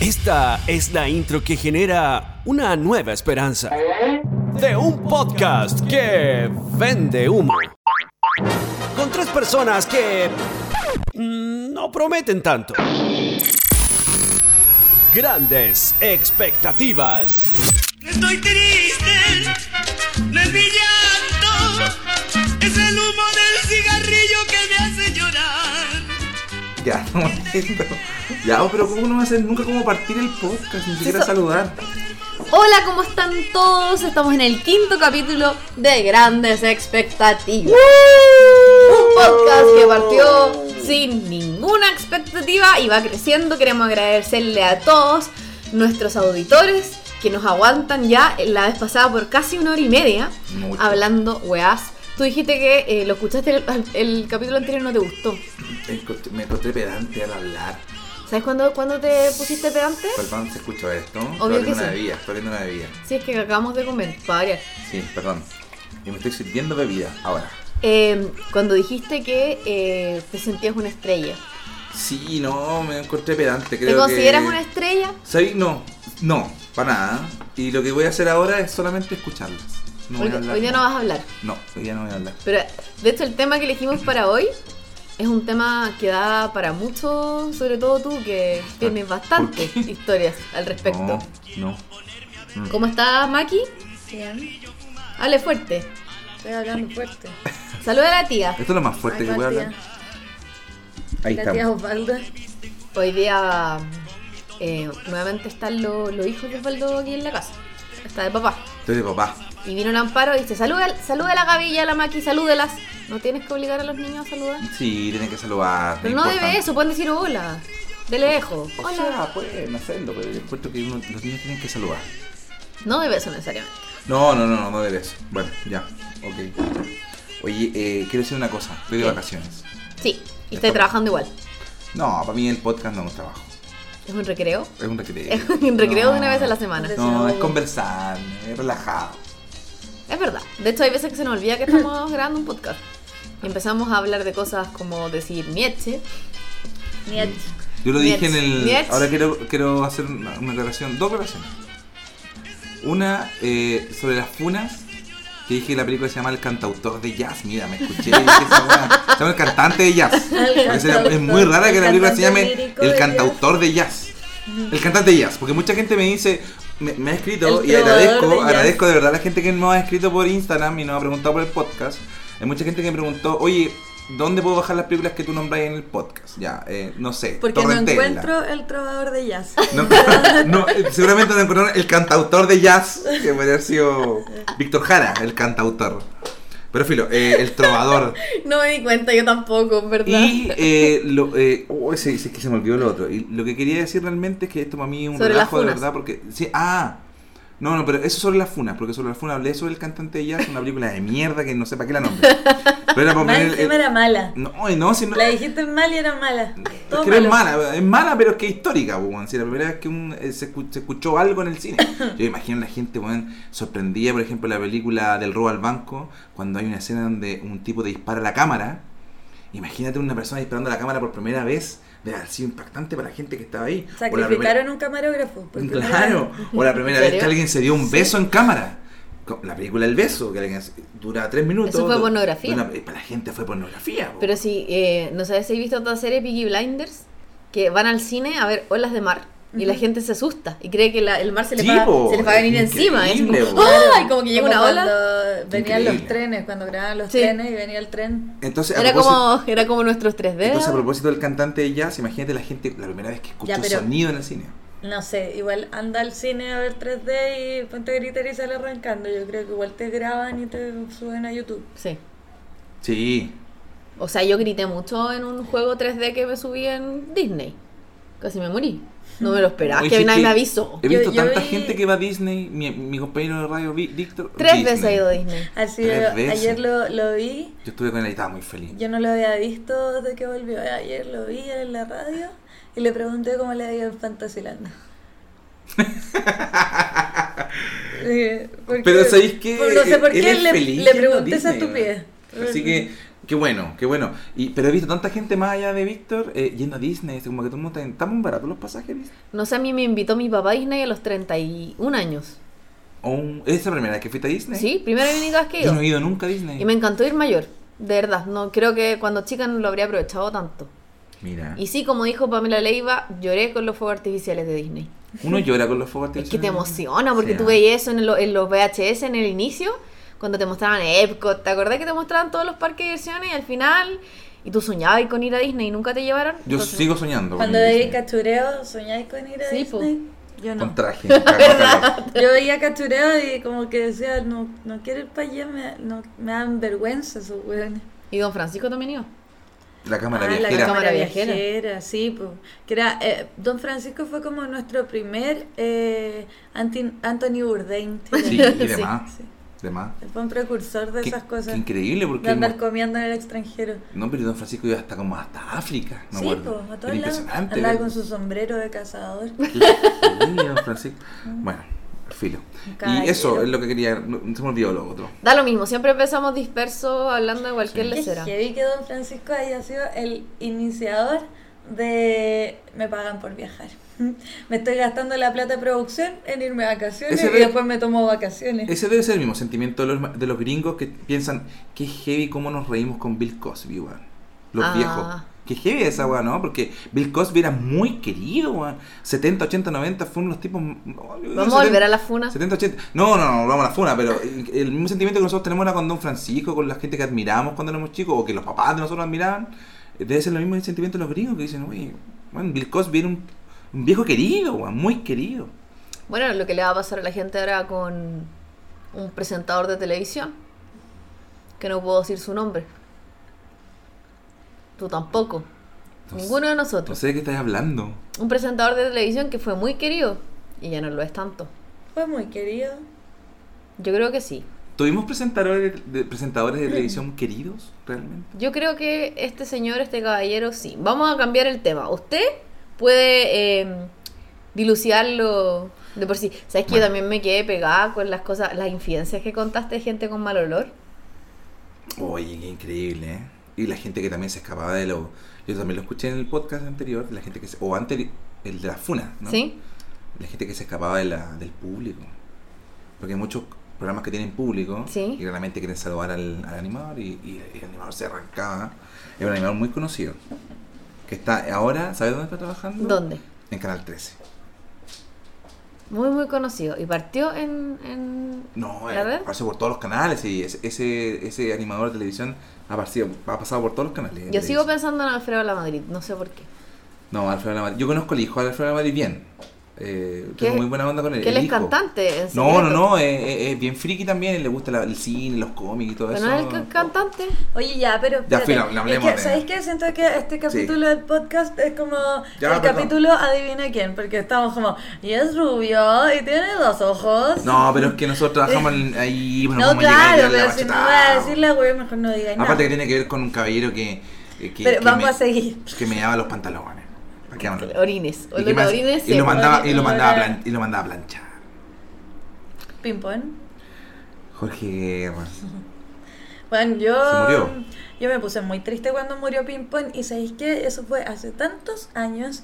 Esta es la intro que genera una nueva esperanza de un podcast que vende humo. Con tres personas que mm, no prometen tanto. Grandes expectativas. Estoy triste, no es mi llanto, es el humo del cigarrillo que me hace llorar. Ya, no, momento. Ya, oh, pero ¿cómo no va a ser nunca cómo partir el podcast? Ni siquiera Eso- saludar. Hola, ¿cómo están todos? Estamos en el quinto capítulo de Grandes Expectativas. Un podcast que partió sin ninguna expectativa y va creciendo. Queremos agradecerle a todos nuestros auditores que nos aguantan ya la vez pasada por casi una hora y media Mucho. hablando weás. Tú dijiste que eh, lo escuchaste el, el capítulo anterior y no te gustó. Encontré- Me encontré pedante al hablar. ¿Sabes cuándo, cuándo te pusiste pedante? Perdón, se escuchó esto. Estoy Obvio abriendo que una sí. bebida, estoy abriendo una bebida. Sí, es que acabamos de comer, para variar. Sí, perdón. Y me estoy sirviendo bebida ahora. Eh, cuando dijiste que eh, te sentías una estrella, Sí, no, me encontré pedante. ¿te Creo consideras que... una estrella? ¿Sabí? No, no, para nada. Y lo que voy a hacer ahora es solamente escucharlas. No voy Hoy, a hablar. hoy día no vas a hablar. No, hoy día no voy a hablar. Pero de hecho el tema que elegimos para hoy es un tema que da para mucho, sobre todo tú que tienes Ah, ¿Por bastantes qué? Oh, mm. historias al respecto. No, no. ¿Cómo estás, Maki? Bien, Hable fuerte. estoy hablando fuerte. Saluda a la tía. Esto es lo más fuerte Ahí que va voy a la hablar. tía- Ahí La tía estamos. Osvaldo. Hoy día eh, nuevamente están lo- los hijos de Osvaldo aquí en la casa. Está de papá. Estoy de papá. Y vino el amparo y dice, saluda, saluda a la Gaby y a la Maki, salúdelas. No tienes que obligar a los niños a saludar. Sí, tienen que saludar. Pero no debe eso, pueden decir hola. De lejos. O Hola. sea, pueden hacerlo, pero yo encuentro que uno- los niños tienen que saludar. No debe eso necesariamente. No, no, no, no, no debes. Bueno, ya, ok. Oye, eh, quiero decir una cosa. Estoy de ¿Qué? vacaciones. Sí, y Está estoy bien. trabajando igual. No, para mí el podcast no es un trabajo. Es un recreo. Es un recreo. Es un recreo de una No. vez a la semana. No, es conversar, es relajado. Es verdad. De hecho, hay veces que se nos olvida que estamos grabando un podcast. Y empezamos a hablar de cosas como decir nietzsche. Niet. Yo lo dije en Bien, el. bien. Ahora quiero, quiero hacer una, una aclaración, dos aclaraciones. Una eh, sobre las funas, que dije que la película se llama El cantautor de jazz. Mira, me escuché. y dije, "Esa weá, se llama El cantante de jazz. Porque se- es cantautor, muy rara que el la película se cantante llame lírico El de cantautor de jazz. El cantante de jazz, porque mucha gente me dice. Me, me ha escrito El y trovador agradezco, de jazz. agradezco de verdad a la gente que nos ha escrito por Instagram y nos ha preguntado por el podcast. Hay mucha gente que me preguntó, oye, ¿dónde puedo bajar las películas que tú nombras en el podcast? Ya, eh, no sé. Porque no torrentenla. encuentro el trovador de jazz. No, no, eh, seguramente no encontraron el cantautor de jazz, que podría haber sido Víctor Jara, el cantautor. Pero filo, eh, el trovador. No me di cuenta, yo tampoco, en verdad. Y eh, lo, eh, oh, ese- ese que se me olvidó lo otro. Y lo que quería decir realmente es que esto para mí es un Sobre las relajo de funas. verdad, porque sí, ah, no, no, pero eso sobre las funas, porque sobre las funas hablé sobre el cantante de jazz, una película de mierda que no sé para qué la nombre. Pero era para Más poner el- encima era mala. no, eh, no, si no, La dijiste mal y era mala. es Todo que no es malo. mala, es mala, pero es que es histórica, po, weón. Si la primera vez que un- eh, se, escu- se escuchó algo en el cine. Yo imagino a la gente, weón, sorprendida, por ejemplo, la película del robo al banco, cuando hay una escena donde un tipo te dispara a la cámara. Imagínate una persona disparando a la cámara por primera vez. Debe haber sido impactante para la gente que estaba ahí. O la primera- Sacrificaron un camarógrafo. por primera Claro, o la primera ¿En vez serio? que alguien se dio un beso en cámara. Co- La película El Beso, que alguien se- dura tres minutos. Eso fue du- pornografía. dura- eh, para la gente fue pornografía. po. Pero si, eh, no sabes si habéis visto otra serie, Piggy Blinders, que van al cine a ver olas de mar. Y la gente se asusta y cree que la- el mar se le, Sí, va, po, se les va a venir es encima. Es como, increíble, po. ¡ay! Como que llega una ola. cuando Venían Increíble. los trenes, cuando grababan los Sí. trenes y venía el tren. Entonces, a Era propósito- como, era como nuestros 3D. Entonces, a propósito del cantante de jazz, imagínate la gente la primera vez que escuchó Ya, pero- sonido en el cine. No sé, igual anda al cine a ver 3D y ponte a gritar y sale arrancando. Yo creo que igual te graban y te suben a YouTube. Sí. Sí. O sea, yo grité mucho en un juego 3D que me subí en Disney. Casi me morí. No me lo esperaba, Oye, que sí nadie que- me avisó. He Yo- visto yo tanta vi- gente que va a Disney, mi, mi compañero de radio, Vi- Víctor. Tres Disney. veces he ido a Disney. Así, Tres veces. ayer lo, lo vi Yo estuve con él y estaba muy feliz. Yo no lo había visto desde que volvió. Ayer lo vi en la radio y le pregunté cómo le había ido en Fantasylandia. Eh, porque- Pero sabéis que por- no sé por él qué es le, feliz le yendo a pregunté esa Disney, estupidez. Así que Qué bueno, qué bueno. Y, pero he visto tanta gente más allá de Víctor eh, yendo a Disney. así Como que todo el mundo está tan muy baratos los pasajes. ¿viste? No sé, a mí me invitó mi papá a Disney a los 31 años. Oh, ¿Es la primera vez que fuiste a Disney? Sí, primera y única vez que he Yo ido. no he ido nunca a Disney. Y me encantó ir mayor, de verdad. No creo que cuando chica no lo habría aprovechado tanto. Mira. Y sí, como dijo Pamela Leiva, lloré con los fuegos artificiales de Disney. Uno llora con los fuegos Es que artificiales. te emociona porque Sí, tú ah. veías eso en, lo- en los VHS en el inicio, cuando te mostraban Epcot. ¿Te acordás que te mostraban todos los parques de diversiones y al final? Y tú soñabas con ir a Disney y nunca te llevaron. Yo Entonces- sigo soñando. con Cuando ir a veía Disney. cachureo, ¿soñáis con ir a Sí, po. Disney? Yo no. Con traje. ¿Verdad? Yo veía cachureo y como que decía, no, no quiero ir para allá, me, no- me dan vergüenza esos weones. Y don Francisco también iba. La cámara Ah, viajera. cámara. viajera. viajera. sí, po. que era, eh, Don Francisco fue como nuestro primer eh, anti- Anthony Bourdain. tipo. Sí, y Sí, demás. sí. Demás. Fue un precursor de Qué- esas cosas. qué increíble porque De andar mo- comiendo en el extranjero. No, pero Don Francisco iba hasta como hasta África. Me sí, acuerdo. po, a Era todos lados. impresionante. Andaba ver- con su sombrero de cazador. Sí, Don Francisco. Bueno, filo. Y Caballero. eso es lo que quería. no- Se me olvidó lo otro. Da lo mismo, siempre empezamos dispersos hablando de cualquier Qué lesera. heavy que Don Francisco haya sido el iniciador de me pagan por viajar. Me estoy gastando la plata de producción en irme a vacaciones Ese y de- después me tomo vacaciones. Ese debe ser el mismo sentimiento de los, de los gringos que piensan que heavy cómo nos reímos con Bill Cosby, weón. Los Ah. viejos. Que heavy esa weón, ¿no? Porque Bill Cosby era muy querido, weón. 70, 80, 90 fue uno de los tipos. Vamos a volver a la funa. 70, 80. No, no, no, vamos a la funa, pero el mismo sentimiento que nosotros tenemos era con Don Francisco, con la gente que admiramos cuando éramos chicos, o que los papás de nosotros admiraban. Debe ser lo mismo el sentimiento de los gringos que dicen, uy, bueno, Bill Cosby era un, un viejo querido, weón, muy querido. Bueno, lo que le va a pasar a la gente ahora con un presentador de televisión, que no puedo decir su nombre. Tú tampoco. No sé- Ninguno de No nosotros. sé de qué estás hablando. Un presentador de televisión que fue muy querido y ya no lo es tanto. Fue muy querido. Yo creo que sí. ¿Tuvimos presentadores de, presentadores de televisión queridos realmente? Yo creo que este señor, este caballero, sí. Vamos a cambiar el tema. Usted puede eh, dilucidarlo de por sí. ¿Sabes que yo Bueno. también me quedé pegada con las cosas, las infidencias que contaste de gente con mal olor? Oye, qué increíble, ¿eh? Y la gente que también se escapaba de lo... Yo también lo escuché en el podcast anterior, la gente que se... O anterior, el de la funa, ¿no? ¿Sí? La gente que se escapaba de la, del público. Porque hay muchos programas que tienen público Sí. y realmente quieren salvar al, al animador y, y el animador se arrancaba. Es un animador muy conocido. Que está ahora, ¿sabes dónde está trabajando? ¿Dónde? En Canal 13. Muy, muy conocido. Y partió en... en- No, eh, ¿La red? aparece por todos los canales y ese, ese, ese animador de televisión ha, aparecido, ha pasado por todos los canales. de Yo sigo televisión. pensando en Alfredo La Madrid, no sé por qué. No, Alfredo Lamadrid. Yo conozco al hijo de Alfredo Lamadrid bien. Eh, ¿Qué- tengo muy buena onda con él. Que él el es hijo. cantante. en No, secreto. no, no, eh, es bien friki también, le gusta la- el cine, los cómics y todo Pero eso. no es el que- cantante. Oye, ya, pero. Ya, espérate. filo, no hablemos Es que, de- ¿Sabéis qué? Siento que este capítulo del podcast es como Ya, el perdón. capítulo Adivina quién, porque estamos como, y es rubio y tiene dos ojos. No, pero es que nosotros trabajamos en- ahí. Bueno, No, vamos a llegar a claro, tirarle pero la si no voy bachata. a decir la wea, mejor no diga nada. Aparte que tiene que ver con un caballero que. eh, que- Pero que vamos me- a seguir. Que me daba los pantalones. ¿Para qué vamos a- Orines. y, Olor que a más- orines. y lo sí. mandaba, y lo Olor mandaba, a- plan- y lo mandaba a planchar. Ping-pong. Jorge Guerras. Bueno, yo, Se murió. yo me puse muy triste cuando murió Ping Pong y sabéis que eso fue hace tantos años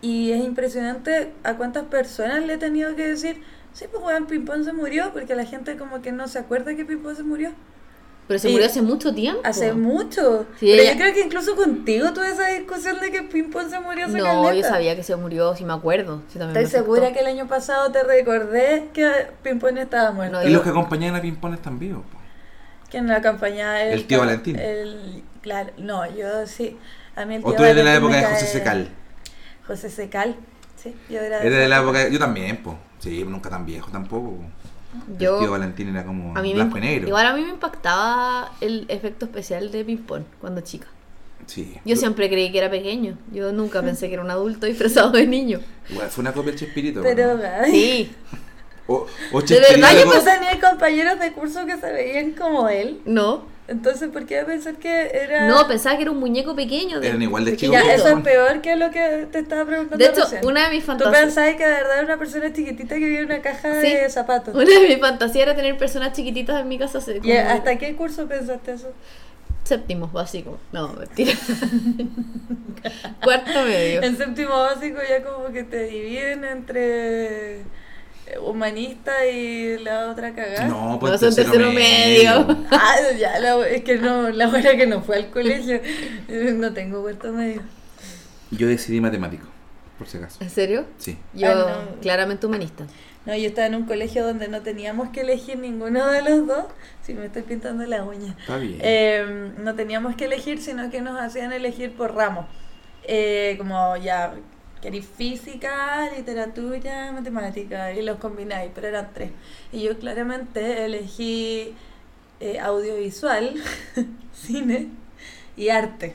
y es impresionante a cuántas personas le he tenido que decir, sí, pues weón, Ping Pong se murió porque la gente como que no se acuerda que Ping Pong se murió. Pero se Y- murió hace mucho tiempo. Hace mucho. Sí, Pero ella- yo creo que incluso contigo tuve esa discusión de que Ping Pong se murió. hace No, yo caleta. sabía que se murió, sí me acuerdo. sí también Estoy me afectó. segura que el año pasado te recordé que Ping Pong estaba muerto. No, Y los que acompañaban a Ping Pong están vivos. po. Que en la campaña el, El tío Valentín. el- claro, no, yo sí. A mí el tío O tú eres de la Valentín época me de cae- José Secal. José Secal, sí. Yo era Eres de la esa época. Yo también, po. Sí, nunca tan viejo tampoco. po. El Yo- tío Valentín era como A mí me blanco y imp- negro. Igual a mí me impactaba el efecto especial de ping pong cuando chica. Sí. Yo siempre creí que era pequeño. Yo nunca pensé que era un adulto disfrazado de niño. Igual fue una copia del Chespirito. Pero, po. ay, Sí. O, o De verdad, Chespirito yo algo- O sea, ni hay compañeros de curso que se veían como él. No. Entonces, ¿por qué pensar que era.? No, pensaba que era un muñeco pequeño. Eran igual de pequeño. Ya, chicos. eso es peor que lo que te estaba preguntando. De hecho, recién. una de mis Tú fantasías- pensabas que de verdad era una persona chiquitita que vivía en una caja Sí. de zapatos. Una de mis fantasías era tener personas chiquititas en mi casa. así ¿Y como- hasta qué curso pensaste eso? séptimo básico. No, mentira. Cuarto medio. En séptimo básico ya como que te dividen entre eh, humanista y la otra cagada. No, No, pues son tercero medio. Ah, ya, la- es que no, la hora que no fue al colegio, eh, no tengo cuarto medio. Yo decidí matemático, por si acaso. ¿En serio? Sí. Yo, Ah, no. claramente humanista. No, yo estaba en un colegio donde no teníamos que elegir ninguno de los dos. Si me estoy pintando la uña. Está bien. Eh, no teníamos que elegir, sino que nos hacían elegir por ramos. Eh, como ya, queréis física, literatura, matemática, y los combináis, pero eran tres. Y yo claramente elegí eh, audiovisual, cine y arte,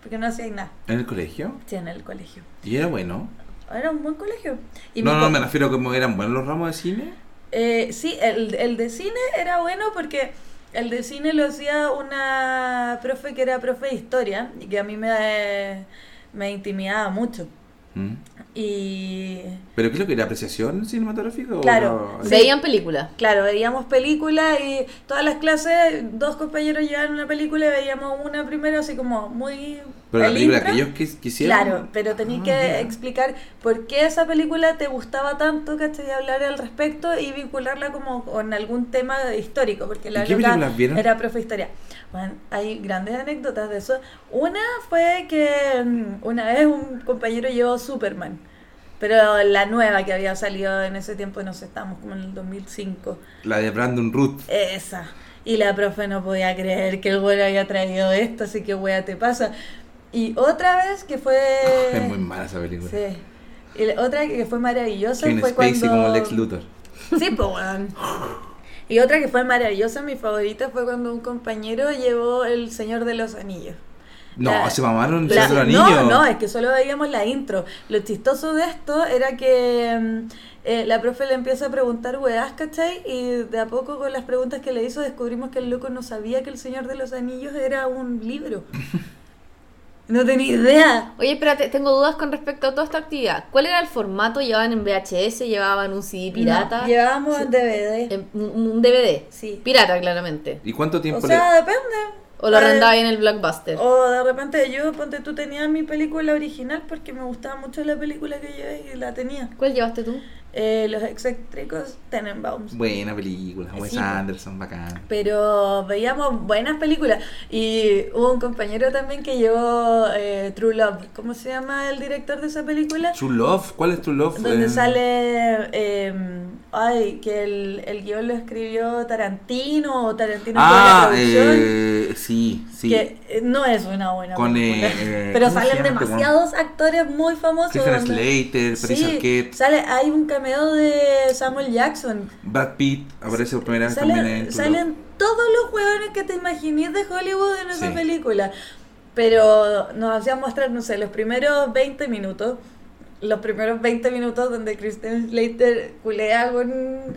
porque no hacía nada ¿En el colegio? sí, en el colegio. Y era bueno. Era un buen colegio. Y no, mi no, co- me refiero a cómo eran buenos los ramos de cine. Eh, sí, el, el de cine era bueno porque el de cine lo hacía una profe que era profe de historia y que a mí me, me intimidaba mucho. Mm. Y ¿Pero qué es lo que era? ¿Apreciación cinematográfica? o Claro, no? Sí. Veían películas. claro, veíamos películas y todas las clases, dos compañeros llevaban una película y veíamos una primero así como muy... Pero la al película intro. que ellos quis- quisieron. Claro, pero tenéis Ah, que mira. explicar por qué esa película te gustaba tanto, ¿cachai? Y Hablar al respecto y vincularla como con algún tema histórico, porque la ¿Y qué loca películas vieron? era profe de historia. Bueno, hay grandes anécdotas de eso. Una fue que mm, una vez un compañero llevó Superman, pero la nueva que había salido en ese tiempo, no sé, estamos como en el 2005. La de Brandon Ruth. Esa. Y la profe no podía creer que el güey había traído esto, así que wea te pasa. Y otra vez que fue. es muy mala esa película. Eh, Sí. Y la otra que fue maravillosa Kevin fue Spacey cuando. como Lex Luthor. Sí, po, weón. Y otra que fue maravillosa, mi favorita, fue cuando un compañero llevó El Señor de los Anillos. No, La- se mamaron La- los otros No, anillos. no, es que solo veíamos la intro. Lo chistoso de esto era que mm, eh, la profe le empieza a preguntar weas, ¿cachai? Y de a poco con las preguntas que le hizo descubrimos que el loco no sabía que El Señor de los Anillos era un libro. No tenía idea. Oye, espérate, tengo dudas con respecto a toda esta actividad. ¿Cuál era el formato? ¿Llevaban en VHS? ¿Llevaban un CD pirata? No, llevábamos en DVD. En- un un DVD. Sí. Pirata, claramente. ¿Y cuánto tiempo O sea, le- depende. O lo Eh, arrendaba en el Blockbuster. O de repente yo, ponte tú, tenía mi película original porque me gustaba mucho la película que llevé y la tenía. ¿Cuál llevaste tú? Eh, los excéntricos Tenenbaums. Buena película, Wes Sí. Anderson, bacán. Pero veíamos buenas películas. Y hubo un compañero también que llevó eh, True Love. ¿Cómo se llama el director de esa película? True Love, ¿cuál es True Love? Donde Eh, sale. eh, ay, que el, el guión lo escribió Tarantino o Tarantino Ah, fue la traducción. eh, sí, sí. Que eh, no es una buena Con, película. eh, eh, Pero ¿cómo se salen llama este weón? demasiados actores muy famosos. Christian donde- Slater, Paris Sí, Arquette, sale, hay un cameo de Samuel Jackson. Brad Pitt aparece por primera vez también eh, en Salen, True Love. salen todos los hueones que te imaginís de Hollywood en esa Sí. película. Pero nos hacían mostrar, no sé, los primeros 20 minutos. Los primeros 20 minutos donde Kristen Slater culea con,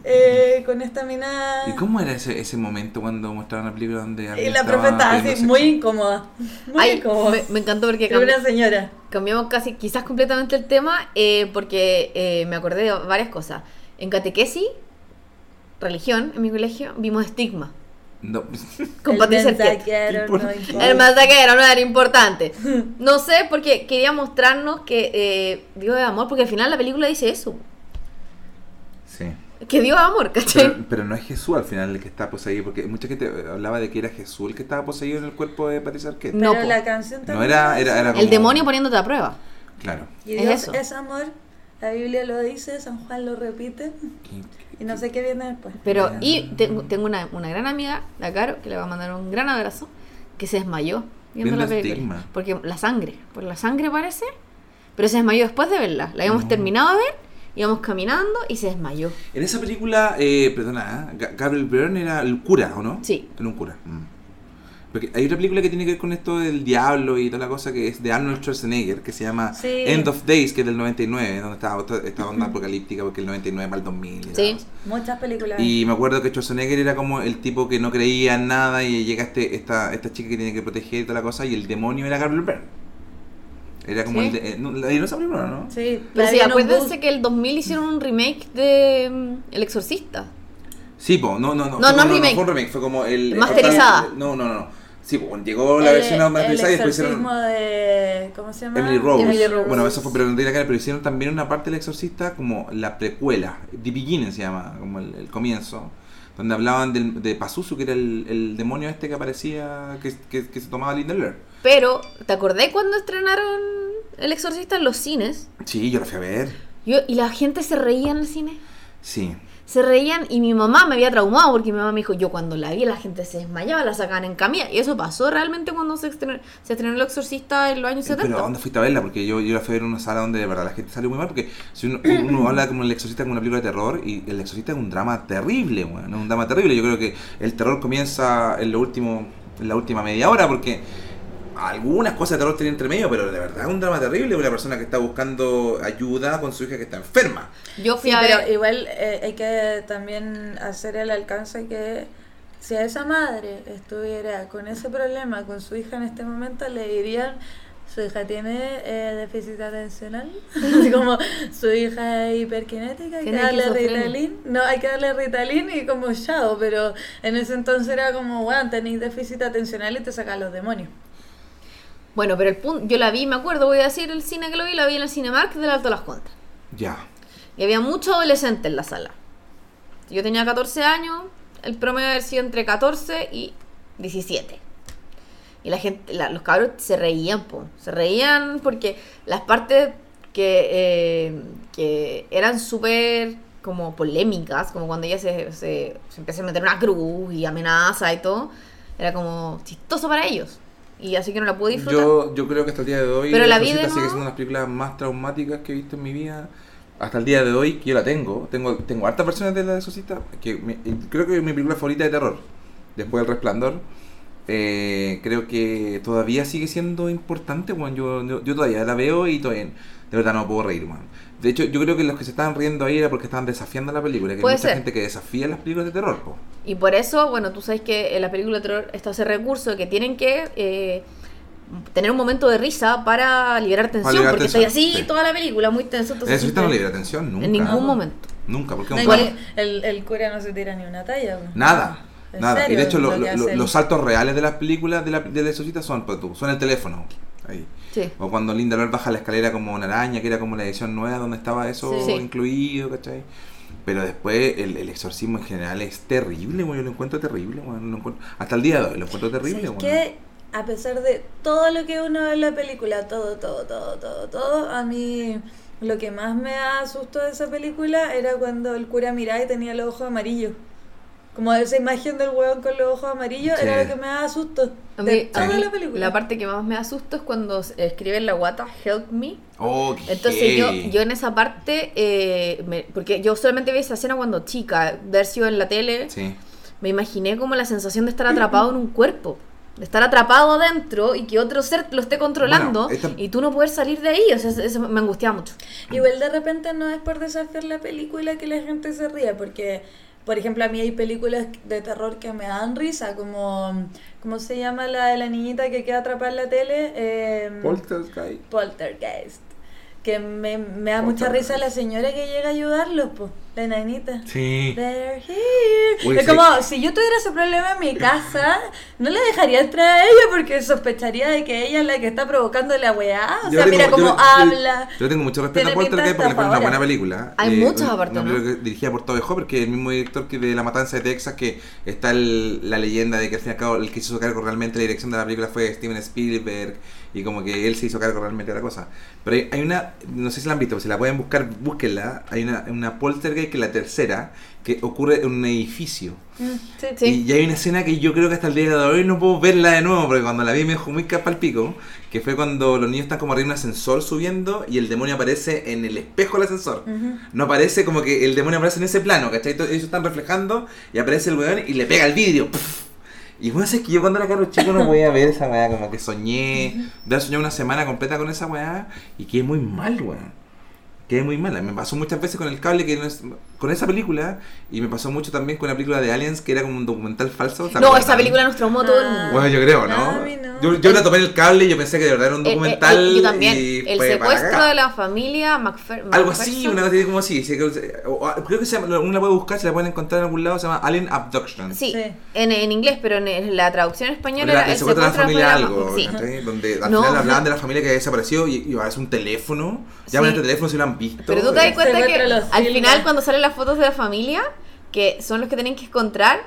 eh, con esta mina. ¿Y cómo era ese, ese momento cuando mostraban la película donde Y alguien la profe estaba así, teniendo muy sexo? incómoda. Muy Ay, incómoda. me, me encantó porque Era cambi- una señora. cambiamos casi, quizás completamente el tema, eh, porque eh, me acordé de varias cosas. En catequesis, religión, en mi colegio, vimos estigma. No. Con El Patricia Arquette. mensajero no Tipo- importa. El masacrero no era importante. No sé, porque quería mostrarnos que eh, Dios es amor, porque al final la película dice eso. sí. Que Dios es amor, ¿cachai? Pero, pero no es Jesús al final el que está poseído, porque mucha gente eh, hablaba de que era Jesús el que estaba poseído en el cuerpo de Patricia Arquette. No, Pero po. la canción No, también era- era- dice- era- El demonio poniéndote a prueba. Claro. Y Es Dios es, eso. amor, la Biblia lo dice, San Juan lo repite, y no sé qué viene después. Pero, y tengo, tengo una, una gran amiga, la Caro, que le va a mandar un gran abrazo, que se desmayó viendo Viendo la película. Estigma. Porque la sangre, por la sangre parece, pero se desmayó después de verla. La habíamos No. terminado de ver, íbamos caminando y se desmayó. En esa película, eh, perdona, ¿eh? Ga- Gabriel Byrne era el cura, ¿o no? Sí. Era un cura. mm. Porque hay otra película que tiene que ver con esto del diablo y toda la cosa que es de Arnold Schwarzenegger, que se llama Sí. End of Days, que es del 99, donde estaba otra- esta onda apocalíptica, porque el 99 para el 2000. y Sí. todo eso. Muchas películas. Y me acuerdo que Schwarzenegger era como el tipo que no creía en nada y llega este, esta, esta chica que tiene que proteger y toda la cosa y el demonio era Gabriel Byrne. Era como Sí. el... De, eh, no, la vieron esa película, ¿no? Sí, Pero la sí, vi en un acuérdense bus. que el 2000 hicieron un remake de mm, El Exorcista. Sí, po, no, no, no. No, fue no como- remake. fue un remake, fue como el... Masterizada. No, no, no. Sí, bueno, llegó la versión automatizada y después hicieron. eh, exorcismo de... ¿Cómo se llama? Emily Rose. Emily Rose. Bueno, eso fue pero no tiene la cara, pero hicieron también una parte del exorcista como la precuela, The Beginning se llama, como el, el comienzo, donde hablaban del, de Pazuzu, que era el, el demonio este que aparecía, que, que, que se tomaba Lindeler. Pero, ¿te acordé cuando estrenaron El Exorcista en los cines? Sí, yo la fui a ver. Yo, y la gente se reía en el cine. Sí. Se reían y mi mamá me había traumado porque mi mamá me dijo, yo cuando la vi la gente se desmayaba, la sacaban en camilla. Y eso pasó realmente cuando se estrenó, se estrenó El Exorcista en los años Pero ¿a 70. dónde fuiste a verla? Porque yo, yo la fui a ver en una sala donde de verdad la gente salió muy mal. Porque si uno, uno habla como el exorcista como una película de terror, y el exorcista es un drama terrible, weón, es un drama terrible. Yo creo que el terror comienza en, lo último, en la última media hora, porque algunas cosas de terror tienen entre medio, pero de verdad es un drama terrible. Una persona que está buscando ayuda con su hija que está enferma. Yo fui Sí, a pero ver... igual eh, hay que también hacer el alcance que si a esa madre estuviera con ese problema con su hija en este momento, le dirían, su hija tiene eh, déficit atencional, así como su hija es hiperkinética, hay que Tiene darle esquizofrenia. Ritalin, no, hay que darle Ritalin y como chao, pero en ese entonces era como, bueno, tenéis déficit atencional y te sacan los demonios. Bueno, pero el punto, yo la vi, me acuerdo, voy a decir el cine que lo vi, la vi en el Cinemark del Alto Las Contas. Ya. Y había mucho adolescente en la sala. Yo tenía 14 años, el promedio había sido entre 14 y 17. Y la gente, la- los cabros se reían, po. se reían porque las partes que, eh, que eran súper como polémicas, como cuando ella se, se, se empieza a meter una cruz y amenaza y todo, era como chistoso para ellos. Y así que no la pude disfrutar. Yo, yo creo que hasta el día de hoy Pero El la vi Exorcista de sigue nuevo. siendo una de las películas más traumáticas que he visto en mi vida. Hasta el día de hoy, que yo la tengo. Tengo, tengo hartas versiones de la Exorcista. Que me- creo que es mi película favorita de terror. Después del Resplandor. Eh, creo que todavía sigue siendo importante, weón. Yo, yo, yo todavía la veo y todavía de verdad no puedo reír, weón. De hecho, yo creo que los que se estaban riendo ahí era porque estaban desafiando la película. Que Puede hay mucha ser. gente que desafía las películas de terror, po. Y por eso, bueno, tú sabes que en la película de terror está ese recurso de que tienen que eh, tener un momento de risa para liberar tensión, liberar porque tensión, estás así sí. toda la película, muy tenso. El Entonces Exorcista no siempre- libera atención nunca. En ningún momento. Nunca, porque es No, un igual drama. el, el cura no se tira ni una talla. ¿no? Nada, ¿En nada. serio? y de hecho, lo- Lo que lo- hace los el- saltos reales de las películas de la, de la exorcista son, pues, tú, suena el teléfono. Ahí. Sí. O cuando Linda Lord baja la escalera como una araña, que era como la edición nueva donde estaba eso Sí. incluido, ¿cachai? Pero después el, el exorcismo en general es terrible, güey. Yo lo encuentro terrible, güey. lo encuentro- hasta el día de hoy lo encuentro terrible, ¿Sabes güey. qué? a pesar de todo lo que uno ve en la película, todo, todo, todo, todo, todo, a mí lo que más me asustó de esa película era cuando el cura miraba y tenía los ojos amarillos. Como esa imagen del hueón con los ojos amarillos Sí. era lo que me asustó A de mí- a toda mí la película. la parte que más me asusta es cuando se escribe en la guata Help Me. Oh, qué Entonces yo, heavy. yo en esa parte, eh, me- porque yo solamente vi esa escena cuando chica, de haber sido en la tele, Sí. Me imaginé como la sensación de estar atrapado en un cuerpo, de estar atrapado adentro y que otro ser lo esté controlando Bueno, esta- y tú no poder salir de ahí. O sea, eso- eso me angustiaba mucho. Igual de repente no es por desafiar la película que la gente se ría, porque, por ejemplo, a mí hay películas de terror que me dan risa, como, ¿cómo se llama la de la niñita que queda atrapada en la tele? Em, Poltergeist. Poltergeist. Que me, me da mucha Poltergeist. risa la señora que llega a ayudarlos, po, la enanita. Sí. They're here. Uy, es sí. como, si yo tuviera ese problema en mi casa, no le dejaría entrar a ella porque sospecharía de que ella es la que está provocando la weá. O Yo sea, le tengo- mira yo le- cómo yo- habla. Yo, le tengo mucho respeto a Tiene pinta de Poltergeist porque fue una estafadora. buena película. Hay muchas una- aparte, Una ¿no? película que- dirigida por Tobe Hopper, que es el mismo director que de La Matanza de Texas, que está el- la leyenda de que al fin y al cabo el que se hizo cargo realmente de la dirección de la película fue Steven Spielberg y como que él se hizo cargo realmente de la cosa. Pero hay, hay una, no sé si la han visto, pero si la pueden buscar, búsquenla. Hay una, una Poltergeist que es la tercera, que ocurre en un edificio. Mm, sí. Sí. Y, y hay una escena que yo creo que hasta el día de hoy no puedo verla de nuevo, porque cuando la vi me dejó muy capa al pico, que fue cuando los niños están como arriba de un ascensor subiendo y el demonio aparece en el espejo del ascensor. Ujú. No aparece como que el demonio aparece en ese plano, ¿cachai? Entonces ellos están reflejando y aparece el weón y le pega el vidrio. ¡puf! Y bueno, es que yo cuando era caro chico no podía ver esa weá, como que soñé, de haber soñado una semana completa con esa weá y quedé muy mal, weón. que es muy mala. Me pasó muchas veces con el cable, que no es- con esa película, y me pasó mucho también con la película de Aliens, que era como un documental falso. ¿se No, acuerdan? esa película nos traumó a todo el mundo. Bueno, yo creo, ¿no? Ah, a mí no. Yo, yo la tomé en el cable y yo pensé que de verdad era un Eh, eh, documental. eh, yo también. y El fue para secuestro cagar. de la familia McPher- McPherson. Algo así, una cosa así como así. sí, que- o- o- Creo que se llama, una la puede buscar, se la pueden encontrar en algún lado, se llama Alien Abduction. Sí, Sí. En, en inglés, pero en, en la traducción española La- era el secuestro de la familia de la- algo, Sí. ¿cachai? Donde al No. final hablaban de la familia que desapareció y, y ahora es un teléfono. Llaman a Sí. este teléfono si lo han visto. Pero tú te eh, das cuenta que Secuestro de los al Silva. final cuando salen las fotos de la familia, que son los que tienen que encontrar,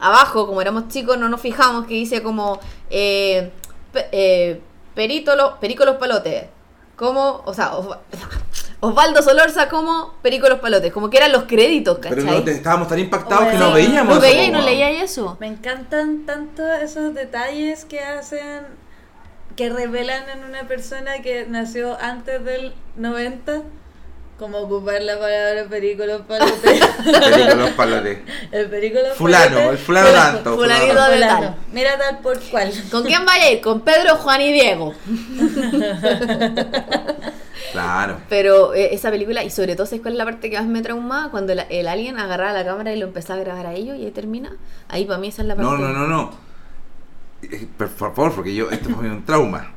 abajo, como éramos chicos, no nos fijamos que dice como eh, pe- eh, Perito Lo- Perico los Palotes, como, o sea, Osva- Osvaldo Solorza como Perico los Palotes, como que eran los créditos, ¿cachai? Pero no, te- estábamos tan impactados que Oye. no Sí, veíamos. eso, no veía y po, no weón. leía eso. Me encantan tanto esos detalles que hacen, que revelan en una persona que nació antes del 90, como ocupar la palabra perículo palote. Perico, los palotes. el perículo Fulano, palote. el fulano tanto. fulano fulanito tanto. de Fulano. tal. Mira tal por cual. ¿Con quién vaya a ir? Con Pedro, Juan y Diego. Claro. Pero eh, esa película, y sobre todo, ¿sabes cuál es la parte que más me trauma? Cuando el, el alien agarraba la cámara y lo empezaba a grabar a ellos y ahí termina. Ahí para mí esa es la parte. No, no, no, no. Eh, Por favor, porque yo, esto fue un trauma.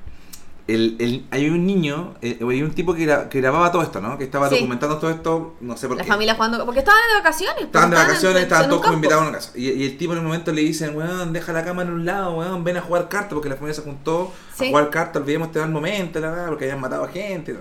El, el- hay un niño, eh, hay un tipo que, gra- que grababa todo esto, ¿no? Que estaba Sí. documentando todo esto, no sé por La qué. familia jugando. Porque estaban de vacaciones. pues, Estaban de vacaciones, en- estaban en un todos como campo. invitados a una casa. Y, y el tipo en un momento le dicen, weón, deja la cámara en un lado, weón, ven a jugar cartas, porque la familia se juntó Sí. a jugar cartas, olvidemos este mal momento, la verdad, porque habían matado a gente.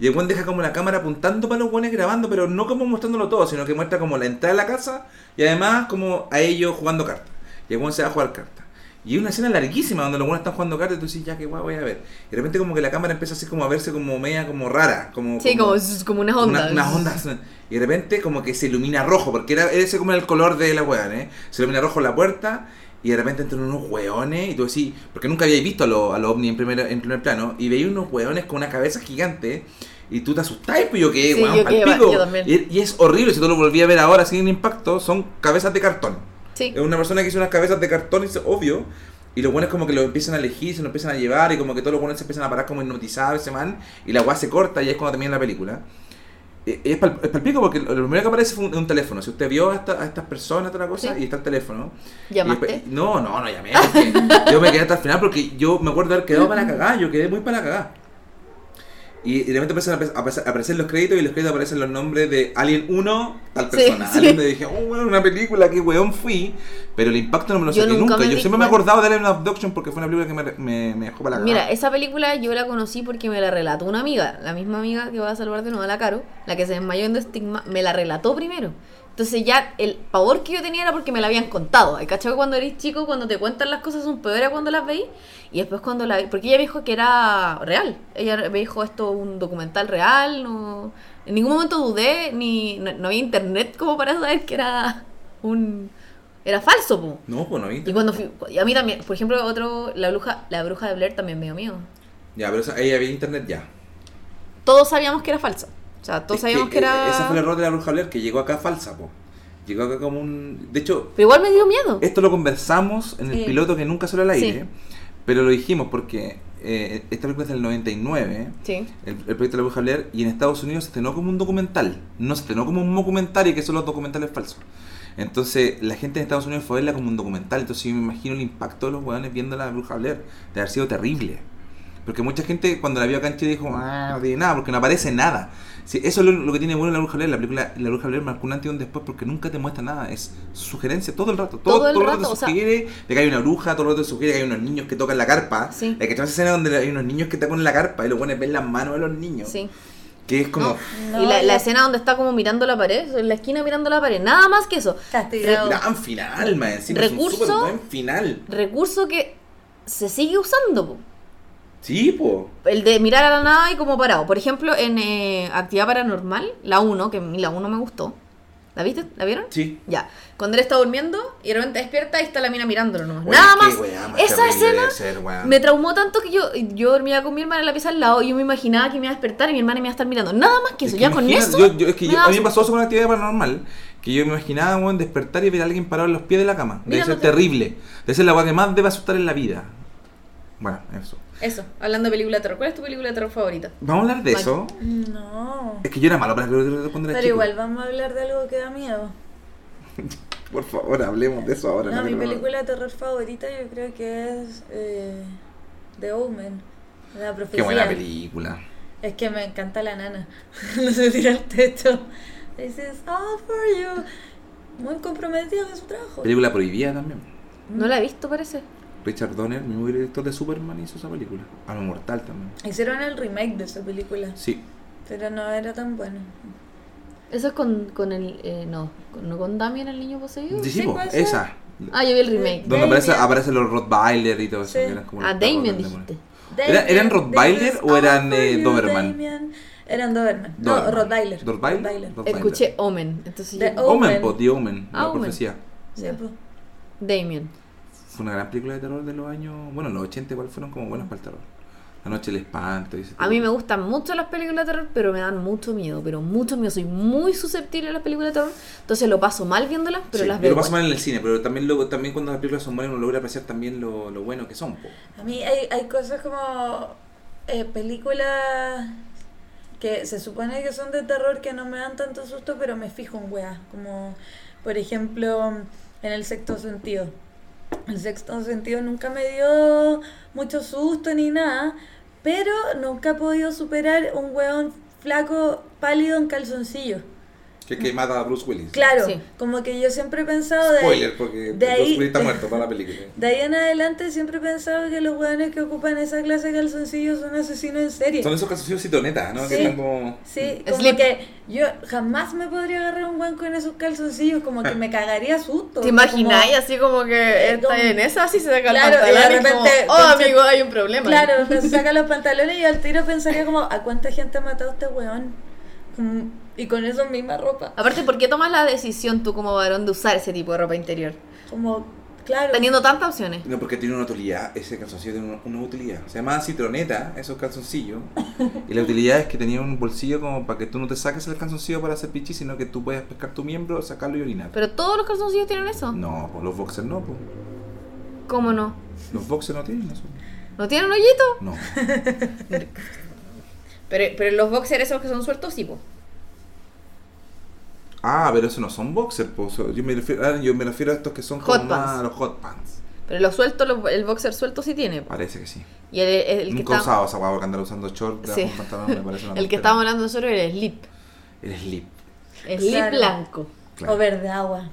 Y el weón deja como la cámara apuntando para los weones grabando, pero no como mostrándolo todo, sino que muestra como la entrada de la casa y además como a ellos jugando cartas. Y el weón se va a jugar cartas. Y es una escena larguísima donde los buenos están jugando cartas y tú dices, ya, qué guay, voy a ver. Y de repente como que la cámara empieza así como a verse como media como rara. Como, Sí, como, como unas ondas. una- unas ondas. Y de repente como que se ilumina rojo, porque era ese como era el color de la weá, ¿eh? Se ilumina rojo la puerta y de repente entran unos weones y tú decís, porque nunca habíais visto a los a los ovnis en primer, en primer plano, y veis unos weones con una cabeza gigante. Y tú te asustás, pues yo qué, Sí, weón, yo pal qué, pico. yo también. Y, y es horrible, si tú lo volví a ver ahora sin impacto, son cabezas de cartón. Sí. Es una persona que hizo unas cabezas de cartón, es obvio. Y los buenos como que lo empiezan a elegir, se lo empiezan a llevar y como que todos los buenos se empiezan a parar como hipnotizados ese man. Y la weá se corta y ahí es cuando termina la película. Eh, Es pal- es palpico porque lo primero que aparece fue un, un teléfono. Si usted vio a, esta- a estas personas, toda la cosa, Sí. y está el teléfono. Y ¿Llamaste? después- no, no, no llamé. porque yo me quedé hasta el final porque yo me acuerdo de haber quedado para cagar. Yo quedé muy para cagar. Y, y de repente empiezan a, apare- a apare- a aparecer los créditos y en los créditos aparecen los nombres de Alien 1, tal Sí, persona. sí. Alien me dije, oh, weón, una película, qué weón fui. Pero el impacto no me lo Yo saqué nunca nunca. me Yo di siempre me he cuenta. acordado de Alien Abduction porque fue una película que me, me- me dejó para cagar. Mira, esa película yo la conocí porque me la relató una amiga, la misma amiga que va a salvar de nuevo a la Caro, la que se desmayó en The Stigma, me la relató primero. Entonces ya el pavor que yo tenía era porque me la habían contado. ¿Hay cachado que cuando eres chico, cuando te cuentan las cosas son peores a cuando las veis? Y después cuando la vi, porque ella me dijo que era real. Ella me dijo esto un documental real, no, en ningún momento dudé, ni no, no había internet como para saber que era un... Era falso, po. No, pues no vi. Y cuando fui, y a mí también, por ejemplo, otro, la bruja, la bruja de Blair también me dio miedo. Ya, pero esa- ahí había internet ya. Todos sabíamos que era falsa. O sea, todos Es sabíamos que, eh, era. Ese fue el error de la bruja Blair, que llegó acá falsa, po. Llegó acá como un... De hecho, Pero igual me dio miedo. esto lo conversamos en el Sí. piloto que nunca salió al Sí. aire, pero lo dijimos porque eh, esta película es del 99, Sí. el, el proyecto de la bruja Blair, y en Estados Unidos se estrenó como un documental, no se estrenó como un documentario, que son los documentales falsos. Entonces, la gente en Estados Unidos fue a verla como un documental, entonces yo me imagino el impacto de los hueones viendo la bruja Blair, de haber sido terrible. Porque mucha gente cuando la vio acá en Chile dijo, ah, no tiene nada, porque no aparece nada. Sí, eso es lo, lo que tiene bueno la bruja Blair. La película La bruja Blair marcó un antes y un después porque nunca te muestra nada. Es sugerencia todo el rato. Todo, Todo el todo el rato, rato, o te sea- sugiere de que hay una bruja, todo el rato te sugiere que hay unos niños que tocan la carpa. Sí. La que esa escena donde hay unos niños que tocan la carpa y los buenos ven las manos de los niños. Sí. Que es como... No. y la, la escena donde está como mirando la pared, en la esquina mirando la pared, nada más que eso. Castigado. Gran final, man. Encima es un Recurso. súper buen final. Recurso que se sigue usando, po. Sí, po. El de mirar a la nada y como parado. Por ejemplo, en eh, Actividad Paranormal, la 1, que a mí la 1 me gustó. ¿La viste? ¿La vieron? Sí. Ya. Cuando él está durmiendo y de repente despierta y está la mina mirándolo nomás. Weón, nada qué más. weá más Esa terrible escena debe ser, weón. Me traumó tanto que yo, yo dormía con mi hermana en la pieza al lado y yo me imaginaba que me iba a despertar y mi hermana me iba a estar mirando. Nada más que Es eso, que ya con imagínate, eso. yo- yo- es que me yo- daba a mí me susto. pasó eso con una actividad paranormal. Que yo me imaginaba, weón, despertar y ver a alguien parado en los pies de la cama. Debe ser Mirándote. terrible. Debe ser la weá que más debe asustar en la vida. Bueno, eso. Eso, hablando de película de terror, ¿cuál es tu película de terror favorita? Vamos a hablar de Vale. eso. No. Es que yo era malo para cuando era Pero Este chico. igual vamos a hablar de algo que da miedo. Por favor, hablemos de eso ahora. No, mi quiero- película de terror favorita yo creo que es eh, The Omen, la profecía. Qué buena película. Es que me encanta la nana. no se tira al techo. This is all for you. Muy comprometida con su trabajo. Película prohibida también. No la he visto, parece. Richard Donner, el mismo director de Superman, hizo esa película. Alma Mortal también. Hicieron el remake de esa película, Sí. pero no era tan bueno. Eso es con, con el. eh, no, con- no con Damien, el niño poseído. Sí, sí, po, puede ser. esa. pues, Ah, yo vi el remake. Donde aparece, Damien. aparecen los Rottweiler y todo eso. Sí. que eran como A los perros Ah, Damien del dijiste. ¿Era- eran Rottweiler This is o all eran, for eh, you, Doberman? Damien. Eran Doberman. No, Doberman. Rottweiler. Rottweiler. Rottweiler. Escuché Omen, entonces The yo- O- Omen, Omen. po, The Omen, Ah, la Omen. profecía. Sí, pues. Ya. po. Damien. Fue una gran película de terror de los años. Bueno, los 80 igual fueron como buenos para el terror. La noche del espanto. y ese A tipo. mí me gustan mucho las películas de terror, pero me dan mucho miedo, pero mucho miedo. Soy muy susceptible a las películas de terror, entonces lo paso mal viéndolas, pero Sí, las yo veo. lo paso igual. mal en el cine, pero también, lo, también cuando las películas son buenas uno logra apreciar también lo, lo bueno que son. po. A mí hay, hay cosas como eh, películas que se supone que son de terror que no me dan tanto susto, pero me fijo en weas. Como, por ejemplo, en el sexto sentido. El sexto sentido nunca me dio mucho susto ni nada, pero nunca he podido superar un weón flaco, pálido en calzoncillo. Que, Mm. que mata a Bruce Willis. Claro, Sí. como que yo siempre he pensado de... Spoiler, porque de Bruce ahí- Willis está muerto para la película. De ahí en adelante siempre he pensado que los hueones que ocupan esa clase de calzoncillos son asesinos en serie. Son esos calzoncillos citonetas, ¿no? Sí. Que están como. Sí, como Slip. que yo jamás me podría agarrar un hueón con esos calzoncillos, como que me cagaría susto. ¿Te imagináis así como que Eh, está como- en esa, así se saca Claro, el pantalón y de y como, repente- oh amigo, hay un problema. Como- claro, me saca los pantalones y al tiro pensaría como, ¿a cuánta gente ha matado este hueón? Como- Y con esa misma ropa. Aparte, ¿por qué tomas la decisión tú como varón de usar ese tipo de ropa interior? Como, claro. Teniendo tantas opciones. No, porque tiene una utilidad, ese calzoncillo tiene una, una utilidad. Se llamaban citroneta, esos calzoncillos. y la utilidad es que tenía un bolsillo como para que tú no te saques el calzoncillo para hacer pichi, sino que tú puedes pescar tu miembro, sacarlo y orinar. Pero todos los calzoncillos tienen eso. No, pues los boxers no, pues. ¿Cómo no? Los boxers no tienen eso. ¿No tienen hoyito? No. Pero, pero los boxers esos que son sueltos, sí, po. Ah, pero esos no son boxers, pues. Yo me refiero, ah, yo me refiero a estos que son como Hot más pants. los hot pants. Pero los sueltos, los- el boxer suelto sí tiene. po. Parece que sí. Y el, el- el que Nunca he está- usado esa guagua que andaba usando short, Sí. sí. pantalón, me parece una el que tontera. estábamos hablando nosotros era el slip. El slip. El slip Claro. blanco. claro. O verde agua.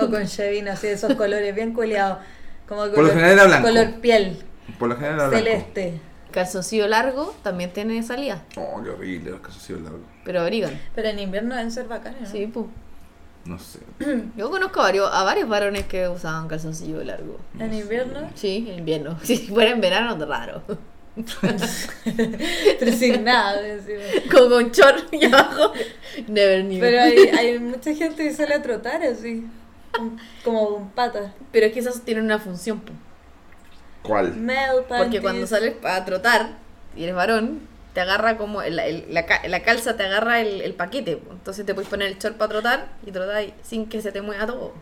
O con chevino, así, esos colores bien culeados. Como Por lo general era blanco. Color piel, Por lo general era blanco. celeste. Calzoncillo largo también tiene salida, Oh, qué horrible, los calzoncillos largos. pero abrigan. Pero en invierno deben ser bacanas, ¿no? Sí, po. No sé. Yo conozco a varios, a varios varones que usaban calzoncillo largo. En invierno, Sí, en invierno. Si fuera en verano, raro. pero sin nada. encima. Como con short y abajo. Never knew. Pero Pero, hay, hay mucha gente que sale a trotar así, con- como con patas. es que esas tienen una función, po. ¿Cuál? Mel Porque cuando sales a trotar y eres varón, te agarra como. el- el- la, ca- la calza te agarra el, el paquete. po. Entonces te puedes poner el short para trotar y trotar sin que se te mueva todo.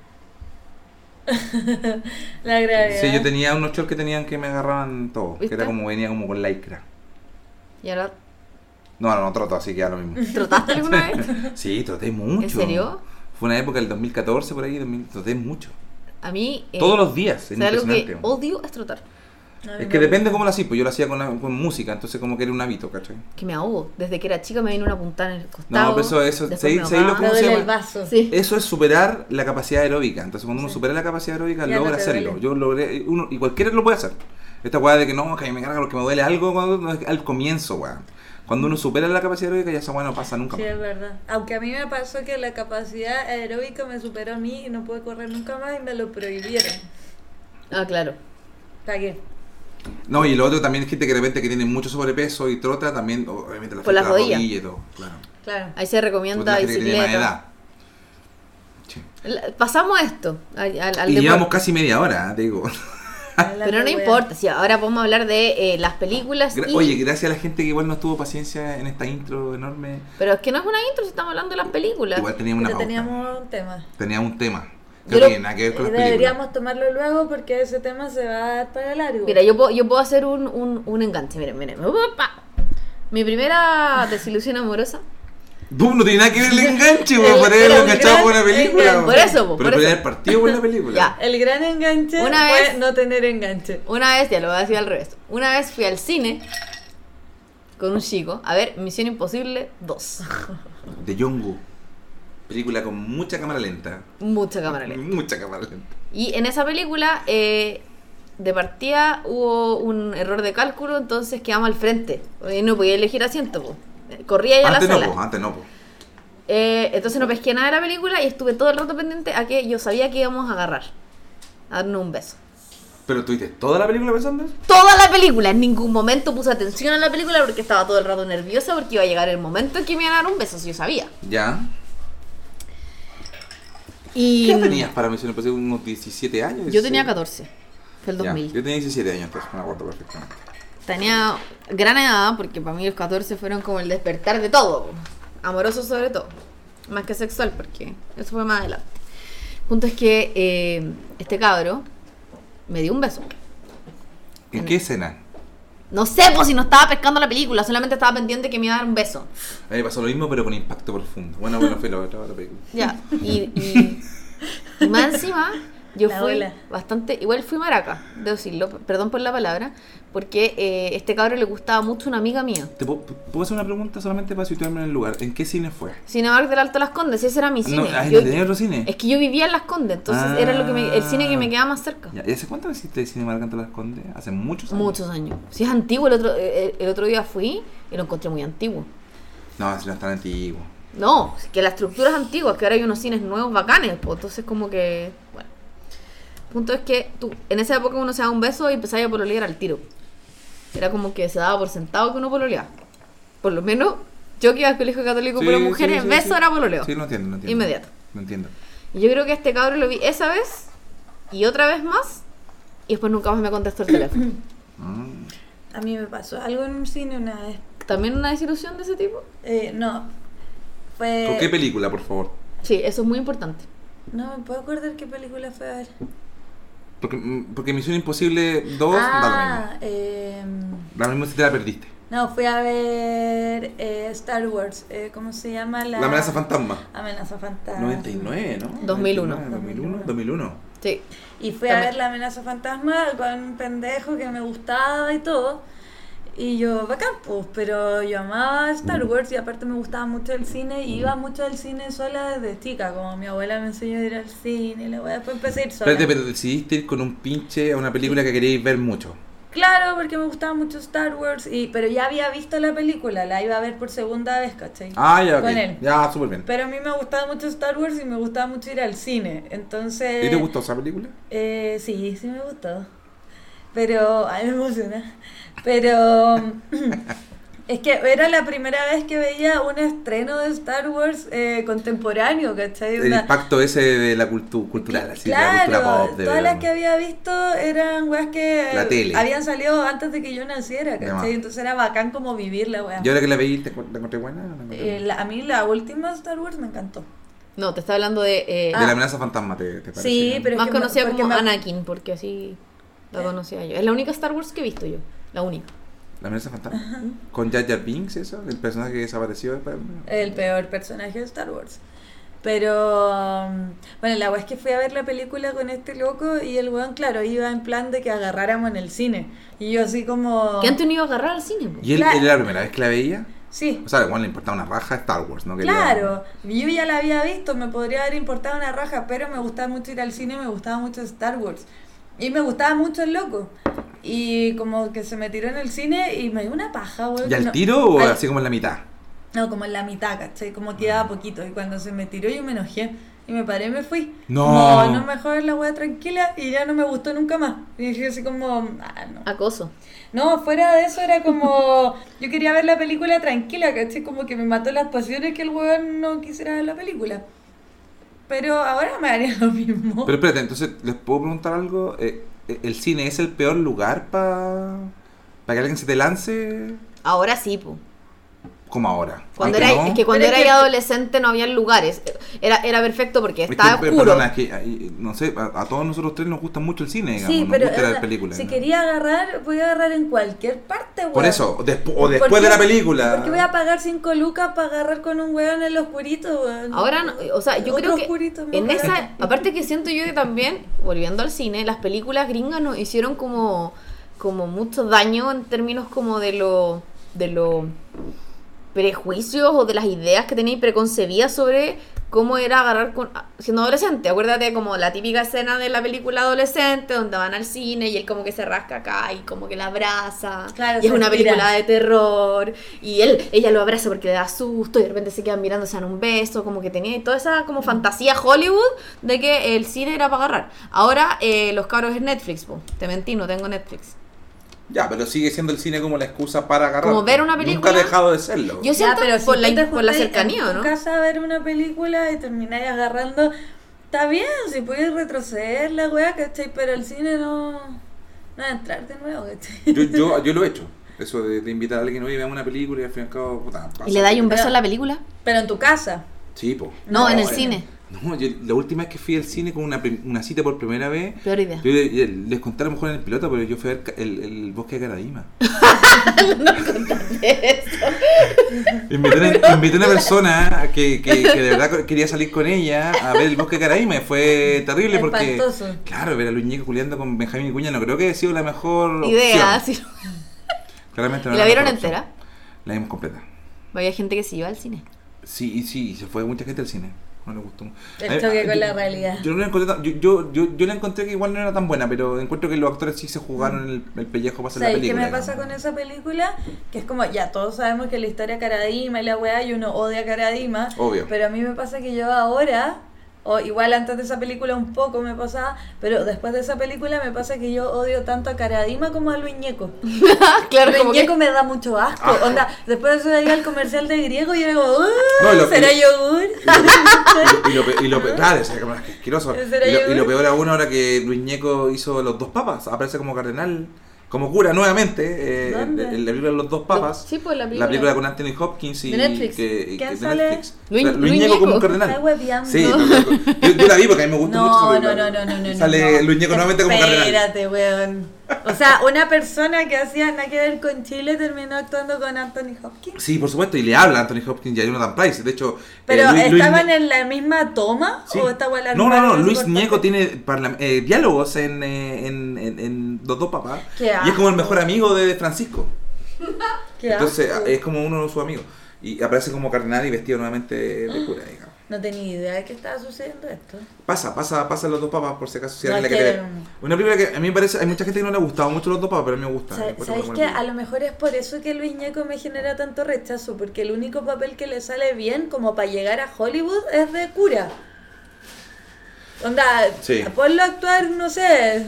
La gravedad. Sí, yo tenía unos shorts que tenían que me agarraban todo. Que ¿Viste? era como venía como con lycra. Y ahora, No, no, no troto, así que era lo mismo. ¿trotaste alguna vez? Sí, troté mucho. ¿En serio? Fue una época del 2014 por ahí, 2000, troté mucho. A mí. eh, Todos los días, o es sea, algo impresionante. que odio es trotar. A Es mí me que gusta. depende cómo lo hacía, pues yo lo hacía con, la- con música, entonces como que era un hábito, ¿cachai? Que me ahogo. Desde que era chica me vino una puntada en el costado. No, pero eso- eso- después sí, me sí, lo ahogaba. Me ¿cómo se llama? duele el vaso. Sí. Eso es superar la capacidad aeróbica. Entonces, cuando uno supera la capacidad aeróbica, Ya no logra te hacerlo. duele. Yo logré, uno, y cualquiera lo puede hacer. Esta weá de que no, que a mí me carga porque me duele algo cuando, no, es al comienzo, weá. Cuando uno supera la capacidad aeróbica, ya esa weá no pasa nunca Sí, más. es verdad. Aunque a mí me pasó que la capacidad aeróbica me superó a mí y no pude correr nunca más y me lo prohibieron. Ah, claro. Pagué. No, y lo otro también es gente que de repente que tiene mucho sobrepeso y trota, también obviamente la Por las afecta la rodillas. rodilla y todo. Claro. Claro. Ahí se Sobre recomienda la gente que tiene más bicicleta. edad. Sí. La- Pasamos a esto. Al, al- al Y deporte. llevamos casi media hora, ¿eh? te digo. Pero no importa. Sí, ahora podemos hablar de eh, las películas. Gra- y- Oye, gracias a la gente que igual nos tuvo paciencia en esta intro enorme. Pero es que no es una intro si estamos hablando de las películas. Igual teníamos una Pero pauta. teníamos un tema. Tenía un tema. Creo Yo que lo- nada que ver con las películas. Deberíamos tomarlo luego porque ese tema se va a dar para largo. Mira, yo puedo, yo puedo hacer un, un, un enganche. Miren, miren. Upa. Mi primera desilusión amorosa. Boom, no tiene nada que ver el enganche, weón, El- para haberlo el enganchado con una gran película. enganche. weón. Por eso, Pero po, por podría eso. haber partido con la película. Ya. El gran enganche Una fue vez- no tener enganche. Una vez, ya lo voy a decir al revés. Una vez fui al cine con un chico a ver Misión Imposible 2. De Yongu. Película con mucha cámara lenta. Mucha cámara lenta. Mucha cámara lenta. Y en esa película, eh, de partida hubo un error de cálculo, entonces quedamos al frente. Eh, No podía elegir asiento. po. Corría ya a la Antes no, sala. po, antes no, po. Eh, entonces no pesqué nada de la película y estuve todo el rato pendiente a que yo sabía que íbamos a agarrar. A darnos un beso. Pero tuviste toda la película pensando eso. Toda la película, en ningún momento puse atención a la película porque estaba todo el rato nerviosa porque iba a llegar el momento en que me iban a dar un beso, si yo sabía. Ya. Y ¿Qué edad tenías para Misión Imposible? Unos 17 años. Yo tenía 16. 14. Fue el Ya, 2000. Yo tenía 17 años, entonces me acuerdo perfectamente. Tenía gran edad, porque para mí los 14 fueron como el despertar de todo. Amoroso sobre todo. Más que sexual, porque eso fue más adelante. Punto es que eh, este cabro me dio un beso. ¿En qué escena? No sé pues, si no estaba pescando la película, solamente estaba pendiente que me iba a dar un beso. A mí me pasó lo mismo, pero con impacto profundo. Bueno, bueno, fue la otra la película. Ya. Y, y- y más encima, yo La fui ola. bastante. Igual fui maraca, debo decirlo, perdón por la palabra, porque eh, este cabro le gustaba mucho una amiga mía. ¿Te puedo, puedo hacer una pregunta solamente para situarme en el lugar? ¿En qué cine fue? Cinemark del Alto Las Condes, ese era mi No, cine. ah, ¿no Yo- tenía otro cine? Es que yo vivía en Las Condes, entonces Ah. era lo que me- el cine que me quedaba más cerca. Ya, ¿Y hace cuánto hiciste Cine Marcante Las Condes? Hace muchos años. Muchos años. Si es antiguo, el otro, eh, el otro día fui y lo encontré muy antiguo. No, si no es tan antiguo. No, es que la estructura es antigua, que ahora hay unos cines nuevos bacanes, pues, entonces como que, bueno. Punto es que tú, en esa época uno se daba un beso y empezaba a pololear al tiro. Era como que se daba por sentado que uno pololeaba. Por lo menos yo que iba al colegio católico pero Sí, mujeres, sí, sí, beso sí. era pololeo. Sí, lo entiendo, lo entiendo. Inmediato. Lo entiendo. Y Yo creo que a este cabrón lo vi esa vez y otra vez más y después nunca más me contestó el teléfono. Mm. A mí me pasó algo en un cine una vez. ¿También una desilusión de ese tipo? Eh, no. Fue. ¿Con qué película, por favor? Sí, eso es muy importante. No me puedo acordar qué película fue a ver. Porque, mm, porque Misión Imposible 2 da ah, em, lo mismo. Da lo mismo si te la perdiste. no, fui a ver eh, Star Wars. eh, ¿Cómo se llama? La, Ah. La amenaza fantasma. Amenaza fantasma. 99, ¿no? 2001. 2001, 2001. Sí. Y fui a También. ver la amenaza fantasma con un pendejo que me gustaba y todo. Y yo, bacán, pues, pero yo amaba Star Wars y aparte me gustaba mucho el cine y iba mucho al cine sola desde chica, como mi abuela me enseñó a ir al cine y la weá, después empecé a ir sola. Espérate, pero decidiste ir con un pinche a una película que queríais ver mucho. Claro, porque me gustaba mucho Star Wars, y, pero ya había visto la película, la iba a ver por segunda vez, ¿cachai? Ah, ya, ok. Con él. Ya, súper bien. Pero a mí me gustaba mucho Star Wars y me gustaba mucho ir al cine, entonces... ¿Y te gustó esa película? Eh, sí, sí me gustó. Pero. Ay, me emociona. Pero. es que era la primera vez que veía un estreno de Star Wars eh, contemporáneo, ¿cachai? El Una- impacto ese de la cultura cultural, así, de claro, la cultura pop. De todas verdad. las que había visto eran weas que La eh, tele. habían salido antes de que yo naciera, De más. ¿cachai? Entonces era bacán como vivirla, wea. Yo ahora que la veí, ¿te encu- la encontré buena? La encontré Eh, la- a mí la última Star Wars me encantó. No, te está hablando de... eh, buena. de la amenaza fantasma, ¿te, te parece? Sí, no? pero es más que me- conocida porque como me- Anakin, porque así la conocía yo. Es la única Star Wars que he visto yo. La única. ¿La amenaza fantasma? ¿Con Jar Jar Binks, eso? ¿El personaje que desapareció? de Spider-Man? El peor personaje de Star Wars. Pero um, bueno, la weá es que fui a ver la película con este loco y el weón, claro, iba en plan de que agarráramos en el cine. Y yo así como. Que antes no iba a agarrar al cine. po. ¿Y él, Claro. él era la primera vez que la veía? Sí, O sea, igual le importaba una raja a Star Wars, ¿no? Quería- claro. Yo ya la había visto, me podría haber importado una raja, pero me gustaba mucho ir al cine, me gustaba mucho Star Wars. Y me gustaba mucho el loco. Y como que se me tiró en el cine y me dio una paja, weón. ¿Y al No. tiro o Al- así como en la mitad? No, como en la mitad, ¿cachai? Como Ah. quedaba poquito. Y cuando se me tiró, yo me enojé. Y me paré y me fui. No. Como, no, mejor la weá tranquila. Y ya no me gustó nunca más. Y dije así como, ah, no. Acoso. No, fuera de eso era como, yo quería ver la película tranquila, ¿cachai? Como que me mató las pasiones que el weón no quisiera ver la película. Pero ahora me haría lo mismo. Pero espérate, entonces, ¿les puedo preguntar algo? Eh, eh, ¿El cine es el peor lugar para que alguien se te lance? Ahora sí, po. Como ahora. Cuando Antes era, no. Es que cuando Pero era es que- adolescente no había lugares. Era, era perfecto porque Es que, estaba pe- oscuro. perdona, es que, ahí, no sé, a, a todos nosotros tres nos gusta mucho el cine, digamos, Sí, nos pero gusta eh, la película. si ¿no? quería agarrar, voy a agarrar en cualquier parte, weón. Por eso, despu- o ¿Por después qué- de la película. ¿Por qué voy a pagar 5 lucas para agarrar con un weón en el oscurito, weón? Ahora, no- o sea, yo Otro creo que oscurito, me en voy a esa, agarrar. aparte que siento yo que también, volviendo al cine, las películas gringas nos hicieron como, como mucho daño en términos como de lo, de los prejuicios o de las ideas que tenéis preconcebidas sobre cómo era agarrar con, siendo adolescente. Acuérdate como la típica escena de la película adolescente donde van al cine y él como que se rasca acá y como que la abraza. Claro, y es se una estira. película de terror y él ella lo abraza porque le da susto y de repente se quedan mirando se dan un beso como que tenía toda esa Mm. como fantasía Hollywood de que el cine era para agarrar ahora eh, los cabros es Netflix po. te mentí no tengo Netflix Ya, pero sigue siendo el cine como la excusa para agarrar. Como ver una Nunca película. ha dejado de serlo. yo siento pero si por, tú la, te por la juntáis cercanía en ¿o no tu casa a ver una película y termináis agarrando. Está bien, si puedes retroceder la weá, ¿cachai? Pero el cine no. No va a entrar de nuevo, ¿cachai? Yo, yo, yo lo he hecho. Eso de, de invitar a alguien, oye, veamos una película y al fin y al cabo, puta, pasa. y le dais un beso en la película Pero en tu casa. Sí, po. no, en el eh, cine No, yo la última vez que fui al cine con una, prim- una cita por primera vez, peor idea yo le- le- les conté a lo mejor en el piloto, pero yo fui a ver ca- el, el bosque de Caradima. Invité a una, invité a una persona que, que- que de verdad quería salir con ella a ver el bosque de Caraíma y fue terrible porque. Espantoso. Claro, ver a Luis Ñeco culiando con Benjamín Vicuña no creo que haya sido la mejor. idea opción. sí. Claramente no y era la vieron mejor opción. entera La vimos completa. había gente que se iba al cine Sí, y sí, se fue mucha gente al cine. No le gustó. El A mí- choque a- con yo- la realidad. Yo, no la encontré tan- yo, yo, yo, yo la encontré que igual no era tan buena, pero encuentro que los actores sí se jugaron el, el pellejo para hacer la Mm. ¿Sabes qué película. me pasa con esa película? Que es como, ya todos sabemos que la historia de Caradima y la weá, y uno odia a Caradima. Obvio. Pero a mí me pasa que yo ahora, o igual antes de esa película un poco me pasaba, pero después de esa película me pasa que yo odio tanto a Caradima como a Luis Ñeco. claro Luis como que Ñeco me da mucho asco. Onda, después de eso veía el comercial de griego y era como, "Uh, No, lo- ¿será y- yogur? Y lo, pe- y lo pe- claro, esa cámara es asqueroso. Y ¿En serio? lo, y lo peor aún ahora que Luis Ñeco hizo Los Dos Papas, aparece como cardenal, como cura nuevamente, eh, en, ¿Dónde? en la película de Los Dos Papas. Sí, pues, la película. con Anthony Hopkins y De Netflix. que, y ¿Quién que de sale? Netflix. Luis- Claro, Luis Ñeco como un Ñeco. Está cardenal. hueveando. Sí, yo, yo la vi porque a mí me gusta No, mucho. esa no, película. no, no, no, no. Sale no. Luis Ñeco nuevamente como cardenal. Espérate, weón. O sea, una persona que hacía nada que ver con Chile terminó actuando con Anthony Hopkins. Sí, por supuesto, y le habla a Anthony Hopkins y a Jonathan Price. De hecho, eh, Pero Luis- Luis estaban Ñe- en la misma toma Sí. o estaba Oh, la No, no, no, Luis Ñeco Nieco tiene parla- eh, diálogos en, eh, en, en, en Los Dos Papás. Qué Y es como el asco. mejor amigo de Francisco. Entonces eh, asco. es como uno de sus amigos. Y aparece como cardenal y vestido nuevamente de cura, digamos. No tenía idea de que estaba sucediendo esto. Pasa, pasa, pasa los dos papas, por si acaso. Si No, alguien es la que- quiere ver. Una película que a mí me parece, hay mucha gente que no le ha gustado mucho los dos papas, pero a mí me gusta. Sa- Encuentro ¿Sabéis una que buena a lo mejor es por eso que Luis Ñeco me genera tanto rechazo? Porque el único papel que le sale bien como para llegar a Hollywood es de cura. Onda, Sí. ponlo a actuar, no sé,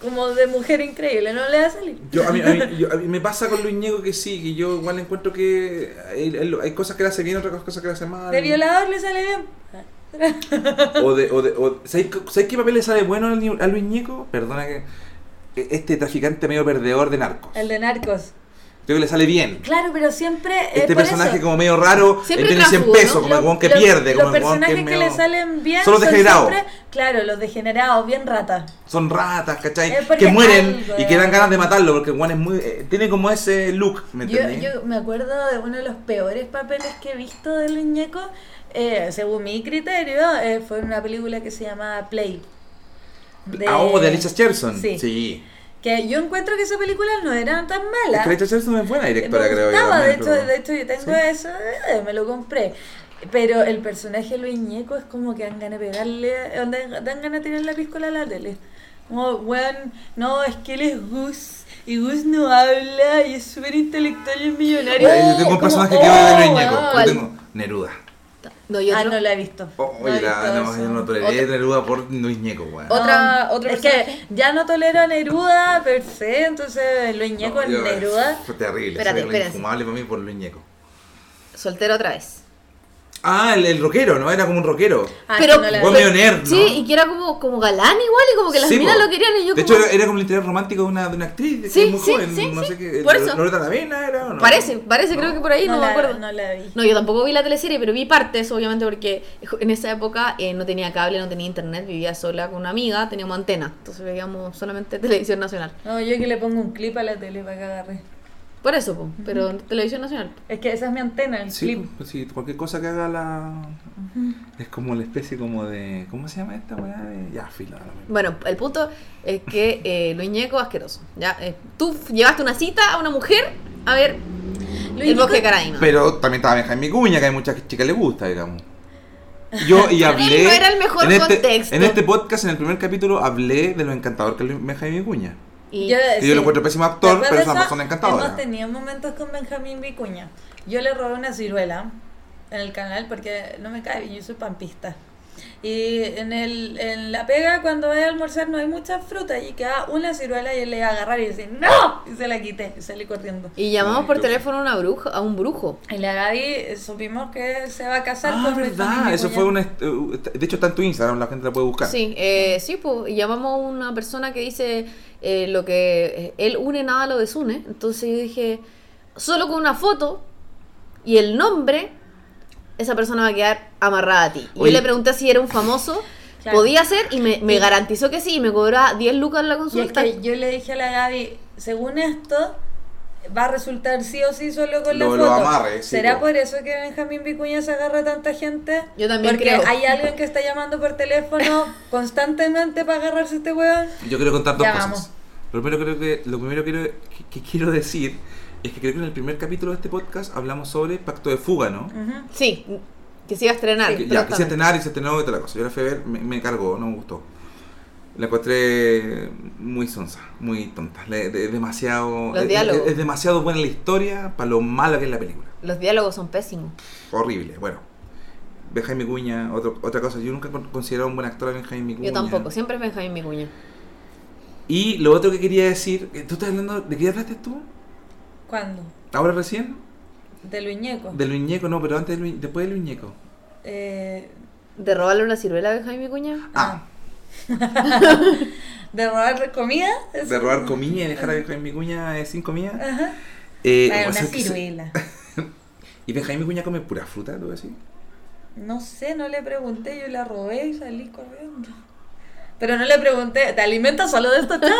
como de mujer increíble, no le va a salir. Yo, a, mí, a mí- yo- a mí me pasa con Luis Ñeco que sí, que yo igual encuentro que él- él- hay cosas que le hace bien, otras cosas que le hace mal. De violador le sale bien. O de, o de, o- ¿sabes, qué- sabes qué papel le sale bueno al Ni- a Luis Ñeco? Perdona que. Este traficante medio perdedor de narcos. El de narcos. Creo que le sale bien. Claro, pero siempre. es Este por personaje eso. como medio raro, él Siempre tiene 100 tránfugo, ¿no? pesos, como el Lo- guan que lo- pierde, Los como el guan que personajes es que, le medio- salen bien. Son los son degenerados. siempre- claro, los degenerados, bien rata. Son ratas, ¿cachai? Es Eh, porque Que mueren algo, y que dan eh. ganas de matarlo, porque el guan es muy... eh, tiene como ese look, ¿me Yo, entendés? yo me acuerdo de uno de los peores papeles que he visto de Luis Ñeco, eh, según mi criterio, eh, fue en una película que se llamaba Play. Ah, oh, de Alicia Cherson. Sí. Sí. Que yo encuentro que esa película no era tan Es mala. que Alicia Cherson es buena Me directora, creo yo. gustaba, de también, hecho, pero- de hecho yo tengo Sí. eso, eh, me lo compré. Pero el personaje Luis Ñeco es como que dan ganas de pegarle, onda, dan ganas de tirar la piscola a la tele. Como, weón, no, es que él es Gus, y Gus no habla, y es súper intelectual y es millonario. Eh, yo tengo un Como, personaje oh, que veo de Luis weón. Ñeco. Yo ¿cuál? tengo Neruda. no, y Ah, otro- no la he visto. Oh, he oye, la- visto no, eso. yo no toleré Neruda por Luis Ñeco, weón. Ot- Otra, No, otro Ah, es personaje. ya no tolero a Neruda per se, entonces Luis Ñeco No, es yo- Neruda. Fue terrible. Espérate, Espérate, espérate. infumable para mí por Luis Ñeco. soltero otra vez Ah, el, el rockero, ¿no? Era como un rockero. Ah, pero, que no la- Vos pero- Millionaire, ¿no? Sí, y que era como, como galán igual, y como que las Sí, minas po. lo querían y yo De como... hecho, era, era como el interés romántico de una, de una actriz que Sí, es muy sí, joven, sí, no sí. sé qué. Por eso. Loreta Lavena era, ¿o no? Parece, parece, creo que por ahí, no, me la- acuerdo. No la vi. No, yo tampoco vi la teleserie, pero vi partes, obviamente, porque en esa época eh, no tenía cable, no tenía internet, vivía sola con una amiga, teníamos antena, entonces veíamos solamente televisión nacional. No, yo que le pongo un clip a la tele para que agarre. Por eso, po, pero televisión nacional. Es que esa es mi antena, el Sí, clip. pues sí, cualquier cosa que haga la. Es como la especie como de. ¿Cómo se llama esta weá? De- Ya, fila. da lo mismo. Bueno, el punto es que eh, Luis Ñeco asqueroso. Ya, eh, tú llevaste una cita a una mujer a ver Luis el bosque de Ñeco- Caraíma. Pero también estaba Benjamín Cuña, que hay muchas chicas que le gusta, digamos. Yo y hablé. no era el mejor en este, contexto. En este podcast, en el primer capítulo, hablé de lo encantador que es Benjamín Cuña. Y Que yo lo encuentro pésimo actor, pero es una persona Hemos encantadora. tenido momentos con Benjamín Vicuña. Yo le robé una ciruela en el canal porque no me cae bien, yo soy pampista. Y en, el, en la pega, cuando vaya a almorzar, no hay mucha fruta y queda una ciruela y él le iba a agarrar y dice ¡No! Y se la quité y salí corriendo. Y llamamos por Brujo. teléfono a una bruja, a un brujo. Y la Gaby eh, supimos que se va a casar Ah, con verdad, Benjamín eso Vicuña. fue una. est- eh, De hecho, está en tu Instagram, la gente la puede buscar. Sí, eh, sí, pues y llamamos a una persona que dice eh, lo que eh, él une nada lo desune. Entonces yo dije, solo con una foto y el nombre, esa persona va a quedar amarrada a ti. Y Oye. yo le pregunté si era un famoso, Claro. podía ser, y me, me garantizó que sí, y me cobraba 10 lucas en la Y es consulta. que yo le dije a la Gaby, según esto, va a resultar sí o sí solo con Lo- la lo foto. amarre, sí, ¿Será po. por eso que Benjamín Vicuña se agarra a tanta gente? Yo también Porque creo. hay alguien que está llamando por teléfono constantemente para agarrarse este hueón. Yo quiero contar dos Ya cosas. vamos. Lo primero, creo que, lo primero quiero, que, que quiero decir es que creo que en el primer capítulo de este podcast hablamos sobre Pacto de Fuga, ¿no? Ujú. Sí, que se iba a estrenar. Ah, Sí. Ya, que se prontamente. estrenar y se estrenó y toda la cosa. Yo la fui a ver, me, me cargó, no me gustó. La encontré muy sonsa, muy tonta. Le- de- demasiado, Los es, diálogos. es- es demasiado buena la historia para lo mala que es la película. Los diálogos son pésimos. Horrible, bueno. Benjamín Cuña, otro- otra cosa. Yo nunca he con- considerado un buen actor a Benjamín Cuña. Yo tampoco, siempre es Benjamín Micuña. Y lo otro que quería decir, eh, ¿tú estás hablando de qué hablaste tú? ¿Cuándo? ¿Ahora recién? De Oh. Luñeco. De Luñeco, no, pero antes de Luis- después de Luñeco. Eh, ¿De robarle una ciruela a Benjamín Micuña? Ah, ¿De robar comida? Ah, ¿Eso? de robar comida y dejar a Benjamín Vicuña eh, sin comida. Ajá. Eh, Ah, Bueno, o una sea, que se- ciruela. ¿Y Benjamín Vicuña come pura fruta, te voy a decir? No sé, no le pregunté, yo la robé y salí corriendo. Pero no le pregunté, ¿te alimentas solo de esto, chavo?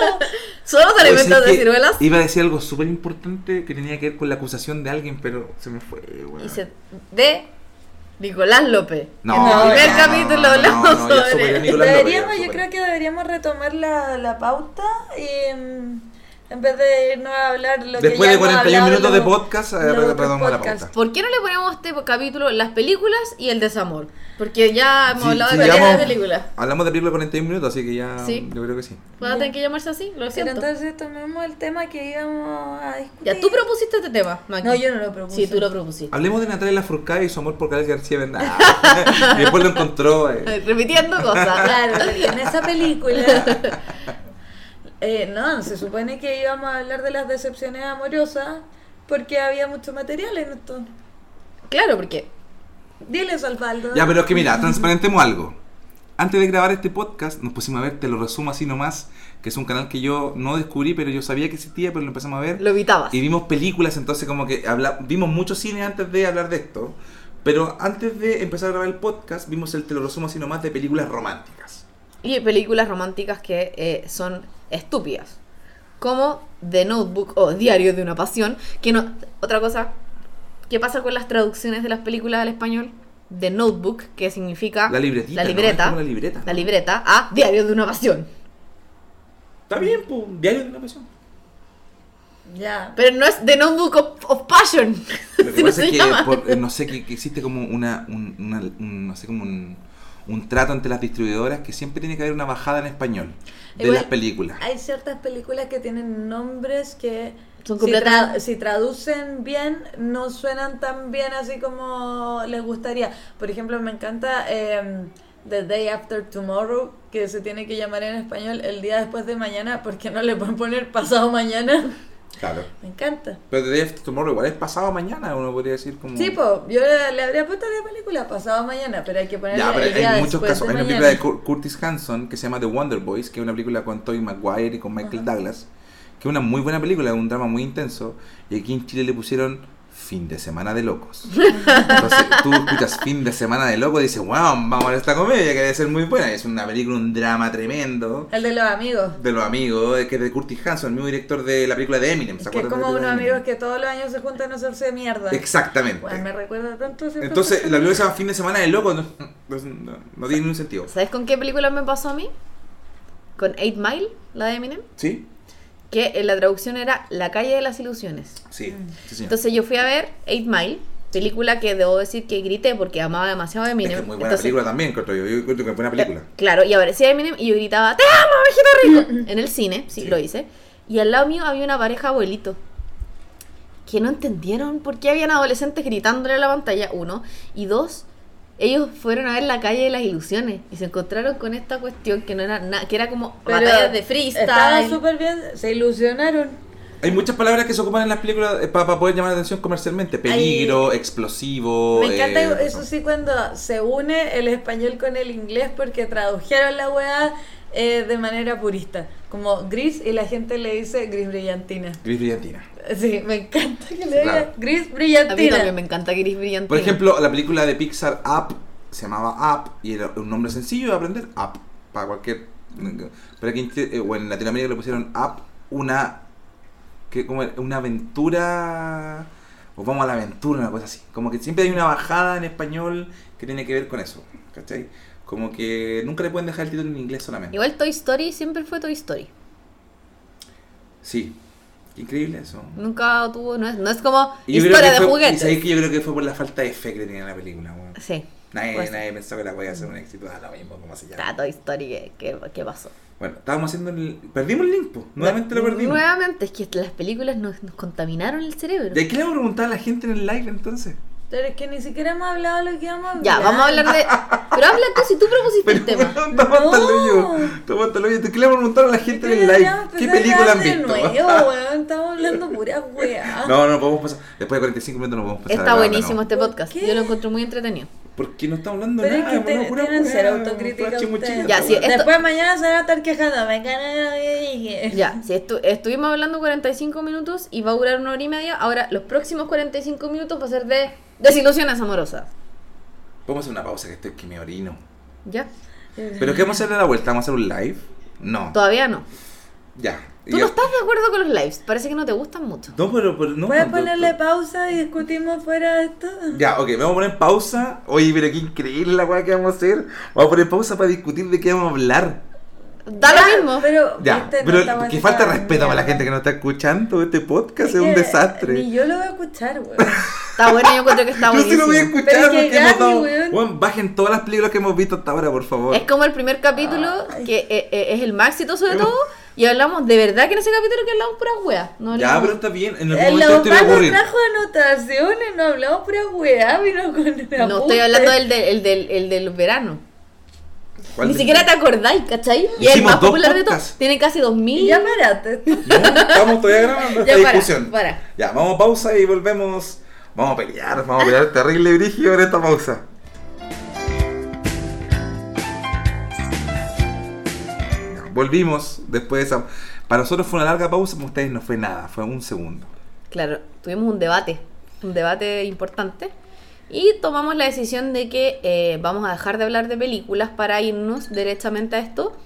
¿Solo se Oye, alimentan ¿sabes de qué? ciruelas? Iba a decir algo súper importante que tenía que ver con la acusación de alguien, pero se me fue, weón. y se de Nicolás López. No, en el no, primer no, capítulo no, no, hablamos no, no, ya sobre superé a Nicolás López, Deberíamos, ya, yo súper. creo que deberíamos retomar la, la pauta y mm, en vez de irnos a hablar lo que Después ya de hemos 41 hablado minutos de los- podcast, eh, los otros retomamos la podcasts. pauta. ¿Por qué no le ponemos a este capítulo las películas y el desamor? Porque ya hemos Sí, hablado sí, de varias digamos- películas. Hablamos de película 41 minutos, así que ya Sí. yo creo que sí. ¿Van a tener que llamarse así? Lo Pero siento. entonces tomemos el tema que íbamos a discutir. ya tú propusiste este tema, Maki. No, yo no lo propuse. Sí, tú lo propusiste. Hablemos de Natalia Lafourcade y su amor por Carlos García Bernal. y después lo encontró. eh. Repitiendo cosas. Claro, porque en esa película. Eh, no, se supone que íbamos a hablar de las decepciones amorosas porque había mucho material en esto. Claro, porque Diles, Osvaldo. Ya, pero es que mira, transparentemos algo. Antes de grabar este podcast, nos pusimos a ver, te lo resumo así nomás, que es un canal que yo no descubrí, pero yo sabía que existía, pero lo empezamos a ver. lo evitabas. Y vimos películas, entonces como que habla- vimos mucho cine antes de hablar de esto. Pero antes de empezar a grabar el podcast, vimos el te lo resumo así nomás de películas románticas. Y películas románticas que eh, son estúpidas. Como The Notebook o Diario de una Pasión. Que no. Otra cosa. ¿Qué pasa con las traducciones de las películas al español? The Notebook, que significa. La libretita, La ¿no? libreta. Es como la libreta, ¿no? La libreta a Diario de una Pasión. Está bien, pues, diario de una pasión. Ya. Pero no es The Notebook of, of Passion. Lo que si no pasa se es que, llama. por- eh, no sé, que, que existe como una, un, una- un- no sé, como un, un trato ante las distribuidoras que siempre tiene que haber una bajada en español de Igual- las películas. Hay ciertas películas que tienen nombres que Son si, completa- tra- si traducen bien no suenan tan bien así como les gustaría. Por ejemplo, me encanta eh, The Day After Tomorrow, que se tiene que llamar en español el día después de mañana porque no le pueden poner pasado mañana. Claro. Me encanta. Pero The Day After Tomorrow igual es pasado mañana, uno podría decir como... Sí, pues, yo le, le habría puesto la película pasado mañana, pero hay que ponerle Ya, pero el día hay muchos después casos. de Hay una película mañana. de Cur- Curtis Hanson que se llama The Wonder Boys, que es una película con Tobey Maguire y con Michael Douglas, que es una muy buena película, un drama muy intenso, y aquí en Chile le pusieron Fin de Semana de Locos. Entonces tú escuchas Fin de Semana de Locos y dices, wow, vamos a ver esta comedia que debe ser muy buena. Es una película, un drama tremendo. El de los amigos. De los amigos, eh, que es de Curtis Hanson, el mismo director de la película de Eminem. ¿se Que es acuerdan de como la unos película de amigos Eminem? que todos los años se juntan a hacerse mierda. Exactamente. Bueno, me recuerda tanto a ciertas Eh, Entonces, la personas. película se llama Fin de Semana de Locos, no, no- no tiene ningún sentido. ¿Sabes con qué película me pasó a mí? Con 8 Mile, la de Eminem, ¿Sí? que en la traducción era La calle de las ilusiones. Sí, Mm. sí, señor. Entonces yo fui a ver 8 Mile, película que debo decir que grité porque amaba demasiado a es Eminem. que es muy buena Entonces, película también, encuentro yo. Yo encuentro que es buena Eh, película. Claro, y aparecía Eminem y yo gritaba, ¡Te amo, viejito Mm, rico! en el cine, sí, Sí. lo hice. Y al lado mío había una pareja abuelito. Que no entendieron por qué habían adolescentes gritándole a la pantalla, uno. Y dos, ellos fueron a ver la calle de las ilusiones y se encontraron con esta cuestión que no era nada, que era como Pero batallas de Estaba freestyle. súper bien, se ilusionaron. Hay muchas palabras que se ocupan en las películas para, poder llamar la atención comercialmente. Peligro, explosivo. Me encanta eh, eso sí cuando se une el español con el inglés porque tradujeron la weá eh, de manera purista. Como gris y la gente le dice gris brillantina. Gris brillantina. Sí, me encanta que le Claro. diga gris A mí brillantina. también me encanta Gris Brillante. Por ejemplo, la película de Pixar Up se llamaba Up y era un nombre sencillo de aprender. Up. Para cualquier. Pero aquí en Chile- eh, o en Latinoamérica le pusieron Up una. Que, como era? una aventura. O vamos a la aventura, una cosa así. Como que siempre hay una bajada en español que tiene que ver con eso. ¿Cachai? Como que nunca le pueden dejar el título en inglés solamente. Igual Toy Story siempre fue Toy Story. Sí. Qué Increíble eso. Nunca tuvo, no es, no es como Y yo creo Mm, historia que de fue- Y juguetes. sabéis que yo creo que fue por la falta de fe que tenía en la película, weón. Sí, Nadie, Pues- nadie pensó que la podía hacer un éxito. Da lo mismo, como se llama. está Toy Story que, que, que pasó. Bueno, estábamos haciendo el. Perdimos el link, po. Nuevamente lo perdimos. Nuevamente, es que las películas nos, nos contaminaron el cerebro. ¿De qué le vamos a preguntar a la gente en el live entonces? Pero es que ni siquiera hemos hablado lo que íbamos a hablar. Ya, vamos a hablar de. Pero habla tú si tú propusiste el Pero, tema. weón, estamos hasta el hoyo. No. Estamos hasta el hoyo. ¿De qué le vamos a preguntar a la gente en el live? Deberíamos ¿Qué empezar a película han hablar de visto? Nuevo, weón, estamos hablando pura weá. No, no podemos pasar. Después de 45 minutos no podemos pasar. Está a la banda, buenísimo no. este ¿Por podcast. qué? Yo lo encuentro muy entretenido. Porque no estamos hablando de Pero es nada. que weón, te- pura tienen weá, ser pura autocrítica chimuchila, ustedes. Ya, weón. sí, esto- Después mañana se van a estar quejando. Me encanta lo que dije. Ya, si estu- estuvimos hablando 45 minutos y va a durar una hora y media, ahora los próximos 45 minutos va a ser de desilusiones amorosas. Vamos a hacer una pausa que estoy que me orino. ¿Ya? ¿Pero qué vamos a hacer a la vuelta? ¿Vamos a hacer un live? No. Todavía no. Ya. Tú Ya. no estás de acuerdo con los lives. Parece que no te gustan mucho. No, pero, pero no. ¿Puedes no, ponerle no. pausa y discutimos fuera de esto? Ya, ok, vamos a poner pausa. Oye, pero qué increíble la weá que vamos a hacer. Vamos a poner pausa para discutir de qué vamos a hablar. Da lo mismo. Pero, Ya, viste, Este, no pero estamos que haciendo falta de nada. respeto para la gente que no está escuchando. Este podcast es, que un desastre. Ni yo lo voy a escuchar, weón. Está bueno, yo encuentro que está Yo sí lo buenísimo. voy a escuchar Pero es que porque hemos Gaby, dado. weón. Weón, bajen todas las películas que hemos visto hasta ahora, por favor. Es como el primer capítulo, que eh, eh, es el más exitoso de todo, y hablamos de verdad que en ese capítulo que hablamos puras weas. No Ya, hablamos- pero está bien. En algún El momento estoy Lautaro aburrido. trajo anotaciones, no hablamos pura weá, vino con No, estoy hablando del, del, el del, el del verano. Ni siquiera te acordáis, ¿cachai? Y es el Hicimos más dos popular de podcasts. todos. Tiene casi 2000. Y ya pues, parate. No, estamos todavía grabando esta Ya, para, discusión. para. Ya, vamos a pausa y volvemos. Vamos a pelear, vamos a pelear terrible y brígido en esta pausa. Ya, Volvimos después de esa. Para nosotros fue una larga pausa, para ustedes no fue nada, fue un segundo. Claro, tuvimos un debate, un debate importante. Y tomamos la decisión de que eh, vamos a dejar de hablar de películas para irnos directamente a esto.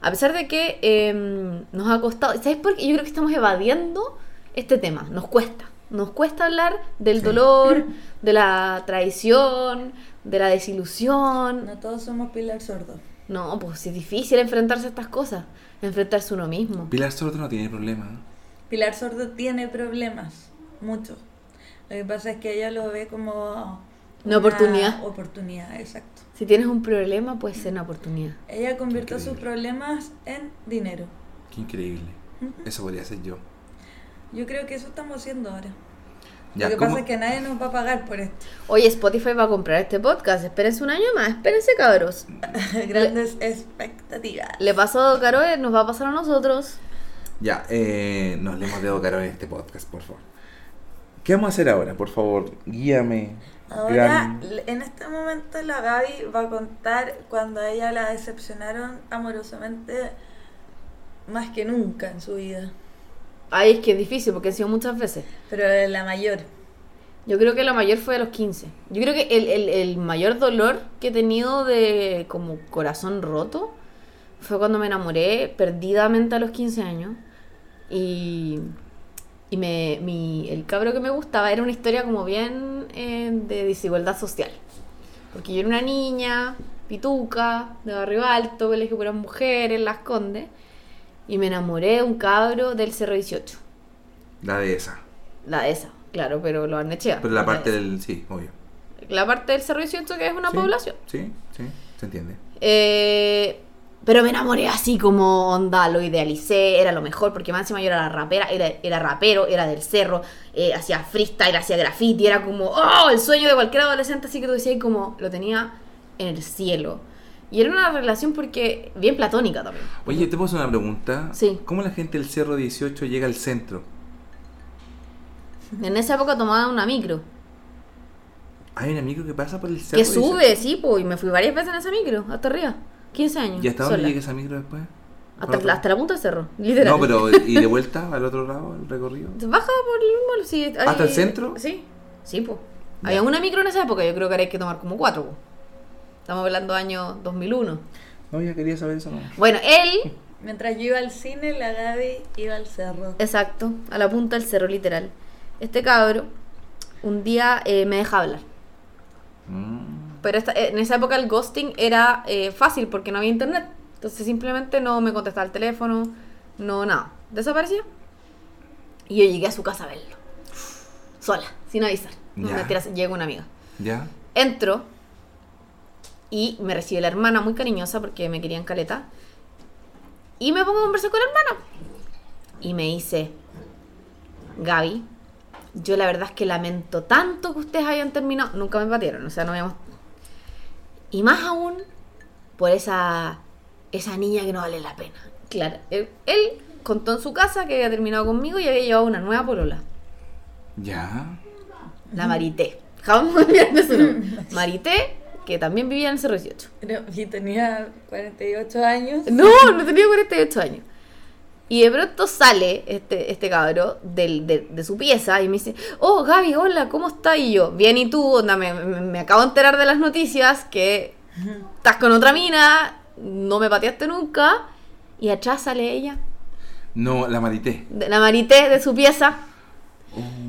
A pesar de que eh, nos ha costado... ¿Sabes por qué? Yo creo que estamos evadiendo este tema. Nos cuesta. Nos cuesta hablar del dolor, de la traición, de la desilusión. No todos somos Pilar Sordo. No, pues es difícil enfrentarse a estas cosas. Enfrentarse uno mismo. Pilar Sordo no tiene problema. ¿eh? ¿no? Pilar Sordo tiene problemas, muchos. Lo que pasa es que ella lo ve como Una oportunidad. Oportunidad, exacto. Si tienes un problema, puede ser una oportunidad. Ella convirtió sus Increíble. problemas en dinero. Qué increíble. Eso podría ser yo. Yo creo que eso estamos haciendo ahora. Ya, lo que ¿cómo- pasa es que nadie nos va a pagar por esto. Oye, Spotify va a comprar este podcast. Espérense un año más. Espérense, cabros. Grandes expectativas. Le pasó a Caro, eh, nos va a pasar a nosotros. Ya, eh, nos leemos de Ocarón en este podcast, por favor. ¿Qué vamos a hacer ahora? Por favor, guíame. Ahora, gran- en este momento la Gaby va a contar cuando a ella la decepcionaron amorosamente más que nunca en su vida. Ay, es que es difícil porque ha sido muchas veces. Pero la mayor. Yo creo que la mayor fue a los 15. Yo creo que el, el- el mayor dolor que he tenido de como corazón roto fue cuando me enamoré perdidamente a los 15 años. Y, y me, mi- el cabro que me gustaba era una historia como bien eh, de desigualdad social. Porque yo era una niña, pituca, de barrio alto, colegio puras mujeres, las condes. Y me enamoré de un cabro del Cerro 18. La de esa. La de esa, claro, pero lo han echado. Pero la parte del. Sí, obvio. La parte del Cerro 18 que es una Sí, población. Sí, sí, se entiende. Eh, pero me enamoré así como onda, lo idealicé, era lo mejor, porque más encima yo era la rapera, era, era rapero, era del cerro, eh, hacía freestyle, hacía graffiti, era como, oh, el sueño de cualquier adolescente, así que tú decías y como, lo tenía en el cielo. Y era una relación porque, bien platónica también. Oye, te puedo hacer una pregunta. Sí. ¿Cómo la gente del Cerro 18 llega al centro? En esa época tomaba una micro, Hay un amigo que pasa por el Cerro que 18? sube, sí, pues, y me fui varias veces en esa micro, hasta arriba, 15 años. ¿Y hasta dónde sola. llega esa micro después? Hasta, ¿Cuál otro? hasta la punta del cerro, literal. No, pero ¿y de vuelta al otro lado, el recorrido? Baja por el mismo sí, hay- ¿Hasta el centro? Sí, sí, pues. Había una micro en esa época, yo creo que ahora hay que tomar como cuatro, po. Estamos hablando año 2001. No, ya quería saber eso. nomás. Bueno, él, Mientras yo iba al cine, la Gaby iba al cerro. exacto, a la punta del cerro, literal. Este cabro, un día eh, me deja hablar. Mm. Pero esta- en esa época el ghosting era eh, fácil porque no había internet. Entonces simplemente no me contestaba el teléfono, no nada. Desaparecía. Y yo llegué a su casa a verlo. Sola, sin avisar. No, Ya. mentiras, llega una amiga. ¿Ya? Entro y me recibe la hermana muy cariñosa porque me querían caleta. Y me pongo a conversar con la hermana. Y me dice, Gaby, yo la verdad es que lamento tanto que ustedes hayan terminado. Nunca me batieron, o sea, no habíamos... Y más aún por esa, esa niña que no vale la pena. Claro, él, él contó en su casa que había terminado conmigo y había llevado una nueva polola. ¿Ya? La Marité. Jamás me olvidaré de su nombre. Marité, que también vivía en el Cerro 18. Pero y tenía 48 años. No, no tenía 48 años. Y de pronto sale este, este cabro del- de, de su pieza y me dice, oh Gaby, hola, ¿cómo estás? Y yo, bien, ¿y tú? Onda, me, me- me acabo de enterar de las noticias que estás con otra mina, no me pateaste nunca. Y atrás sale ella, No, la marité. de- la Marité de su pieza.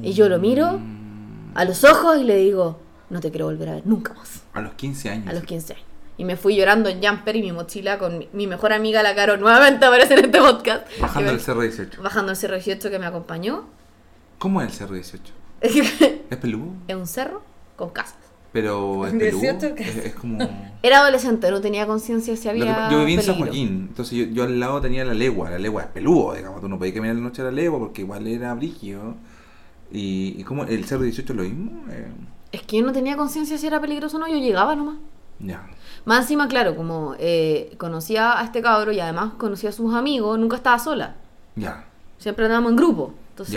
Y yo lo miro a los ojos y le digo, no te quiero volver a ver nunca más. A los 15 años. a los 15 años. Y me fui llorando en jumper y mi mochila con mi, mi mejor amiga, la Caro, nuevamente aparece en este podcast. Que Bajando me- el Cerro 18. Bajando el cerro 18 que me acompañó. ¿Cómo es el Cerro 18? es ¿Es peludo? un cerro con casas. Pero es 18 peludo. que- Es, es como... Lo Era adolescente, no tenía conciencia si que había. pa- yo viví en San peligro. Joaquín, entonces yo, yo al lado tenía la legua, la legua es peludo, digamos, tú no podías caminar en la noche a la legua porque igual era brígido. Y, y como el Cerro 18 es lo mismo, eh, Es que yo no tenía conciencia si era peligroso o no, yo llegaba nomás. ya. Más encima, claro, como eh, conocía a este cabro y además conocía a sus amigos, nunca estaba sola. Ya. Siempre andábamos en grupo. Entonces,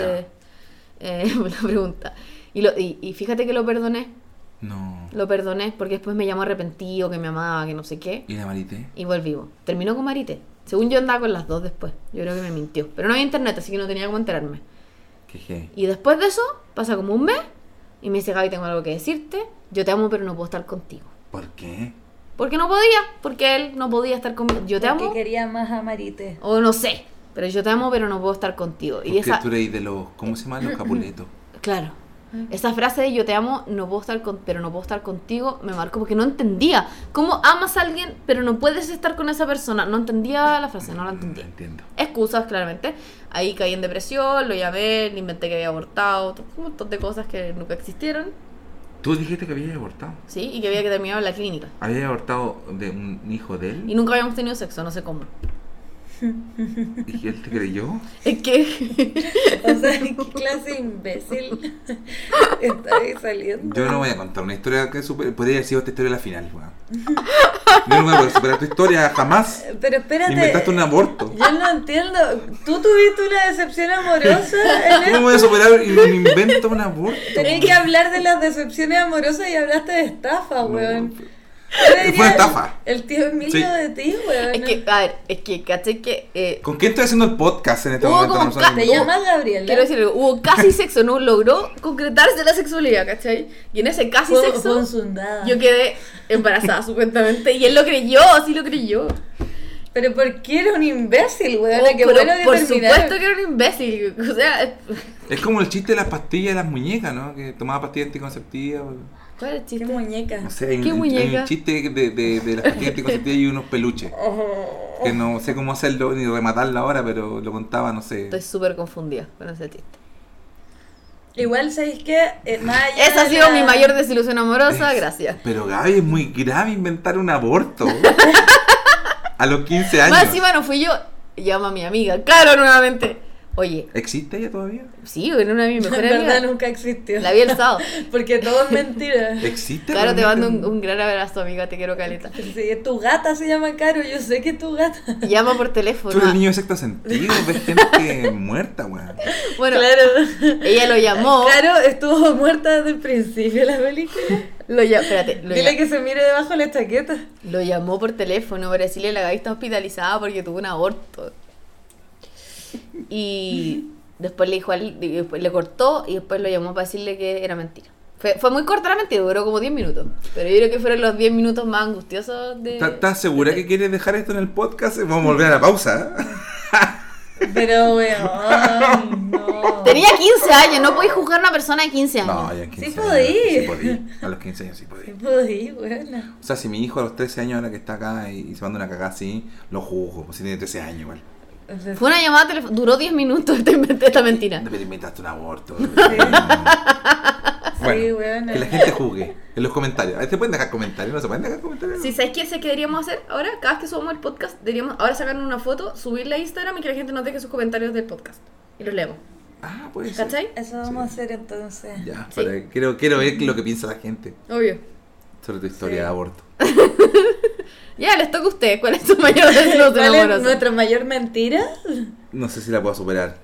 Ya. eh, la pregunta. Y, lo- y- y fíjate que lo perdoné. No. Lo perdoné porque después me llamó arrepentido, que me amaba, que no sé qué. ¿Y la marité? Y volvimos. Terminó con Marite. Según yo andaba con las dos después. Yo creo que me mintió. Pero no había internet, así que no tenía cómo enterarme. Que heavy. Y después de eso, pasa como un mes. Y me dice, Gaby, tengo algo que decirte. Yo te amo, pero no puedo estar contigo. ¿Por qué? Porque no podía. Porque él no podía estar conmigo. Yo te amo. Porque quería más a Marite. O no sé. Pero yo te amo, pero no puedo estar contigo. Porque Y esa... tú eres de los, ¿cómo se llaman? Los capuletos. Claro. Esa frase de yo te amo, no puedo estar con, pero no puedo estar contigo, me marcó porque no entendía. ¿Cómo amas a alguien, pero no puedes estar con esa persona? No entendía la frase, no la entendía. entiendo. Excusas, claramente. Ahí caí en depresión, lo llamé, le inventé que había abortado, to- un montón de cosas que nunca existieron, Tú dijiste que habías abortado. ¿sí? Y que había que terminar en la clínica. Habías abortado de un hijo de Y él. nunca habíamos tenido sexo, no sé cómo. ¿Y él te creyó? Es que. O sea, qué clase de imbécil está ahí saliendo. Yo no voy a contar una historia que super... Podría haber sido esta historia la final, weón. Yo no voy a poder superar tu historia jamás. Pero espérate. Inventaste un aborto. Yo no entiendo. Tú tuviste una decepción amorosa en ¿Cómo voy a superar y me invento un aborto? Tenés que hablar de las decepciones amorosas y hablaste de estafa, weón. No, Yo le diría Fue estafa. El, el tío Emilio Sí. de ti, weón. Es que, a ver, es que, caché que. eh, ¿Con quién estoy haciendo el podcast en este Hubo momento? como No sabemos. Te llamas Gabriela. Quiero decir, algo, hubo casi sexo, no logró concretarse la sexualidad, ¿cachai? Y en ese casi Fue- fue un sexo, sundada. yo quedé embarazada supuestamente. Y él lo creyó, sí lo creyó. Pero ¿por qué era un imbécil, weón? Oh, qué pero bueno que por terminaron. supuesto que era un imbécil. O sea, es- Es como el chiste de las pastillas de las muñecas, ¿no? Que tomaba pastillas anticonceptivas. ¿cuál era el Qué chiste? muñeca. No sé, hay un, ¿Qué hay un muñeca? chiste de, de- de las pastillas anticonceptivas y unos peluches. Oh. Que no sé cómo hacerlo ni rematarlo ahora, pero lo contaba, no sé. Estoy súper confundida con ese chiste. Igual, ¿sabéis qué? Eh, más allá Esa ha de sido la- mi mayor desilusión amorosa, gracias. Pero Gaby, es muy grave inventar un aborto. A los 15 años. Más encima no fui yo, llama a mi amiga, Caro nuevamente. Oye, ¿Existe ella todavía? sí, era una de mis En mejores verdad amigas. nunca existió. La vi el sábado. Porque todo es mentira. ¿Existe? Claro, te mando realmente? un, un gran abrazo, amiga, te quiero caleta. Sí, tu gata se llama Caro, yo sé que es tu gata. Llama por Tú eres teléfono. el niño de sexto sentido, ves gente muerta, weón. Bueno, claro. ella lo llamó. Caro estuvo muerta desde el principio de la película. Lo llamó, espérate, lo, Dile llam- que se mire debajo de la chaqueta. lo llamó por teléfono para decirle la Gaby está hospitalizada porque tuvo un aborto. Y después le dijo al- y después le cortó y después lo llamó para decirle que era mentira. Fue, fue muy corta la mentira, duró como 10 minutos. Pero yo creo que fueron los 10 minutos más angustiosos Eh, de. ¿Estás- ¿Estás segura que quieres dejar esto en el podcast? Vamos a volver a la pausa. ¿eh? Pero, weón, no. Tenía 15 años, no podéis juzgar a una persona de 15 años. No, ya en 15 Sí años, podí. Sí podí. A los 15 años sí podí. Sí podí, weona. O sea, si mi hijo a los 13 años ahora que está acá y, y se manda una cagada así, lo juzgo. pues, Si tiene 13 años igual. O sea, Fue una llamada telefónica, duró 10 minutos esta, esta mentira. No te inventaste un aborto. bueno, Sí, weona. que la gente juzgue en los comentarios. Ahí ¿Se pueden dejar comentarios? ¿No se pueden dejar comentarios? Si sabéis qué sé que deberíamos hacer ahora, cada vez que subamos el podcast, deberíamos ahora sacar una foto, subirla a Instagram y que la gente nos deje sus comentarios del podcast. Y los leemos. Ah, pues. ¿Cachai? Eso vamos a hacer entonces. Ya, Sí. para- quiero, quiero ver lo que piensa la gente Obvio. sobre tu historia Sí. de aborto. Ya, les toca a ustedes. ¿Cuál es su mayor desilusión ¿Cuál amorosa? es nuestra mayor mentira? No sé si la puedo superar.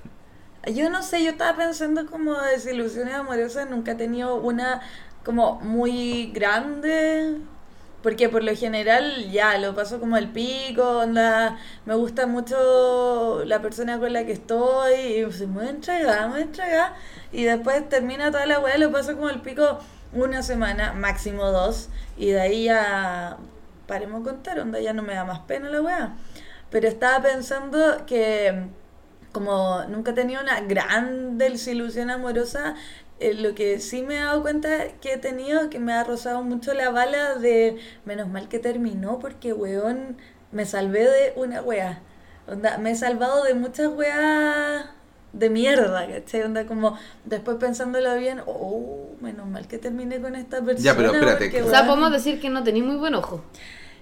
Yo no sé, yo estaba pensando como desilusiones amorosas, nunca he tenido una como muy grande, porque por lo general ya lo paso como el pico, onda, me gusta mucho la persona con la que estoy, y soy muy entregada, muy entregada, y después termina toda la weá, lo paso como el pico una semana, máximo dos, y de ahí ya paremos de contar, onda, ya no me da más pena la weá. Pero estaba pensando que como nunca he tenido una gran desilusión amorosa, eh, lo que sí me he dado cuenta que he tenido, que me ha rozado mucho la bala de menos mal que terminó porque, weón, me salvé de una wea. Onda, me he salvado de muchas weas de mierda, ¿cachai? Onda, como después pensándolo bien, oh, menos mal que terminé con esta persona. Ya, pero espérate, porque, que- O sea, weón, podemos decir que no tenéis muy buen ojo.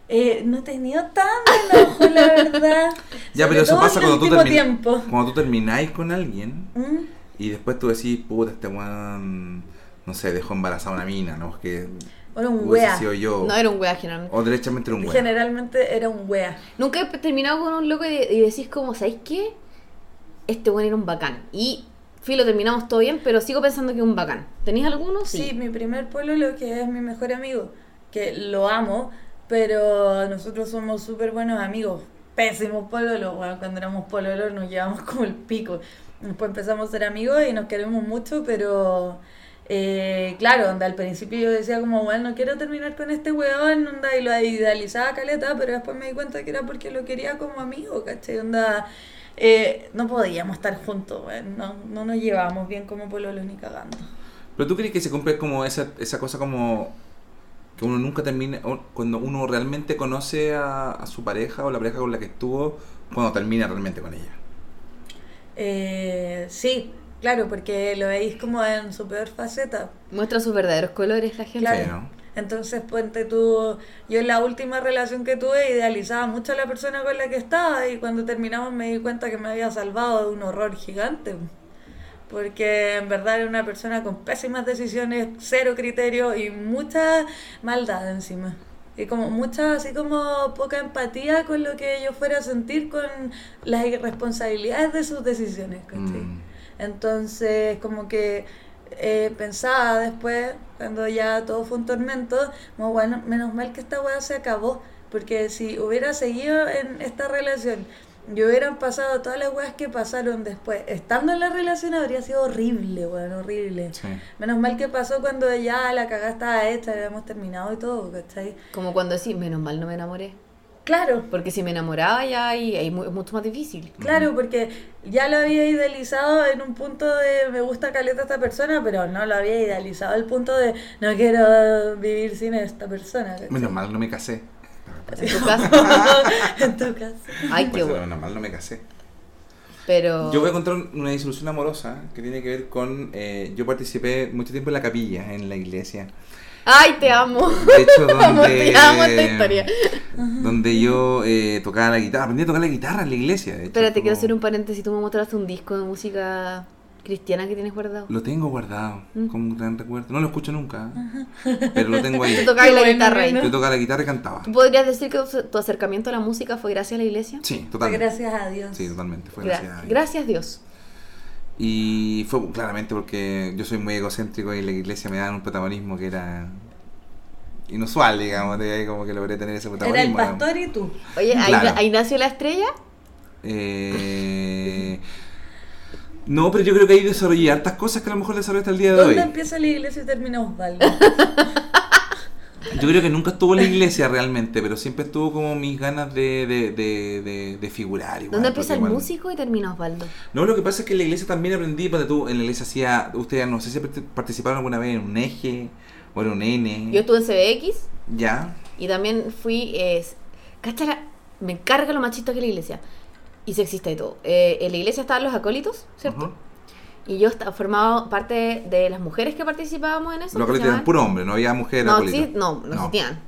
eh, no he tenido tan enojo, la verdad. Ya, Sobre pero eso todo pasa en el cuando tú, último termi- tiempo. cuando tú termináis con alguien Mm. y después tú decís, puta, este weón, no sé, dejó embarazada una mina, ¿no? Es que Era un hubiese wea. sido yo. No era un wea generalmente. O derechamente era un weón. Generalmente era un wea. Nunca he terminado con un loco y, y decís como, ¿sabéis qué? Este buen era un bacán. Y filo, terminamos todo bien, pero sigo pensando que es un bacán. ¿Tenéis alguno? Sí, mi primer pueblo lo que es mi mejor amigo, que lo amo, pero nosotros somos súper buenos amigos. Pésimos pololos, bueno, cuando éramos pololos nos llevamos como el pico. Después empezamos a ser amigos y nos queremos mucho, pero eh, claro, onda, al principio yo decía como, bueno, no quiero terminar con este weón, onda, y lo idealizaba caleta, pero después me di cuenta que era porque lo quería como amigo, ¿cachai? Onda, eh, no podíamos estar juntos, weón, no, no nos llevábamos bien como pololos ni cagando. Pero tú crees que se cumple como esa, esa cosa como que uno nunca termina, o- cuando uno realmente conoce a, a su pareja o la pareja con la que estuvo, cuando termina realmente con ella. Eh, sí, claro, porque lo veis como en su peor faceta. Muestra sus verdaderos colores la gente. Claro. Sí, ¿no? Entonces, ponte tú, yo en la última relación que tuve idealizaba mucho a la persona con la que estaba y cuando terminamos me di cuenta que me había salvado de un horror gigante. Porque en verdad era una persona con pésimas decisiones, cero criterio y mucha maldad encima. y como mucha, así como poca empatía con lo que yo fuera a sentir con las irresponsabilidades de sus decisiones, ¿cachai? Mm. Entonces, como que eh, pensaba después, cuando ya todo fue un tormento, como bueno, menos mal que esta weá se acabó, porque si hubiera seguido en esta relación y hubieran pasado todas las weas que pasaron después, estando en la relación habría sido horrible, weón, horrible. Sí. Menos mal que pasó cuando ya la cagada estaba hecha, habíamos terminado y todo, ¿cachai? Como cuando decís, menos mal no me enamoré. Claro, Porque si me enamoraba ya ahí, ahí mu- es mucho más difícil. Claro, porque ya lo había idealizado en un punto de me gusta caleta esta persona, pero no lo había idealizado al punto de no quiero vivir sin esta persona. ¿cachai? Menos mal no me casé. En tu caso. en tu caso. Ay, qué Pues, bueno. Menos mal no me casé. Pero. Yo voy a contar una disolución amorosa que tiene que ver con. eh, yo participé mucho tiempo en la capilla, en la iglesia. Ay, te amo. De hecho, Amo, donde, te amo esta historia. donde yo eh, tocaba la guitarra, aprendí a tocar la guitarra en la iglesia. de hecho, Espérate, quiero como- hacer un paréntesis. Tú me mostraste un disco de música cristiana que tienes guardado. Lo tengo guardado Mm. como un gran recuerdo. No lo escucho nunca, pero lo tengo ahí. Tú tocabas Qué la bueno, guitarra ahí. bueno. Yo tocaba la guitarra y cantaba. ¿Tú podrías decir que tu acercamiento a la música fue gracias a la iglesia? Sí, totalmente. Gracias a Dios. Sí, totalmente. Fue Gra- gracias. a Dios. gracias Dios. Y fue claramente porque yo soy muy egocéntrico y en la iglesia me daban un protagonismo que era inusual, digamos, de ahí como que logré tener ese Era el protagonismo. pastor y tú. Oye, ahí, Claro. ahí nació la estrella. Eh, no, pero yo creo que ahí desarrollé hartas cosas que a lo mejor desarrollé hasta el día de hoy. ¿Dónde empieza la iglesia y termina Osvaldo? Yo creo que nunca estuvo en la iglesia realmente, pero siempre estuvo como mis ganas de, de, de, de, de figurar. Igual, ¿Dónde porque empieza el igual- músico y termina Osvaldo? No, lo que pasa es que en la iglesia también aprendí, porque tú, en la iglesia hacía, ustedes no sé si parte- participaron alguna vez en un eje o en un N. Yo estuve en CBX Ya. y también fui. Eh, cacha la- me encarga lo machista que es la iglesia. Y sexista y todo. Eh, en la iglesia estaban los acólitos, ¿cierto? Ujú. Y yo esta- formaba parte de las mujeres que participábamos en eso. Los que se acólitos eran llamaban- puro hombre, no había mujer no, acólito. exi- no, no existían.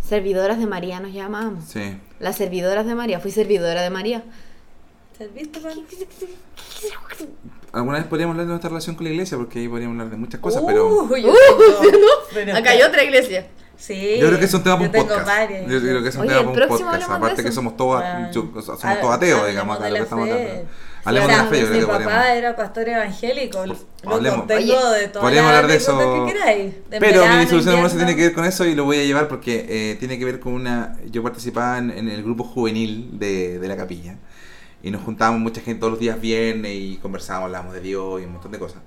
Servidoras de María nos llamábamos. Sí. Las servidoras de María. Fui servidora de María. ¿Serviste, Juan? Alguna vez podríamos hablar de nuestra relación con la iglesia, porque ahí podríamos hablar de muchas cosas, Uh, pero... yo tengo- pero- Acá hay otra iglesia. Sí. Yo creo que es un tema para yo un tengo podcast. varias. Yo creo que es un Oye, tema el para un próximo podcast. hablamos de Aparte que eso. somos todos, Juan. yo- o sea, somos Hab- todos ateos, Ah, hablemos digamos, acá de lo que la estamos fe. hablando. Sí, Hablemos de la fe, yo creo Mi que papá podríamos. era pastor evangélico. Por- Lo hablemos. contengo Oye, de todas podríamos las hablar de eso. anécdotas que queráis. De Pero mi verano, disolución amorosa invierno. tiene que ver con eso y lo voy a llevar porque eh, tiene que ver con una... Yo participaba en, en el grupo juvenil de, de la capilla y nos juntábamos mucha gente todos los días viernes y conversábamos, hablábamos de Dios y un montón de cosas.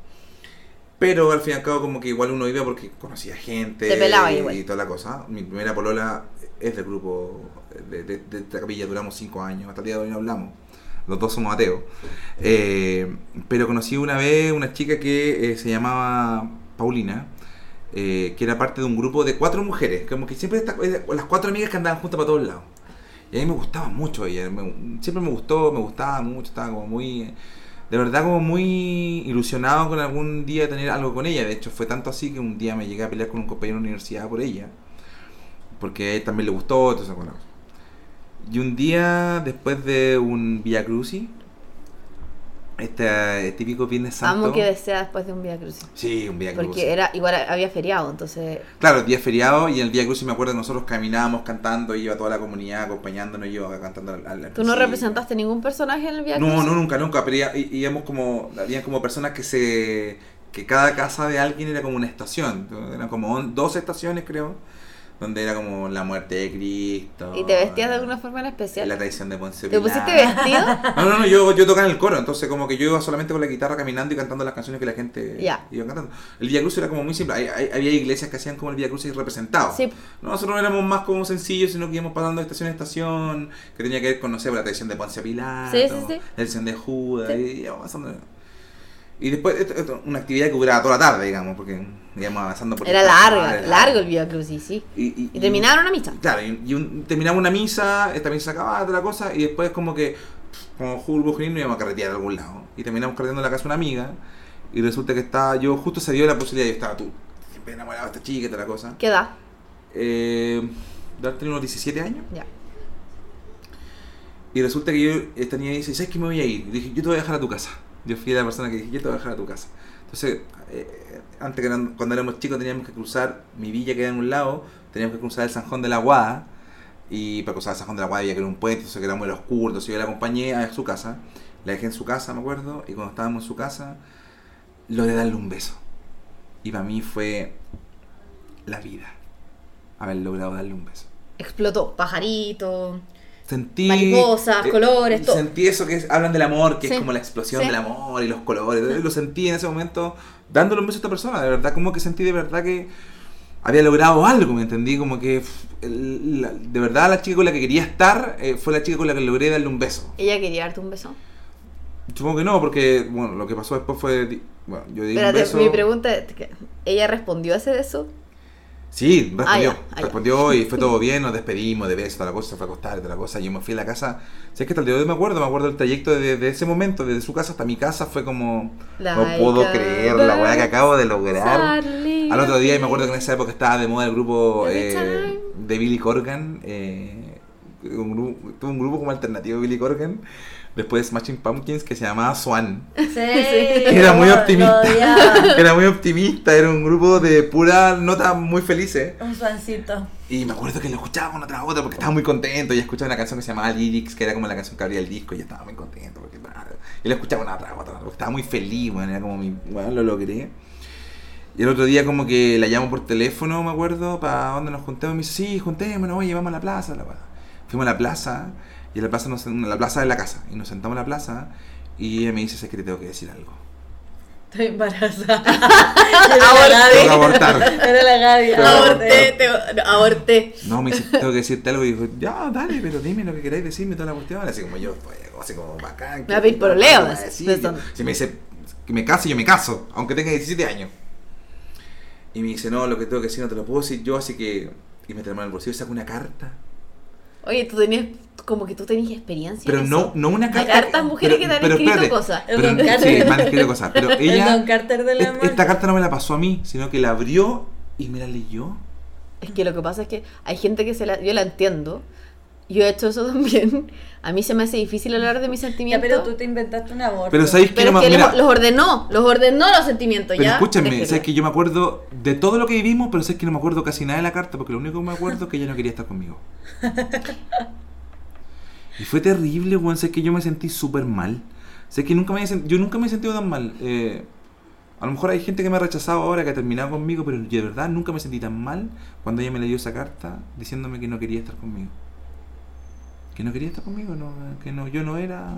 Pero al fin y al cabo como que igual uno iba porque conocía gente Te pelaba y, igual. y toda la cosa. Mi primera polola es del grupo de, de- de esta capilla, duramos cinco años, hasta el día de hoy no hablamos. Los dos somos ateos. Eh, pero conocí una vez una chica que eh, se llamaba Paulina, eh, que era parte de un grupo de cuatro mujeres, como que siempre esta- eh, las cuatro amigas que andaban juntas para todos lados. Y a mí me gustaba mucho ella, me- siempre me gustó, me gustaba mucho, estaba como muy, de verdad como muy ilusionado con algún día tener algo con ella. De hecho fue tanto así que un día me llegué a pelear con un compañero de la universidad por ella, porque a él también le gustó, entonces bueno. Y un día después de un Via Crucis, este típico Viernes Santo. Amo que desea después de un Via Crucis. Sí, un Via Crucis. Porque era igual había feriado, entonces Claro, día feriado y el día Crucis me acuerdo nosotros caminábamos cantando y iba toda la comunidad acompañándonos y yo cantando al, al- al tú no principio. representaste ningún personaje en el Via No, Crucis. no, nunca, nunca, pero ya- í- íbamos como, habían como personas que se, que cada casa de alguien era como una estación, eran como on- dos estaciones creo, donde era como la muerte de Cristo. Y te vestías de alguna forma en La especial. traición de Ponce ¿Te Pilato. pusiste vestido? No, no, no, yo, yo tocaba en el coro, entonces como que yo iba solamente con la guitarra caminando y cantando las canciones que la gente Ya. iba cantando. El Via Cruz era como muy simple, hay- hay- había iglesias que hacían como el Via Cruz representado. Sí. No, Nosotros no éramos más como sencillos, sino que íbamos pasando de estación a estación, que tenía que ver con, no sé, la traición de Ponce Pilato, Sí, sí, sí. la traición de Judas, y íbamos pasando. Y después, esto- esto, una actividad que duraba toda la tarde, digamos, porque íbamos avanzando por Era el- larga, era largo el Via Crucis, sí. Y, y- Y terminaron una misa. Claro, y, y un- terminaba una misa, esta misa acababa, otra cosa, y después como que, como Julio Junín, nos íbamos a carretear a algún lado. Y terminamos carreteando en la casa de una amiga, y resulta que estaba, yo justo se dio la posibilidad, yo estaba tú, siempre enamorado de esta chica, y toda la cosa. ¿Qué edad? Eh, de haber tenido unos 17 años, Ya. y resulta que yo eh, tenía 16, ¿sabes qué me voy a ir? Y dije, yo te voy a dejar a tu casa. Yo fui la persona que dije, yo te voy a dejar a tu casa. Entonces, eh, antes que eran- cuando éramos chicos teníamos que cruzar mi villa que era en un lado teníamos que cruzar el Sanjón de la Guada. Y para cruzar el Sanjón de la Guada había que ir a un puente, entonces que era muy oscuro. Entonces yo la acompañé a su casa. La dejé en su casa, me acuerdo. Y cuando estábamos en su casa, logré darle un beso. Y para mí fue la vida. Haber logrado darle un beso. Explotó. Pajarito. Sentí. eh, Mariposas, colores, todo. Sentí eso que es- hablan del amor, que Sí, es como la explosión sí. del amor y los colores. Lo sentí en ese momento dándole un beso a esta persona, de verdad. Como que sentí de verdad que había logrado algo, ¿me entendí? Como que. pff, el- la- de verdad, la chica con la que quería estar eh, fue la chica con la que logré darle un beso. ¿Ella quería darte un beso? Supongo que no, porque, bueno, lo que pasó después fue. di- Bueno, yo di un Espérate, beso. mi pregunta es que, ¿ella respondió a ese beso? Sí, respondió. Ah, ya, ah, ya. respondió y fue todo bien, nos despedimos de besos, toda la cosa, se fue a acostar, toda la cosa. Yo me fui a la casa. Si es que hasta el día de hoy me acuerdo, me acuerdo el trayecto de, de ese momento, desde su casa hasta mi casa, fue como. Like no puedo a creer la weá que acabo de lograr. Charlie. Al otro día, y me acuerdo que en esa época estaba de moda el grupo Every eh, time. de Billy Corgan. eh, un grupo, tuvo un grupo como alternativo de Billy Corgan. Después Smashing Pumpkins que se llamaba Swan. Era muy optimista. Era muy optimista, era un grupo de pura nota muy felices. Un suancito. Y me acuerdo que lo escuchaba con otra otra porque estaba muy contento. Y escuchaba una canción que se llamaba Lyrics, que era como la canción que abría el disco. Y yo estaba muy contento porque bah, y lo escuchaba una otra otra porque estaba muy feliz, bueno, era como mi, bueno, lo logré. Y el otro día como que la llamo por teléfono, me acuerdo, para donde nos juntemos. Y me dice, sí, juntémonos, oye, vamos a la plaza. La weá. Fuimos a la plaza, y a la plaza, nos, a la plaza de la casa. Y nos sentamos en la plaza, y ella me dice, es que te tengo que decir algo. Estoy embarazada. Era la Tengo que Gaby. abortar. Era la Gaby. Pero- Aborté, te- no, aborté. No, me dice, tengo que decirte algo. Y dijo, ya, dale, pero dime lo que queráis decirme, toda la cuestión. Así como yo, pues, así como bacán. Me va a pedir ¿qué pololeo, me va a es- decir? es Yo- donde- Si me dice que me case, yo me caso, aunque tenga 17 años. Y me dice, no, lo que tengo que decir no te lo puedo decir yo, así que. Y me terminó el bolsillo y saco una carta. Oye, tú tenías, como que tú tenías experiencia. Pero en no, eso. no una Hay carta. hartas mujeres que te han escrito cosas. El Pero, Don sí, Carter. me han escrito cosas. Pero El ella. Don Carter del est- amor. Esta carta no me la pasó a mí, sino que la abrió y me la leyó. Es que lo que pasa es que hay gente que se la. Yo la entiendo. Yo he hecho eso también. A mí se me hace difícil hablar de mis Ya, sentimientos. pero tú te inventaste un aborto. Pero sabéis que Pero no es me que mira, los, los ordenó, los ordenó los sentimientos Pero ya. escúchenme, déjenlo. sabes que yo me acuerdo de todo lo que vivimos, pero sé que no me acuerdo casi nada de la carta, porque lo único que me acuerdo es que ella no quería estar conmigo. Y fue terrible, weón, sé que yo me sentí súper mal. Sé que nunca me había sen- yo nunca me he sentido tan mal. Eh, a lo mejor hay gente que me ha rechazado ahora, que ha terminado conmigo, pero yo de verdad nunca me sentí tan mal cuando ella me leyó esa carta diciéndome que no quería estar conmigo. Que no quería estar conmigo, no, que no, yo no era...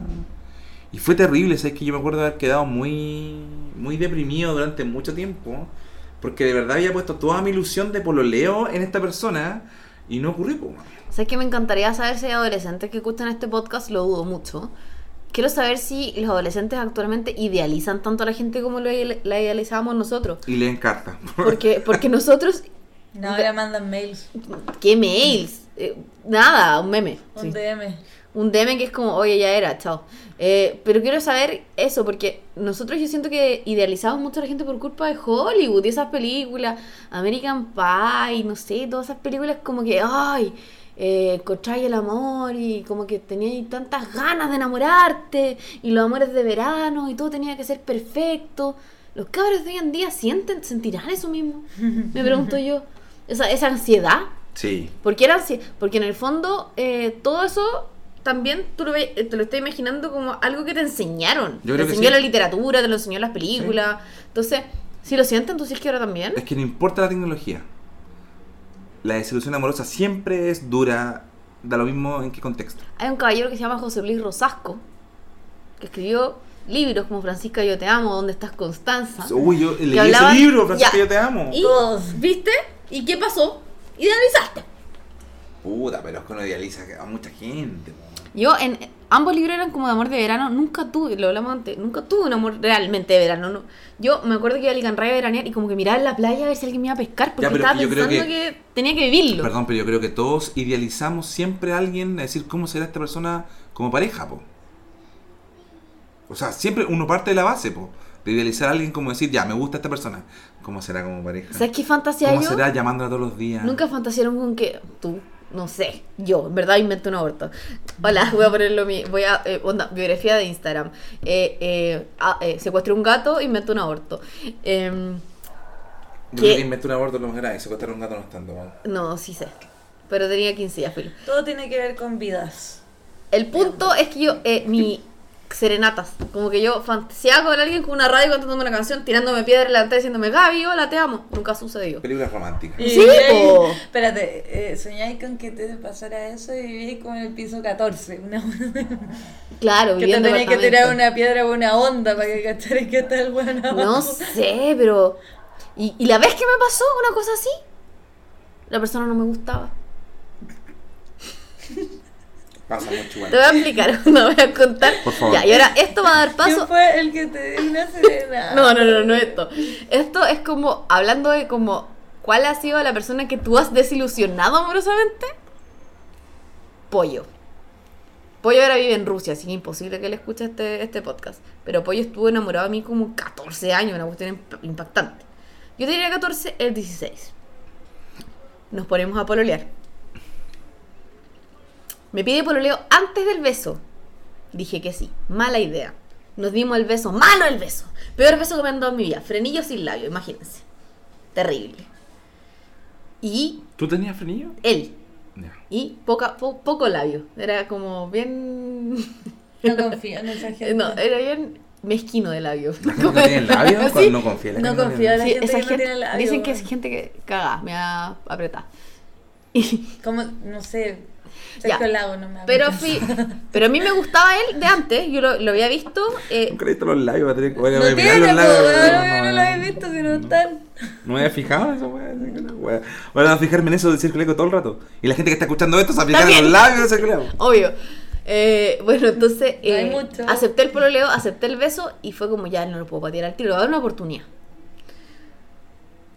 Y fue terrible, ¿sabes? Que yo me acuerdo de haber quedado muy, muy deprimido durante mucho tiempo, porque de verdad había puesto toda mi ilusión de pololeo en esta persona y no ocurrió, po, man. ¿Sabes que me encantaría saber si hay adolescentes que escuchan este podcast? Lo dudo mucho. Quiero saber si los adolescentes actualmente idealizan tanto a la gente como lo ideal- la idealizábamos nosotros. Y leen cartas. Porque, porque nosotros, No, ahora mandan mails. ¿qué mails? Eh, nada, un meme. sí. Un DM. Un DM que es como, oye, ya era, chao. Eh, pero quiero saber eso, porque nosotros yo siento que idealizamos mucho a la gente por culpa de Hollywood y esas películas, American Pie, no sé, todas esas películas como que, ay, eh, encontráis el amor y como que teníais tantas ganas de enamorarte y los amores de verano y todo tenía que ser perfecto. Los cabros de hoy en día sienten, sentirán eso mismo, me pregunto yo. Esa, esa ansiedad Sí. porque era ansi- porque en el fondo eh, todo eso también tú lo ve- eh, te lo estás imaginando como algo que te enseñaron. Yo creo te que enseñó sí. la literatura, te lo enseñó las películas. Entonces, si lo sienten, tú sí es que ahora también. Es que no importa la tecnología. La desilusión amorosa siempre es dura, da lo mismo en qué contexto. Hay un caballero que se llama José Luis Rosasco, que escribió libros como Francisca, yo te amo, ¿dónde estás Constanza? Uy, yo leí Ah. hablaban- ese libro, Francisca, ya. yo te amo. Y, Todos. ¿viste? ¿Y qué pasó? Idealizaste. Puta, pero es que uno idealiza a mucha gente. po. Yo en ambos libros eran como de amor de verano, nunca tuve, lo hablamos antes, nunca tuve un amor realmente de verano. no. Yo me acuerdo que iba al Icanraya a veranear y como que miraba en la playa a ver si alguien me iba a pescar porque Ya, pero estaba yo creo pensando que... tenía que vivirlo. Perdón, pero yo creo que todos idealizamos siempre a alguien, a decir cómo será esta persona como pareja, po. O sea, siempre uno parte de la base, po. De idealizar a alguien como decir, ya, me gusta esta persona. ¿Cómo será como pareja? ¿Sabes qué fantasía ¿Cómo yo? será llamándola todos los días? Nunca fantasearon con que tú, no sé, yo, en verdad inventé un aborto. Hola, voy a ponerlo mi, voy a, eh, onda, biografía de Instagram. Eh, eh, ah, eh, secuestré un gato, inventé un aborto. Em, Yo ¿Qué? creo que inventó un aborto lo más grave, secuestrar a un gato no es tanto mal. No, sí sé. Pero tenía 15 ya, filo. Todo tiene que ver con vidas. El punto es que yo, eh, mi serenatas, como que yo fantaseaba con alguien con una radio cantándome una canción, tirándome piedra en la ventana diciéndome, Gaby, hola, te amo. Nunca sucedió. Películas románticas. Sí, po. Espérate, eh, soñáis con que te pasara eso y vivís como en el piso 14. Una, Claro, que te viviendo tenía que apartamento. tirar una piedra o una onda para que cacharais que está el buen No abajo. sé, pero... Y, y la vez que me pasó una cosa así, la persona no me gustaba. Pasa mucho igual. Te voy a explicar, no voy a contar. Por favor. Ya, y ahora esto va a dar ¿Quién paso fue el que te dio una serenata? No, no, no, no esto. Esto es como hablando de como cuál ha sido la persona que tú has desilusionado amorosamente. Pollo. Pollo ahora vive en Rusia, así que imposible que él escuche este, este podcast. Pero Pollo estuvo enamorado de mí como 14 años, una cuestión imp- impactante. Yo tenía 14, él 16. Nos ponemos a pololear. Me pide pololeo antes del beso. Dije que sí, mala idea. Nos dimos el beso, malo el beso. Peor beso que me han dado en mi vida. Frenillo sin labio, imagínense. Terrible. Y ¿Tú tenías frenillo? él. Ya. Y poca, po- poco labio. Era como bien. No confío en esa gente. No, era bien mezquino de labio. ¿La gente no tiene el labio? Sí. No confía. la No gente confía. tiene- Sí, La gente esa que no gente- tiene labio, dicen que es bueno. gente que caga, me ha apretado. Y- Como, no sé. Ya. Sergio Lago no me acuerdo. pero, fui- pero a mí me gustaba él de antes, yo lo, lo había visto. eh, Nunca he visto los labios, va a tener que- voy a No mirar tiene, los pues, labios, no, no, yo no no. lo había visto, si no están. No me había fijado en eso, weá. Voy a fijarme en eso de Sergio Leco todo el rato. Y la gente que está escuchando esto se aplica También. los labios de Sergio Leco. Obvio. Eh, bueno, entonces No hay eh, mucho. acepté el pololeo, acepté el beso y fue como ya no lo puedo patear al tiro, le voy a dar una oportunidad.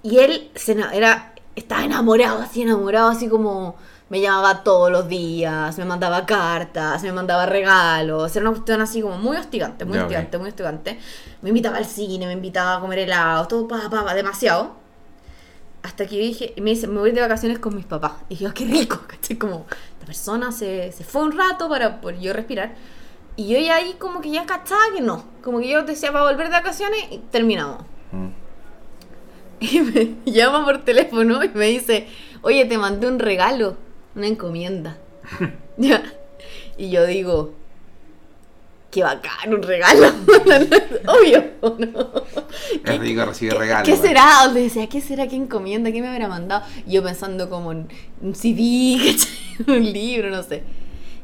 Y él se ena- era, estaba enamorado, así enamorado, así como me llamaba todos los días, me mandaba cartas, me mandaba regalos, era una cuestión así como muy hostigante, muy Ya, ok. hostigante, muy hostigante. Me invitaba al cine, me invitaba a comer helado, todo pa, pa, pa, demasiado. Hasta que yo dije, y me dice, me voy de vacaciones con mis papás. Y yo, qué rico, ¿cachai? Como, esta persona se, se fue un rato para por yo respirar. Y yo ya ahí como que ya cachaba que no. Como que yo decía, para volver de vacaciones y terminamos. Y me llama por teléfono y me dice, oye, te mandé un regalo, una encomienda. Ya. Y yo digo, qué bacán, un regalo. Obvio. ¿no? Es rico recibir ¿Qué- regalos. ¿Qué weá. será? Le decía, ¿qué será? ¿Qué encomienda? ¿Qué me habrá mandado? Y yo pensando como en un CD, ¿cachai? un libro, no sé.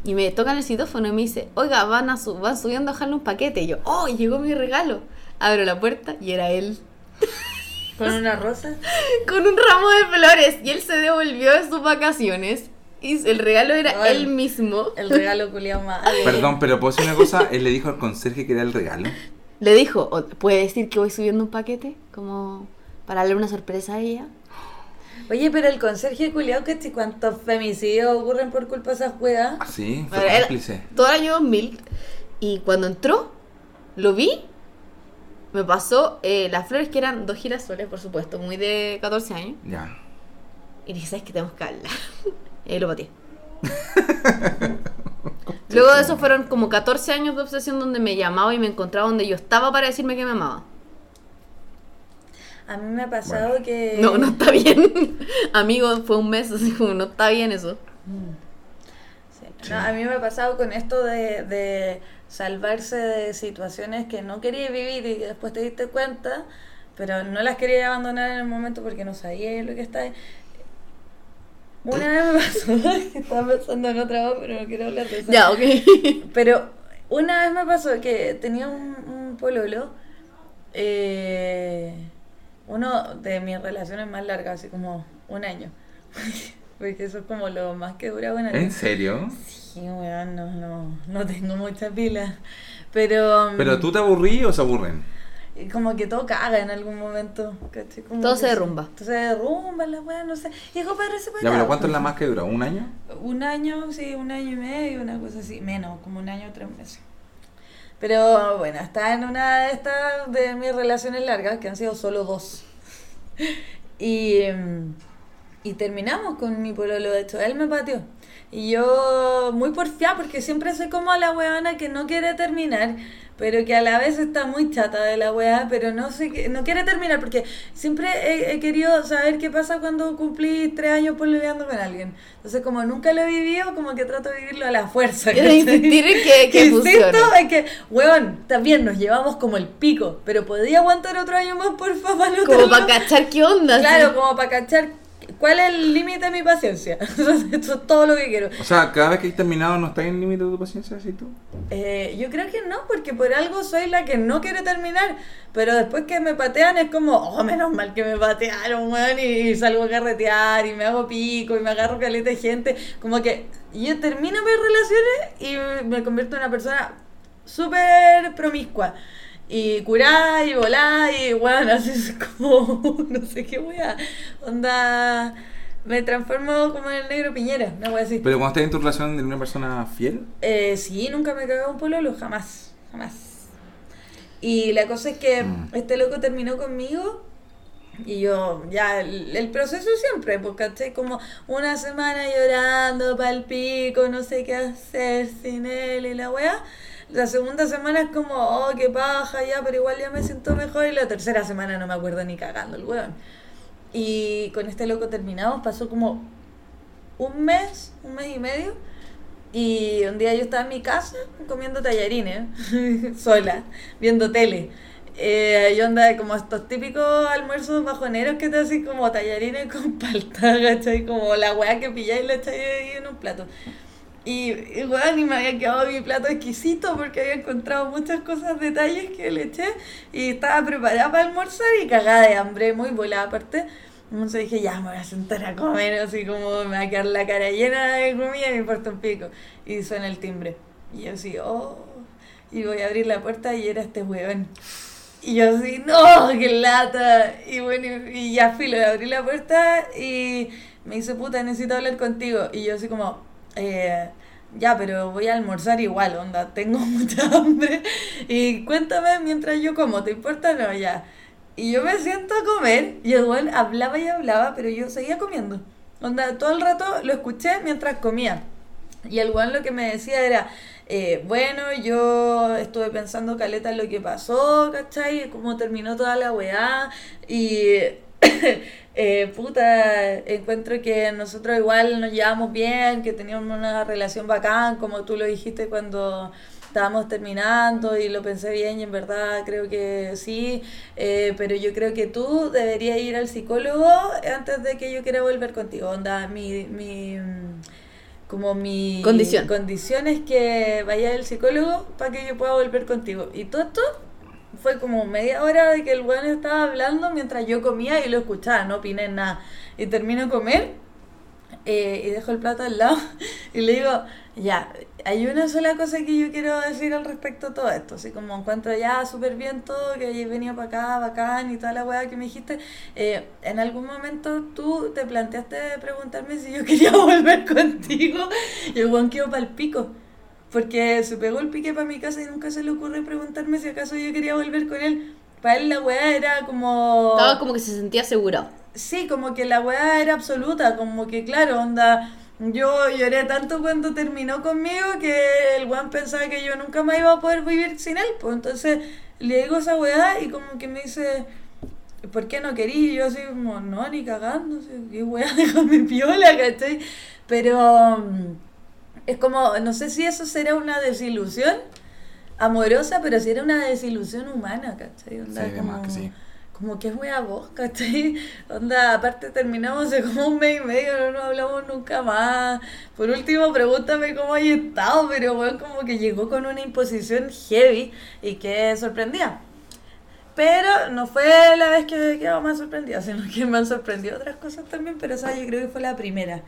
Y me tocan el citófono y me dice, oiga, van, a su- van subiendo a dejarle un paquete. Y yo, oh, llegó mi regalo. Abro la puerta y era él Con una rosa. con un ramo de flores. Y él se devolvió de sus vacaciones. Y el regalo era Ay. él mismo. El regalo culiao más. Perdón, pero ¿puedo decir una cosa? Él le dijo al conserje que era el regalo. Le dijo, "O- ¿puede decir que voy subiendo un paquete? Como para darle una sorpresa a ella. Oye, pero el conserje culiao, que si cuántos femicidios ocurren por culpa de esas weas. Así, fue Pero él- cómplice. todo el año 2000. Y cuando entró, lo vi. Me pasó eh, las flores que eran dos girasoles, por supuesto, muy de 14 años. Ya. Y dije, ¿sabes qué? Tenemos que hablar. Y ahí lo pateé. Luego de eso fueron como 14 años de obsesión donde me llamaba y me encontraba donde yo estaba para decirme que me amaba. A mí me ha pasado que. No, no está bien. Amigo, fue un mes, así como no está bien eso. Sí. No, a mí me ha pasado con esto de, de salvarse de situaciones que no quería vivir y que después te diste cuenta, pero no las quería abandonar en el momento porque no sabía lo que estaba. Una vez me pasó, que estaba pensando en otra voz, pero no quiero hablar de eso. Ya, ok. Pero una vez me pasó que tenía un, un pololo, eh, uno de mis relaciones más largas, así como un año. Porque eso es como lo más que dura un año. ¿En serio? Sí, weón, no, no, no tengo mucha pila. Pero. um, ¿Pero tú te aburrí o se aburren? Como que todo caga en algún momento. ¿cachai? Como Todo que se derrumba. Todo se derrumba, la weón, no sé. Y es compadre separado. Ya, pero ¿cuánto es la más que dura? ¿Un año? Un año, sí, un año y medio, una cosa así. Menos, como un año, tres meses. Pero bueno, está en una de estas de mis relaciones largas, que han sido solo dos. Y, mm, y terminamos con mi pololo, de hecho, él me pateó. Y yo, muy porfiada, porque siempre soy como la huevona que no quiere terminar, pero que a la vez está muy chata de la weá, pero no sé qué- no quiere terminar, porque siempre he, he querido saber qué pasa cuando cumplí tres años pololeando con alguien. Entonces, como nunca lo he vivido, como que trato de vivirlo a la fuerza. Quiero ¿cachai? insistir en que- que Insisto funcione. en que, weón, también nos llevamos como el pico, pero podía aguantar otro año más, por favor, no Como tenerlo- para cachar qué onda. así. Claro, como para cachar cuál es el límite de mi paciencia. Eso es todo lo que quiero. O sea, cada vez que has terminado no estás en límite de tu paciencia, así tú. Eh, yo creo que no, porque por algo soy la que no quiere terminar, pero después que me patean es como, oh, menos mal que me patearon, weón, y, y salgo a carretear, y me hago pico, y me agarro caleta de gente, como que yo termino mis relaciones y me convierto en una persona súper promiscua, y curá, y volá, y bueno, así es como, no sé qué wea, onda, me transformo como en el negro piñera, una wea así. Pero cuando estás en tu relación de una persona fiel, Eh, sí, nunca me cagaba un pololo, jamás, jamás. Y la cosa es que Mm. este loco terminó conmigo y yo, ya, el, el proceso siempre, porque estoy como una semana llorando, pa'l pico, no sé qué hacer sin él y la weá. La segunda semana es como, oh, qué paja, ya, pero igual ya me siento mejor. Y la tercera semana no me acuerdo ni cagando el weón. Y con este loco terminamos, pasó como un mes, un mes y medio. Y un día yo estaba en mi casa comiendo tallarines, sola, viendo tele. Eh, yo andaba como estos típicos almuerzos bajoneros que te hacen como tallarines con palta, ¿cachai? Como la weá que pilláis y la echáis ahí en un plato. Y, y weón, y me había quedado mi plato exquisito porque había encontrado muchas cosas, detalles que le eché y estaba preparada para almorzar y cagada de hambre, muy volada aparte. Entonces dije, ya me voy a sentar a comer, así como me va a quedar la cara llena de comida y me importa un pico. Y suena el timbre. Y yo así, oh, y voy a abrir la puerta y era este weón. Y yo así, no, qué lata. Y bueno, y y ya filo, abrí la puerta y me dice, puta, necesito hablar contigo. Y yo así como, eh, ya, pero voy a almorzar igual, onda, tengo mucha hambre. Y cuéntame mientras yo como, ¿te importa o no? Ya. Y yo me siento a comer y el weón hablaba y hablaba, pero yo seguía comiendo. Onda, todo el rato lo escuché mientras comía. Y el weón lo que me decía era, eh, bueno, yo estuve pensando, Caleta, en lo que pasó, ¿cachai? Cómo terminó toda la weá. Y, eh, puta, encuentro que nosotros igual nos llevamos bien, que teníamos una relación bacán, como tú lo dijiste cuando estábamos terminando y lo pensé bien y en verdad creo que sí, eh, pero yo creo que tú deberías ir al psicólogo antes de que yo quiera volver contigo. Onda, mi... mi mm, como mi Condición. condición es que vaya el psicólogo para que yo pueda volver contigo. Y todo esto fue como media hora de que el weón estaba hablando mientras yo comía y lo escuchaba, no opiné en nada. Y termino de comer eh, y dejo el plato al lado y le digo, ya, hay una sola cosa que yo quiero decir al respecto de todo esto, así como encuentro ya súper bien todo, que hayas venido para acá, bacán y toda la weá que me dijiste, Eh, en algún momento tú te planteaste preguntarme si yo quería volver contigo y el weón quedó pa'l pico. Porque se pegó el pique para mi casa y nunca se le ocurre preguntarme si acaso yo quería volver con él. Para él la weá era como... Estaba como que se sentía asegurado. Sí, como que la weá era absoluta, como que claro, onda. Yo lloré tanto cuando terminó conmigo que el weón pensaba que yo nunca más iba a poder vivir sin él. Pues entonces le digo esa weá y como que me dice, ¿por qué no querí? Y yo así como, no, ni cagando, sí, qué weá, déjame piola, ¿cachai? Pero mm, es como, no sé si eso será una desilusión amorosa, pero si era una desilusión humana, ¿cachai? sí, Onda, además como- que sí. como que es wea vos, ¿cachai? Onda, aparte terminamos hace como un mes y medio, no nos hablamos nunca más. Por último, pregúntame cómo hay estado, pero weón, como que llegó con una imposición heavy y que sorprendía. Pero no fue la vez que quedaba más sorprendida, sino que me han sorprendido otras cosas también, pero esa yo creo que fue la primera.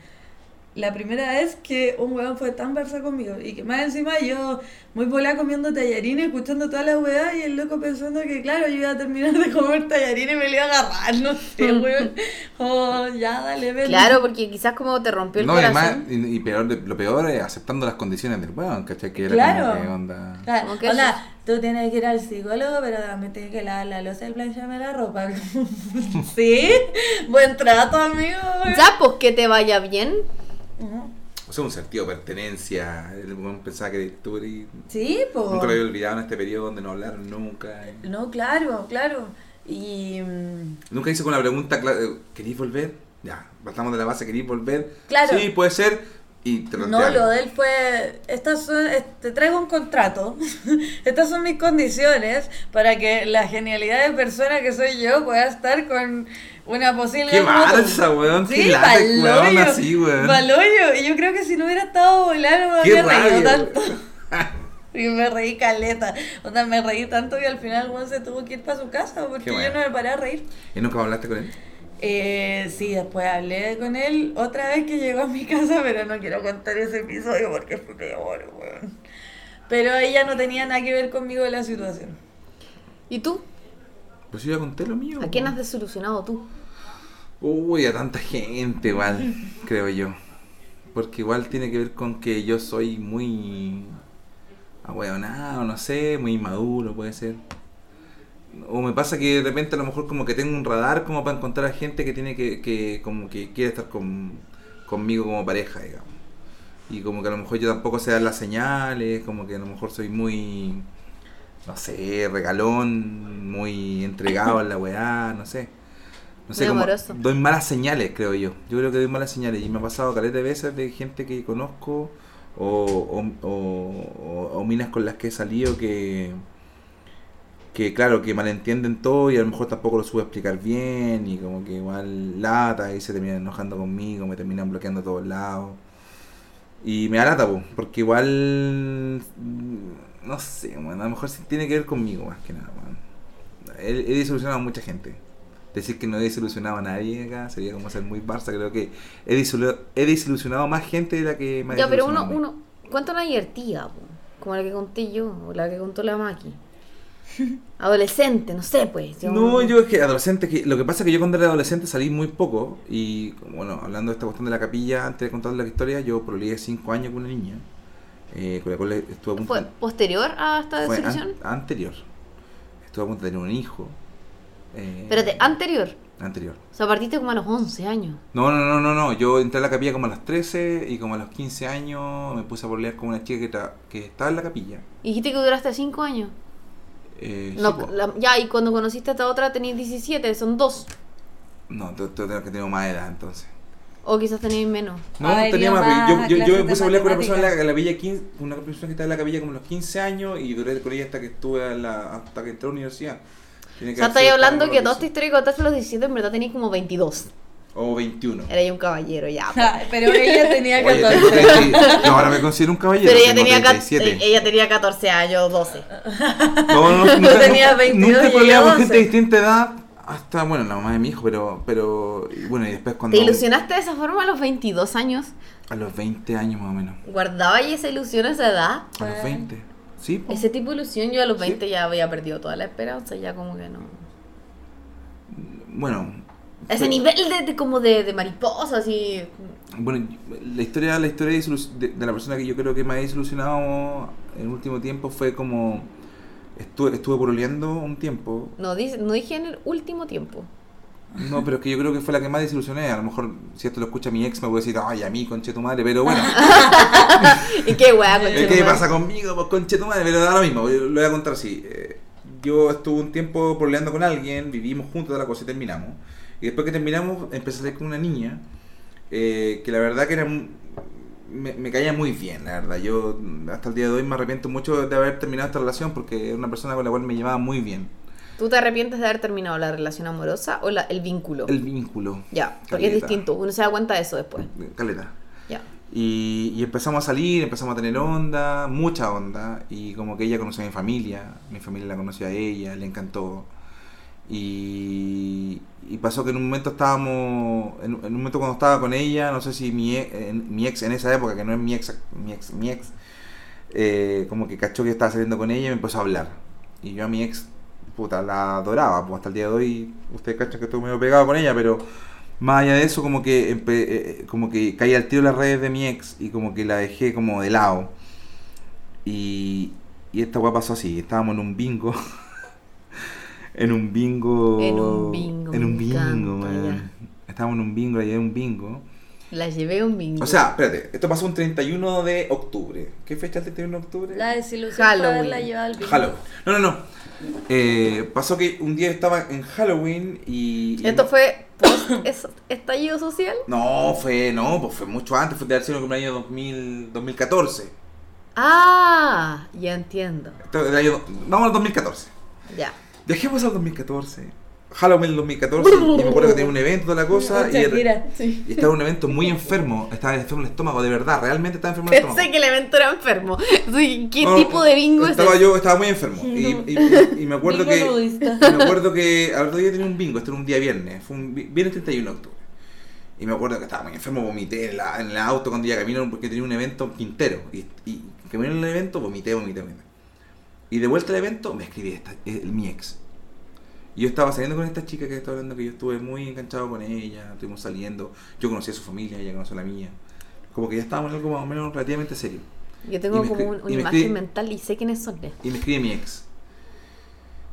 La primera vez que un weón fue tan versa conmigo y que más encima yo muy volada comiendo tallarines, escuchando toda la weá y el loco pensando que claro, yo iba a terminar de comer tallarines y me lo iba a agarrar, no sé, weón. Oh, ya, dale, ven. Claro, porque quizás como te rompió el No, y, corazón. más, y, y peor, de- lo peor es aceptando las condiciones del weón, ¿cachai? Que era Claro. como que onda. Claro, Como que o sea, eso. tú tienes que ir al psicólogo, pero también tienes que lavar la losa y plancharme la ropa. ¿Sí? Buen trato, amigo. güey. Ya, pues que te vaya bien. Ujú. o sea, un sentido de pertenencia. El weón pensaba que tú eres- Sí, pues. Nunca lo había olvidado en este periodo donde no hablaron nunca. eh. No, claro, claro. Y mm, Nunca hizo con la pregunta, cla- eh, ¿queréis volver? Ya, partamos de la base, ¿queréis volver? Claro. Sí, puede ser. Y te no, plantearon. lo de él fue, estas son, es- te traigo un contrato, estas son mis condiciones para que la genialidad de persona que soy yo pueda estar con una posible... Qué foto". mala esa, weón, qué Sí, lata, paloyo, weón, así, weón. paloyo. Y yo creo que si no hubiera estado volando no me Qué habría reído rabia, tanto. weón. Y me reí caleta. O sea, me reí tanto que al final Juan se tuvo que ir para su casa porque Qué yo bueno. no me paré a reír. ¿Y nunca hablaste con él? Eh, sí, después hablé con él otra vez que llegó a mi casa, pero no quiero contar ese episodio porque fue peor, weón. Pero ella no tenía nada que ver conmigo en la situación. ¿Y tú? Pues yo ya conté lo mío. ¿A quién has weón. desilusionado tú? Uy, a tanta gente igual, creo yo. Porque igual tiene que ver con que yo soy muy ahueonado, no sé, muy inmaduro puede ser. O me pasa que de repente a lo mejor como que tengo un radar como para encontrar a gente que tiene que, que como que quiere estar con- conmigo como pareja, digamos. Y como que a lo mejor yo tampoco sé dar las señales, como que a lo mejor soy muy, no sé, regalón, muy entregado en la weá, no sé. No sé, Muy como amoroso. doy malas señales, creo yo. Yo creo que doy malas señales y me ha pasado caleta de veces de gente que conozco o, o- o- o- o minas con las que he salido que que claro, que malentienden todo y a lo mejor tampoco lo supe explicar bien y como que igual lata y se terminan enojando conmigo, me terminan bloqueando a todos lados. Y me da lata, po, porque igual, mm, no sé, man, a lo mejor sí tiene que ver conmigo más que nada. Man. He, he desilusionado a mucha gente. Decir que no he desilusionado a nadie acá sería como ser muy Barça, creo que he, disulu- he desilusionado a más gente de la que me ha Ya, pero uno, desilusionado a mí. uno, cuenta una divertida, po, como la que conté yo, o la que contó la Maki. Adolescente, no sé, pues. No, yo es que adolescente, que lo que pasa es que yo cuando era adolescente salí muy poco y bueno, hablando de esta cuestión de la capilla, antes de contarles la historia, yo proligué 5 años con una niña, eh, con la cual estuve a punto ¿Fue de- posterior a esta fue an- desilusión? anterior. Estuve a punto de tener un hijo. eh, Espérate, anterior. anterior. O sea, partiste como a los 11 años. No, no, no, no, no. Yo entré a la capilla como a las 13 y como a los 15 años me puse a pololear con una chica que, tra- que estaba en la capilla. Y dijiste que duraste 5 años. Eh, sí, No, po. la- ya, y cuando conociste a esta otra tenías 17, son dos. No, tú- tú tengo que tener más edad entonces. O quizás tenías menos. No, Haber tenía ido más. más Yo, yo, yo me clases de puse a hablar con una matemáticas. persona en la, en la villa 15, una persona que estaba en la capilla como a los 15 años y duré con ella hasta que estuve a la, hasta que entré a la universidad. Tiene O sea, haber sido estáis hablando para que lo toda esta historia que contaste a los 17, en verdad tenías como 22. hice. O 21. Era ya un caballero, ya. po. Ah, Pero ella tenía Oye, tengo 14. 30 yo ahora me considero un caballero. Pero ella tengo tenía, ca- 37. eh, ella tenía 14 años, 12. No, no, no, nunca, tenía nunca- 22 nunca y yo peleaba con 11. gente de distinta edad. Hasta, bueno, la mamá de mi hijo, pero, pero y bueno, y después cuando. ¿Te ilusionaste de esa forma a los 22 años? A los 20 años más o menos. ¿Guardaba ahí esa ilusión a esa edad? A los 20. Sí, po. Ese tipo de ilusión yo a los Sí. 20 ya había perdido toda la esperanza, ya como que no. Bueno, Ese nivel de, de- como de, de mariposa, así. Bueno, la historia, la historia de, disolu- de- de la persona que yo creo que me ha desilusionado en el último tiempo fue como estuve, estuve pololeando un tiempo. No, dice, no dije en el último tiempo. No, pero es que yo creo que fue la que más desilusioné. A lo mejor si esto lo escucha mi ex me puede decir, ay, a mí, conche tu madre, pero bueno. ¿Y qué weá, conchetumare. ¿Qué pasa conmigo, pues, conche tu madre? Pero da lo mismo, yo lo voy a contar así. Eh, Yo estuve un tiempo pololeando con alguien, vivimos juntos, toda la cosa y terminamos. Y después que terminamos, empecé a salir con una niña eh, que la verdad que era. mu- Me, me caía muy bien, la verdad. Yo mm, hasta el día de hoy me arrepiento mucho de haber terminado esta relación porque era una persona con la cual me llevaba muy bien. ¿Tú te arrepientes de haber terminado la relación amorosa o la- el vínculo? El vínculo. Ya, porque es Caleta. distinto. Uno se da cuenta de eso después. Caleta. Ya. Y, y empezamos a salir, empezamos a tener onda, mucha onda. Y como que ella conoció a mi familia, mi familia la conoció a ella, le encantó. Y, y pasó que en un momento estábamos, en, en un momento cuando estaba con ella, no sé si mi, e- en- mi ex en esa época, que no es mi ex, mi ex, mi ex, eh, como que cachó que estaba saliendo con ella y me empezó a hablar. Y yo a mi ex, puta, la adoraba, pues hasta el día de hoy, ustedes cachan que estoy medio pegado con ella, pero más allá de eso, como que empe- eh, eh, como que caí al tiro de las redes de mi ex y como que la dejé como de lado. Y, y esta weá pasó así, estábamos en un bingo. en un bingo. En un bingo, En me un bingo, encanta, man. Estábamos en un bingo, la llevé a un bingo. La llevé a un bingo. O sea, espérate, esto pasó un 31 de octubre. ¿Qué fecha es el 31 de octubre? La desilusión Halloween. fue haberla llevado al bingo. Halloween. No, no, no. Eh, pasó que un día estaba en Halloween y. y- Esto fue post es- estallido social. No, fue, no, pues fue mucho antes, fue de haber sido como el año 2000, 2014. Ah, ya entiendo. Esto del año- Vamos al 2014. Ya. Dejemos al 2014. Halloween del 2014. y me acuerdo que tenía un evento, toda la cosa. Y, Shakira. Sí. y estaba en un evento muy enfermo. Estaba enfermo el estómago, de verdad, realmente estaba enfermo el estómago. Pensé que el evento era enfermo. Sí, ¿Qué No, tipo de bingo es estaba ese? yo estaba muy enfermo y, y- y me acuerdo Bingo que nudista. y me acuerdo que al otro día tenía un bingo este era un día viernes fue un vi- viernes 31 de octubre y me acuerdo que estaba muy enfermo vomité en la en el auto cuando ya caminaron porque tenía un evento en Quintero y, y caminé en el evento vomité vomité vomité y de vuelta al evento me escribí esta, eh, mi ex y yo estaba saliendo con esta chica que estaba hablando que yo estuve muy enganchado con ella estuvimos saliendo yo conocí a su familia ella conoció a la mía como que ya estábamos en algo más o menos relativamente serio Yo tengo y me como escri- un- una y me imagen escri- mental y sé quiénes son. y me escribe mi ex.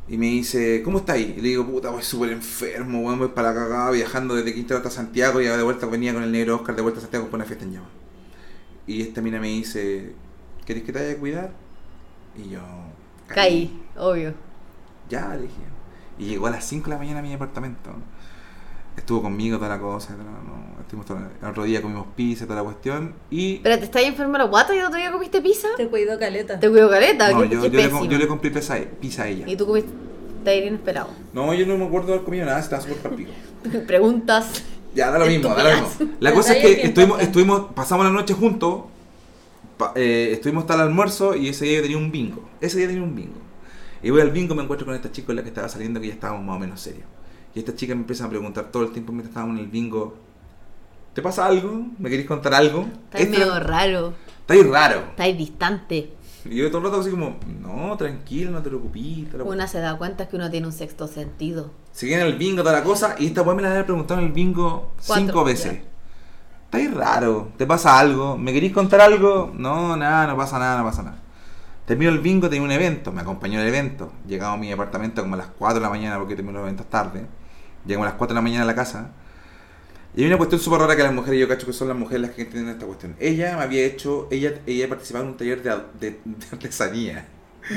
Y me dice, ¿cómo está ahí? Y le digo, puta, voy súper enfermo, weón, voy para la cagada, viajando desde Quintero hasta Santiago, y ahora de vuelta venía con el negro Oscar, de vuelta a Santiago con una fiesta en llama. Y esta mina me dice, ¿querés que te vaya a cuidar? Y yo, Caí, obvio. Ya, le dije. Y llegó a las 5 de la mañana a mi departamento. Estuvo conmigo toda la cosa, toda la- no, estuvimos toda la- el otro día comimos pizza, toda la cuestión, y... Pero te estás enfermo la guata y el otro día comiste pizza. Te cuidó caleta. Te cuido careta, No, qué, yo, qué yo le, com- pésimo. yo le compré pizza, a- pizza a ella. Y tú comiste taller inesperado. No, yo no me acuerdo de haber comido nada, estaba súper palpico. Preguntas. Ya, da lo mismo, da lo mismo. La El cosa es detalle que que estuvimos, importa. estuvimos, pasamos la noche juntos, pa- eh, estuvimos hasta el almuerzo y ese día yo tenía un bingo. Ese día tenía un bingo. Y voy al bingo me encuentro con esta chica con la que estaba saliendo que ya estábamos más o menos serios. Y esta chica me empieza a preguntar todo el tiempo mientras estábamos en el bingo, ¿te pasa algo? ¿Me querés contar algo? Estás Esta- medio raro. Está ahí raro. Estás distante. Y yo todo el rato así como, no, tranquilo, no te preocupes. toda la Una se da cuenta que uno tiene un sexto sentido. Seguí en el bingo, toda la cosa, y esta weá me la había preguntado en el bingo Cuatro, cinco veces. Está ahí raro, ¿te pasa algo? ¿Me querís contar algo? No, nada, no pasa nada, no pasa nada. Terminó el bingo, tenía un evento, me acompañó el evento. Llegamos a mi apartamento como a las 4 de la mañana, porque terminó los eventos tarde. Llegamos a las 4 de la mañana a la casa. Y hay una cuestión súper rara que las mujeres, yo cacho que son las mujeres las que entienden esta cuestión. Ella me había hecho, ella, ella participaba en un taller de, de- de artesanía.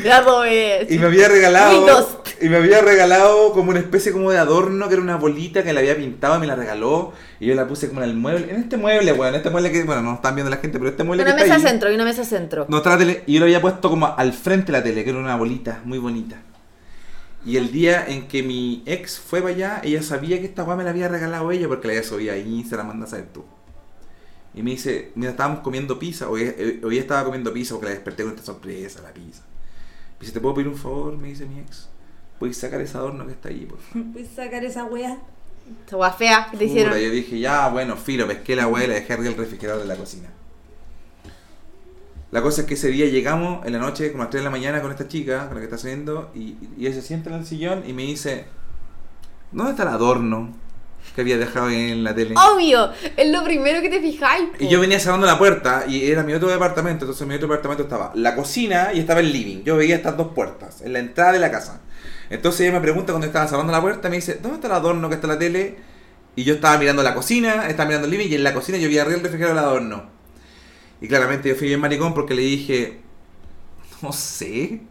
Grado es. Y me había regalado. Windows. Y me había regalado como una especie como de adorno que era una bolita que la había pintado y me la regaló. Y yo la puse como en el mueble. En este mueble, bueno, en este mueble que, bueno, no están viendo la gente, pero este mueble Una que está mesa ahí. centro, y una mesa centro. No, está la tele. Y yo lo había puesto como al frente de la tele, que era una bolita muy bonita. Y el día en que mi ex fue para allá, ella sabía que esta weá me la había regalado ella porque la había subido ahí y se la manda a saber tú. Y me dice, mira, estábamos comiendo pizza, hoy, eh, hoy estaba comiendo pizza porque la desperté con esta sorpresa, la pizza. Me dice, ¿te puedo pedir un favor? Me dice mi ex. ¿Puedes sacar ese adorno que está ahí, por favor? Puedes sacar esa wea. Esa hueá fea que te hicieron. Puta, Yo dije, ya, bueno, filo, pesqué la weá y la dejé arriba del refrigerador de la cocina. La cosa es que ese día llegamos en la noche, como a las 3 de la mañana, con esta chica, con la que está saliendo, y, y ella se sienta en el sillón y me dice, ¿dónde está el adorno que había dejado en la tele? Obvio, es lo primero que te fijáis. po. Y yo venía cerrando la puerta y era mi otro departamento, entonces en mi otro departamento estaba la cocina y estaba el living. Yo veía estas dos puertas, en la entrada de la casa. Entonces ella me pregunta cuando estaba cerrando la puerta, me dice, ¿dónde está el adorno que está en la tele? Y yo estaba mirando la cocina, estaba mirando el living y en la cocina yo vi arriba el refrigerador el adorno. Y claramente yo fui bien maricón porque le dije, no sé,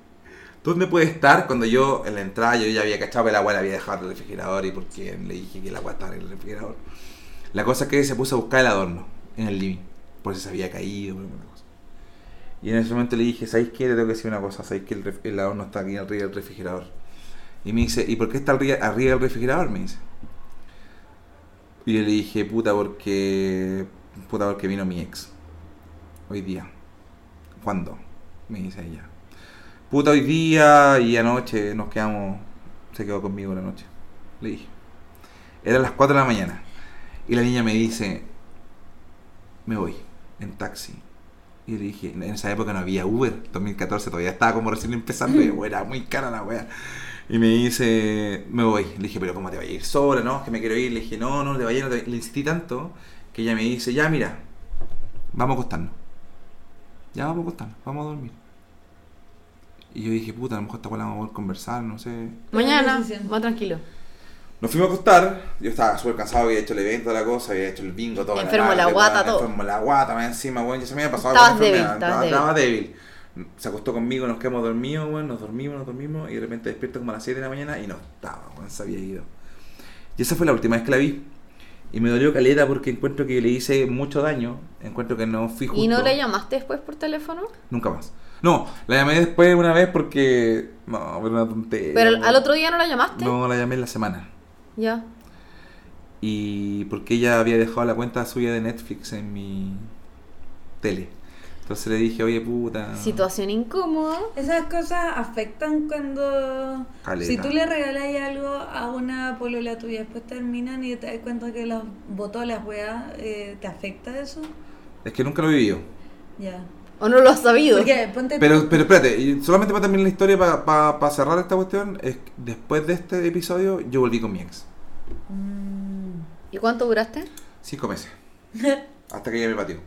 ¿dónde puede estar? Cuando yo en la entrada yo ya había cachado que la agua la había dejado en el refrigerador y porque le dije que la agua estaba en el refrigerador. La cosa es que se puso a buscar el adorno en el living, por si se había caído, por alguna cosa. Y en ese momento le dije, ¿sabéis qué? Te tengo que decir una cosa, ¿sabéis que el, ref- el adorno está aquí arriba del refrigerador? Y me dice, ¿y por qué está arri- arriba, del refrigerador? Me dice. Y yo le dije, puta, porque. Puta, porque vino mi ex. Hoy día. ¿Cuándo? Me dice ella. Puta, hoy día y anoche nos quedamos. Se quedó conmigo la noche. Le dije. Eran las 4 de la mañana. Y la niña me dice, me voy en taxi. Y le dije, en esa época no había Uber, 2014 todavía estaba como recién empezando, y era muy cara la wea. Y me dice, me voy. Le dije, pero ¿cómo te vas a ir sola? No, es que me quiero ir. Le dije, no, no, no te vayas, no te vayas". Le insistí tanto que ella me dice, ya, mira, vamos a acostarnos. Ya vamos a acostarnos, vamos a dormir. Y yo dije, puta, a lo mejor esta wea la vamos a poder conversar, no sé. Mañana, Buena decisión. más tranquilo. Nos fuimos a acostar, yo estaba súper cansado, había hecho el evento, toda la cosa, había hecho el bingo, todo. Enfermo la guata, weón, todo. Enfermo la guata, más encima, weón, ya se me había pasado Estabas con la enfermedad, débil, estabas estaba, estaba débil. Se acostó conmigo, nos quedamos dormidos, weón, nos dormimos, nos dormimos, y de repente despierto como a las 7 de la mañana y no estaba, weón, se había ido. Y esa fue la última vez que la vi. Y me dolió caleta porque encuentro que le hice mucho daño, encuentro que no fui justo. ¿Y no le llamaste después por teléfono? Nunca más. No, la llamé después una vez porque... No, pero una tontería. Pero al- weón. al otro día no la llamaste. Eh, No, la llamé en la semana. Ya. y porque ella había dejado la cuenta suya de Netflix en mi tele. Entonces le dije, oye puta. Situación incómoda. Esas cosas afectan cuando... Caleta. Si tú le regalas algo a una polola tuya, después terminan y te das cuenta que las botó las weas, eh, ¿te afecta eso? Es que nunca lo vivió. Ya. ¿O no lo has sabido? Porque ponte tú- Pero, pero espérate, y solamente para terminar la historia, para, para, para cerrar esta cuestión, es que después de este episodio yo volví con mi ex. Mm. ¿Y cuánto duraste? Cinco meses. Hasta que ella me pateó.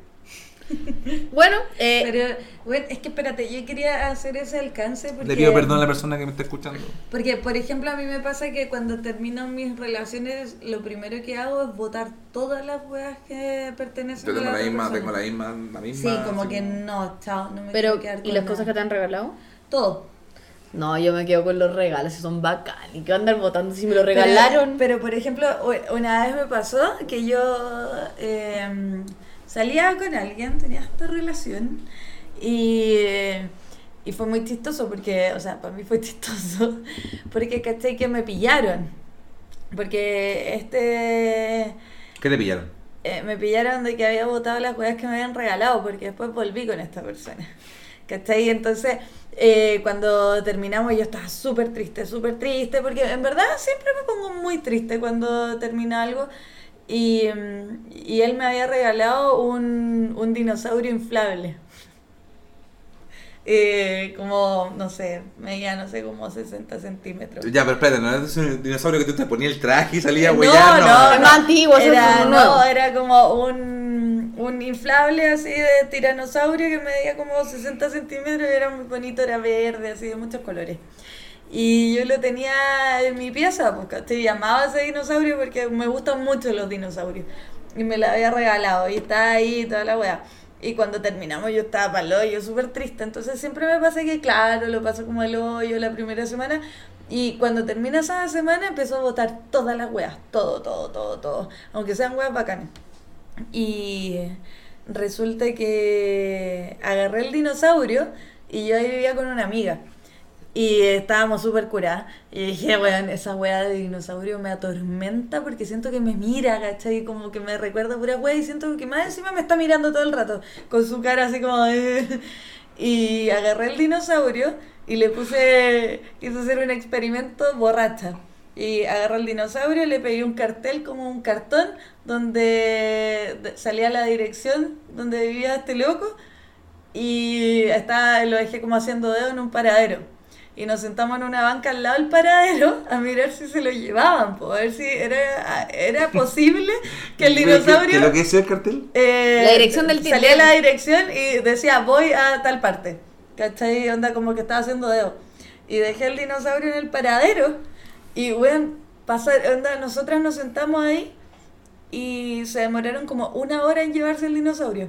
Bueno, eh, Pero, bueno, es que espérate, yo quería hacer ese alcance porque... Le pido perdón a la persona que me está escuchando. Porque, por ejemplo, a mí me pasa que cuando termino mis relaciones, lo primero que hago es votar todas las weas que pertenecen Yo a tengo la otra misma, persona. tengo la misma, la Sí, misma. como así que no, chao, no me pero quiero quedar ¿y con las cosas nada. que te han regalado? Todo. No, yo me quedo con los regalos, son bacán. ¿Y qué andar votando si me lo Pero- regalaron? Pero, por ejemplo, u- una vez me pasó que yo eh, salía con alguien, tenía esta relación y, eh, y fue muy chistoso porque, o sea, para mí fue chistoso porque caché que me pillaron. Porque este... ¿Qué te pillaron? eh, me pillaron de que había votado las cosas que me habían regalado, porque después volví con esta persona. ¿Cachai? Entonces, eh, cuando terminamos, yo estaba súper triste, súper triste, porque en verdad siempre me pongo muy triste cuando termina algo. Y, mm, y él me había regalado un, un dinosaurio inflable. Eh, como, no sé, medía, no sé, como 60 centímetros. Ya, pero espérate, no es un dinosaurio que tú te ponías el traje y salías No, huellando. no, Es más antiguo, eso es era, uno nuevo. no, era como un, un inflable así de tiranosaurio que medía como 60 centímetros y era muy bonito, era verde, así de muchos colores. Y yo lo tenía en mi pieza, pues, porque te llamaba ese dinosaurio porque me gustan mucho los dinosaurios. Y me la había regalado y estaba ahí y toda la weá. Y cuando terminamos yo estaba palo, yo súper triste. Entonces siempre me pasa que, claro, lo paso como el hoyo la primera semana. Y cuando termina esa semana empezó a votar todas las weas, todo, todo, todo, todo. Aunque sean weas bacanas. Y resulta que agarré el dinosaurio y yo ahí vivía con una amiga. Y estábamos súper curadas. Y dije, weón, esa weá de dinosaurio me atormenta porque siento que me mira, ¿cachai? Como que me recuerda pura weá y siento que más encima me está mirando todo el rato. Con su cara así como... "Eh". Y agarré el dinosaurio y le puse... Quise hacer un experimento borracha. Y agarré el dinosaurio, le pegué un cartel como un cartón donde de- salía la dirección donde vivía este loco y estaba, lo dejé como haciendo dedo en un paradero. Y nos sentamos en una banca al lado del paradero a mirar si se lo llevaban, po, a ver si era, era posible que el ¿Qué- qué- ¿Qué dinosaurio... es lo que decía el cartel? Eh, La dirección del Salía tilín. la dirección y decía, voy a tal parte. ¿Cachai? Onda como que estaba haciendo dedo. Y dejé el dinosaurio en el paradero. Y, weón, pasar, onda, nosotras nos sentamos ahí y se demoraron como una hora en llevarse el dinosaurio.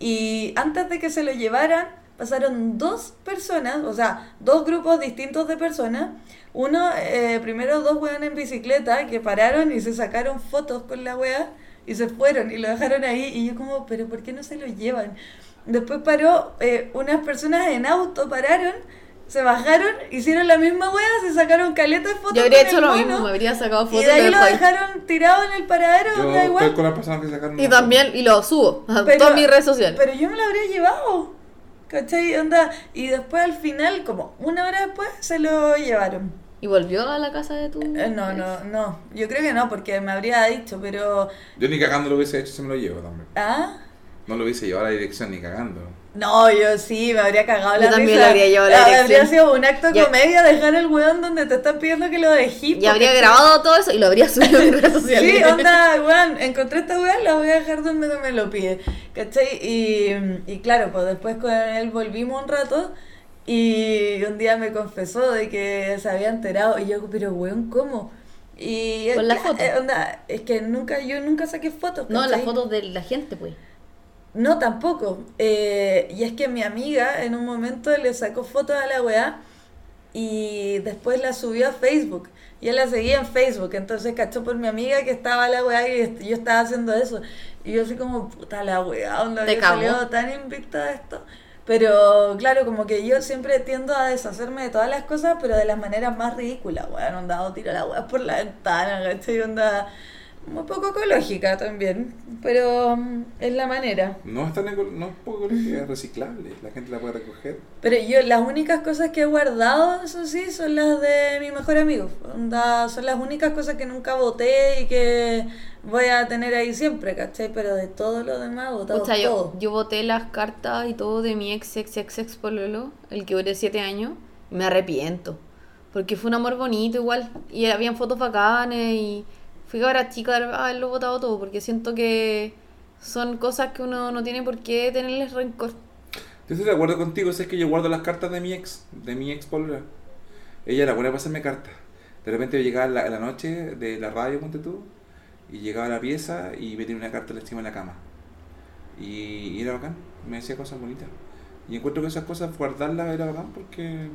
Y antes de que se lo llevaran, pasaron dos personas, o sea, dos grupos distintos de personas. Uno, eh, primero dos weón en bicicleta que pararon y se sacaron fotos con la wea y se fueron y lo dejaron ahí. Y yo como, pero ¿por qué no se lo llevan? Después paró, eh, unas personas en auto pararon, se bajaron, hicieron la misma wea, se sacaron caleta de fotos. yo habría con hecho el lo mono. mismo, me habría sacado Y fotos de ahí del lo juego. dejaron tirado en el paradero, Yo da igual. estoy con las personas que sacaron. Y la foto. también, y lo subo a Pero- todas mis redes sociales. Pero yo me lo habría llevado. ¿Cachai? Onda. Y después al final, como una hora después, se lo llevaron. ¿Y volvió a la casa de tu.? Eh, no, no, no. Yo creo que no, porque me habría dicho, pero. Yo ni cagando lo hubiese hecho, se me lo llevo también. ¿Ah? No lo hubiese llevado a la dirección ni cagando. No, yo sí, me habría cagado Yo la también risa. le habría llevado la Ah, dirección. Habría sido un acto de Ya. comedia dejar el weón donde te están pidiendo que lo dejes. Y habría grabado todo eso y lo habría subido a mis redes sociales. Sí, onda, weón, encontré esta weá, la voy a dejar donde me lo pide. ¿Cachai? Y, y claro, pues después con él volvimos un rato y un día me confesó de que se había enterado. Y yo, pero weón, ¿cómo? Y Con la eh, foto. eh, onda, es que nunca, yo nunca saqué fotos. No, las ¿cachai? fotos de la gente, pues. No, tampoco. Eh, y es que mi amiga en un momento le sacó fotos a la weá y después la subió a Facebook. Yo la seguía en Facebook, entonces cachó por mi amiga que estaba la weá y est- yo estaba haciendo eso. Y yo así como, puta la weá, onda, Te yo cagó. salió tan invicta de esto. Pero claro, como que yo siempre tiendo a deshacerme de todas las cosas, pero de las maneras más ridículas, weón, onda, o tiro la weá por la ventana, ¿cachai? Onda, muy poco ecológica también, pero mm, es la manera. No es, tan eco- no es poco ecológica, es reciclable. La gente la puede recoger. Pero yo, las únicas cosas que he guardado, eso sí, son las de mi mejor amigo. Onda, son las únicas cosas que nunca voté y que voy a tener ahí siempre, ¿cachai? Pero de todo lo demás, he votado Pucha, yo, todo. yo boté las cartas y todo de mi ex, ex, ex, ex pololo, el que duré siete años, y me arrepiento. Porque fue un amor bonito igual, y habían fotos bacanes, y fui ahora chica de haberlo botado todo, porque siento que son cosas que uno no tiene por qué tenerles rencor. Yo estoy de acuerdo contigo, si es que yo guardo las cartas de mi ex, de mi ex polola. Ella era buena para hacerme cartas. De repente yo llegaba en la, en la noche de la radio, ponte tú, y llegaba a la pieza y me tenía una carta encima de la cama. Y, y era bacán, me decía cosas bonitas. Y encuentro que esas cosas, guardarlas era bacán porque,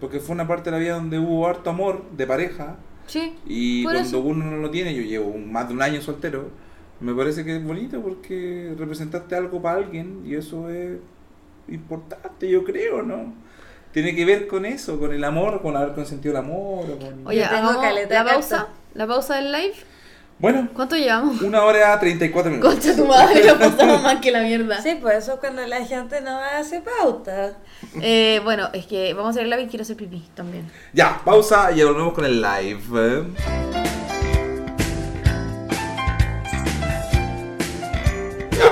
porque fue una parte de la vida donde hubo harto amor de pareja. Sí, Y Por cuando eso. uno no lo tiene, yo llevo un- más de un año soltero, me parece que es bonito porque representaste algo para alguien y eso es importante, yo creo, ¿no? Tiene que ver con eso, con el amor, con haber consentido el amor. o con- oye, Yo tengo hagamos caleta la de cartas. pausa, la pausa del live, Bueno, ¿cuánto llevamos? una hora 34 minutos. Concha tu madre, lo pasamos más que la mierda. Sí, pues eso es cuando la gente no hace pauta. Eh, bueno, es que vamos a hacer el live y quiero hacer pipí también. Ya, pausa y volvemos con el live. ¿eh? Ya.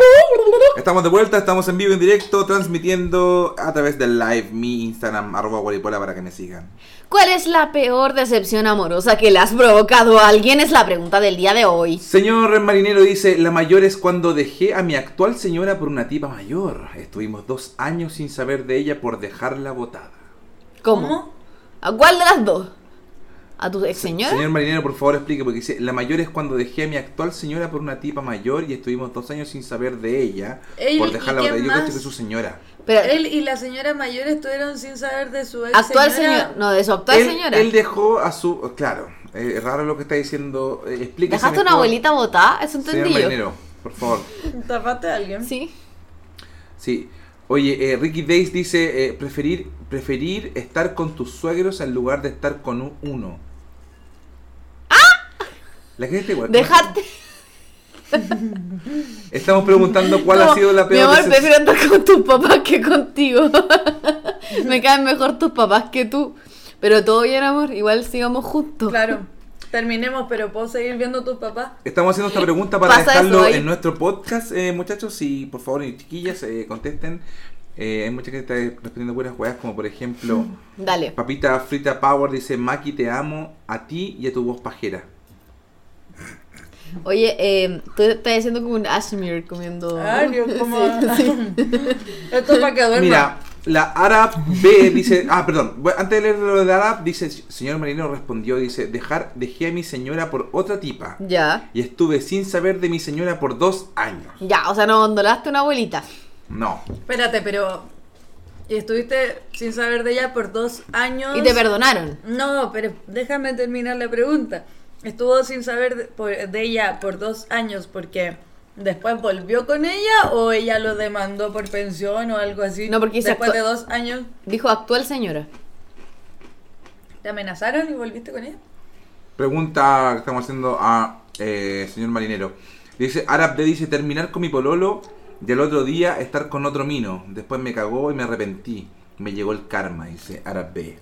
Estamos de vuelta, estamos en vivo, en directo, transmitiendo a través del live mi Instagram, arroba guaripola para que me sigan. ¿Cuál es la peor decepción amorosa que le has provocado a alguien? Es la pregunta del día de hoy. Señor Marinero dice, la mayor es cuando dejé a mi actual señora por una tipa mayor. Estuvimos dos años sin saber de ella por dejarla botada. ¿Cómo? ¿A cuál de las dos? ¿A tu ex señora? Señor Marinero, por favor explique, porque dice, la mayor es cuando dejé a mi actual señora por una tipa mayor y estuvimos dos años sin saber de ella Ey, por ¿y dejarla botada. quién Yo creo que más? es su señora. Pero, Él y la señora mayor estuvieron sin saber de su ex actual señora. señor, no, de su actual él, señora. él dejó a su... Claro, eh, es raro lo que está diciendo. eh, explíquese ¿Dejaste una mejor. abuelita botada? Eso Señor entendí yo. Marinero, por favor. Tapaste a alguien. Sí. Sí. Oye, eh, Ricky Days dice, eh, preferir, preferir estar con tus suegros en lugar de estar con un uno. ¡Ah! La gente igual. Dejaste. Estamos preguntando cuál como, ha sido la Mi peor amor, decep- prefiero andar con tus papás que contigo. Me caen mejor tus papás que tú. Pero todo bien, amor. Igual sigamos juntos. Claro. Terminemos, pero puedo seguir viendo a tus papás. Estamos haciendo esta pregunta para Pasa eso dejarlo ahí. en nuestro podcast, eh, muchachos. Y por favor, y chiquillas, eh, contesten. Eh, hay mucha gente que está respondiendo buenas jugadas, como por ejemplo, Mm. Dale. Papita Frita Power dice: Maki, te amo a ti y a tu voz pajera. Oye, eh, tú estás haciendo como un Ashmere comiendo. Ay, Dios, como... Sí, sí. Esto es para que duerma. Mira, la Arab B dice, ah, perdón, bueno, antes de leer lo de Arab, dice, señor Marino respondió, dice, dejar, dejé a mi señora por otra tipa Ya. y estuve sin saber de mi señora por dos años. Ya, o sea, no abandolaste una abuelita. No, Espérate, pero. Y estuviste sin saber de ella por dos años. Y te perdonaron. No, pero déjame terminar la pregunta. ¿Estuvo sin saber de, por- de ella por dos años porque después volvió con ella o ella lo demandó por pensión o algo así? No, porque hice después actua- de dos años Dijo actual señora. te amenazaron y volviste con ella. pregunta que estamos haciendo a eh, señor Marinero. Dice, Arab B dice, terminar con mi pololo y al otro día estar con otro mino. Después me cagó y me arrepentí. Me llegó el karma, dice Arab B.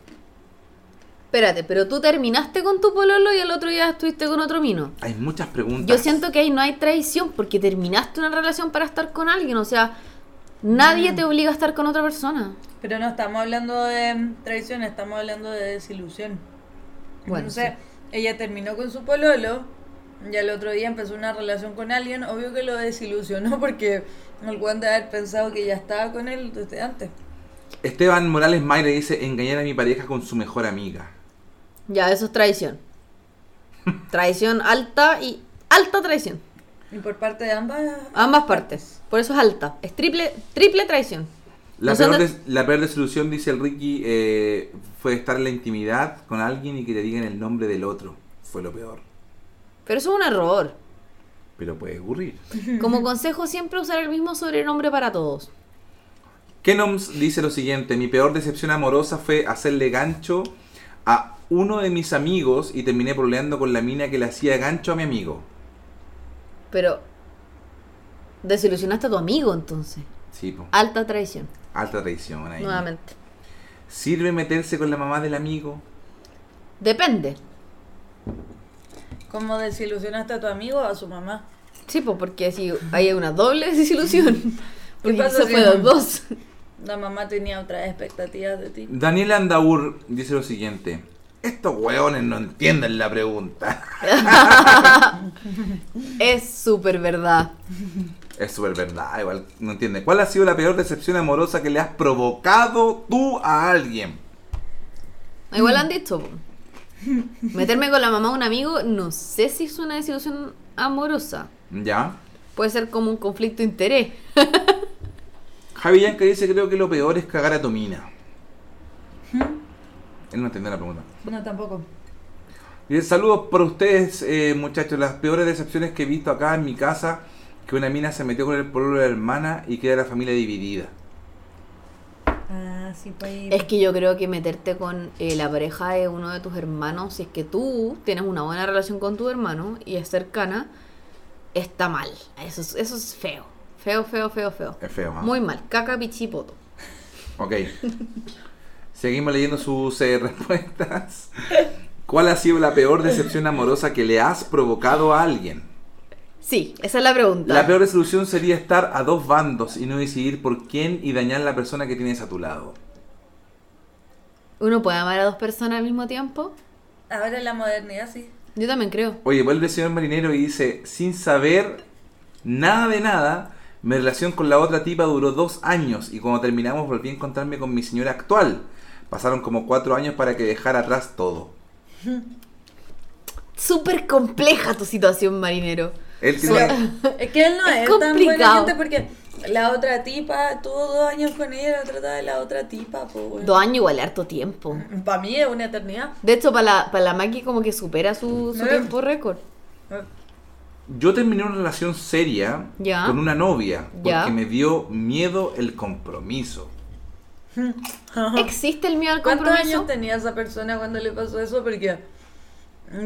Espérate, pero tú terminaste con tu pololo y el otro día estuviste con otro mino. Hay muchas preguntas. Yo siento que ahí no hay traición porque terminaste una relación para estar con alguien. O sea, nadie te obliga a estar con otra persona. Pero no estamos hablando de mm, traición, estamos hablando de desilusión. Bueno, Entonces, ella terminó con su pololo y al otro día empezó una relación con alguien. Obvio que lo desilusionó porque el weón debe haber pensado que ya estaba con él desde antes. Esteban Morales Mayra dice, engañar a mi pareja con su mejor amiga. Ya, eso es traición. Traición alta y alta traición. Y por parte de ambas. Ambas partes. Por eso es alta. Es triple, triple traición. La, O sea, peor no- des- la peor desilusión, dice el Ricky, eh, fue estar en la intimidad con alguien y que te digan el nombre del otro. Fue lo peor. Pero eso es un error. Pero puede ocurrir. Como consejo, siempre usar el mismo sobrenombre para todos. Kenoms dice lo siguiente, mi peor decepción amorosa fue hacerle gancho a uno de mis amigos y terminé proleando con la mina que le hacía gancho a mi amigo. Pero desilusionaste a tu amigo entonces. Sí, po. Alta traición. alta traición ahí. Ah. Nuevamente. ¿Sirve meterse con la mamá del amigo? Depende. Como desilusionaste a tu amigo o a su mamá. Sí, pues porque si hay una doble desilusión. Porque pasa eso si fue no? los dos. La mamá tenía otras expectativas de ti. Daniel Andaur dice lo siguiente, estos hueones no entienden la pregunta. Es súper verdad. Es súper verdad, igual no entiende. ¿Cuál ha sido la peor decepción amorosa que le has provocado tú a alguien? Igual han dicho. po. Meterme con la mamá de un amigo, no sé si es una desilusión amorosa. ¿Ya? Puede ser como un conflicto de interés. Javi Yanka dice, creo que lo peor es cagar a tu mina. Él no entendió la pregunta. No, tampoco. Dice, saludos para ustedes, eh, muchachos. Las peores decepciones que he visto acá en mi casa, que una mina se metió con el pueblo de la hermana y queda la familia dividida. Ah, sí, pues. ahí- Es que yo creo que meterte con eh, la pareja de uno de tus hermanos, si es que tú tienes una buena relación con tu hermano y es cercana, está mal. Eso es, eso es feo. Feo, feo, feo, feo. Es feo, ¿ah? Muy mal. Caca, pichipoto. Ok. Seguimos leyendo sus eh, respuestas. ¿Cuál ha sido la peor decepción amorosa que le has provocado a alguien? Sí, esa es la pregunta. La peor resolución sería estar a dos bandos y no decidir por quién y dañar la persona que tienes a tu lado. ¿Uno puede amar a dos personas al mismo tiempo? Ahora en la modernidad sí. Yo también creo. Oye, vuelve el señor marinero y dice, sin saber nada de nada, mi relación con la otra tipa duró dos años y cuando terminamos volví a encontrarme con mi señora actual. Pasaron como cuatro años para que dejara atrás todo. Súper compleja tu situación, marinero. Él tiene- Es que él no Es es, tan buena complicado. gente porque la otra tipa tuvo dos años con ella y la otra de la otra tipa, pues. Dos años igual es harto tiempo. Para mí es una eternidad. De hecho, para la, para la Maki como que supera su, su Eh. tiempo récord. Yo terminé una relación seria Ya. con una novia porque Ya. me dio miedo el compromiso. ¿Existe el miedo al ¿Cuántos compromiso? años tenía esa persona cuando le pasó eso? Porque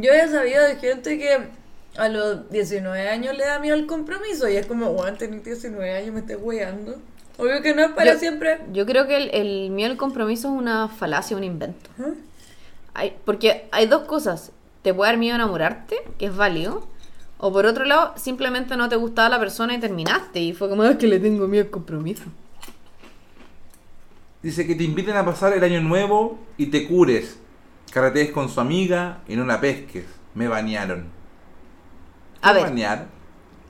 yo he sabido de gente que a los 19 años le da miedo al compromiso y es como, weón, tenés 19 años, me estás weando. Obvio que no es para Yo- siempre. Yo creo que el, el miedo al compromiso es una falacia, un invento. Ujú. Hay- porque hay dos cosas. Te puede dar miedo a enamorarte, que es válido. O por otro lado, simplemente no te gustaba la persona y terminaste. Y fue como, "Ah, es que le tengo miedo al compromiso. Dice que te inviten a pasar el año nuevo y te cures. Carretees con su amiga y no la pesques. Me bañaron. A ¿Qué ver. bañar?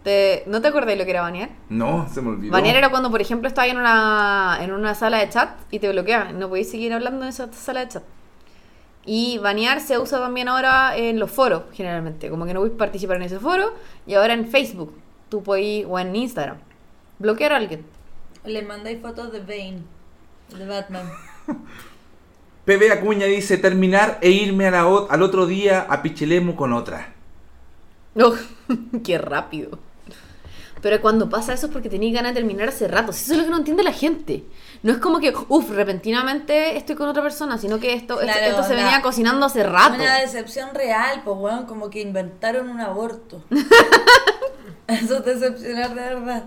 Te- ¿No te acordáis lo que era banear? No, se me olvidó. Banear era cuando, por ejemplo, estabas en una, en una sala de chat y te bloquean. No podéis seguir hablando en esa sala de chat. Y banear se usa también ahora en los foros, generalmente. Como que no podéis participar en ese foro. Y ahora en Facebook. Tú podéis, o en Instagram. Bloquear a alguien. Le mandáis fotos de Bane, de Batman. PB Acuña dice terminar e irme a la ot- al otro día a Pichilemu con otra. No, Oh, qué rápido. Pero cuando pasa eso es porque tenéis ganas de terminar hace rato. Si Eso es lo que no entiende la gente. No es como que, uff, repentinamente estoy con otra persona, sino que esto, esto- Claro, esto, se onda. venía cocinando hace rato. Una decepción real, pues weón, como que inventaron un aborto. Eso es decepcionar de verdad.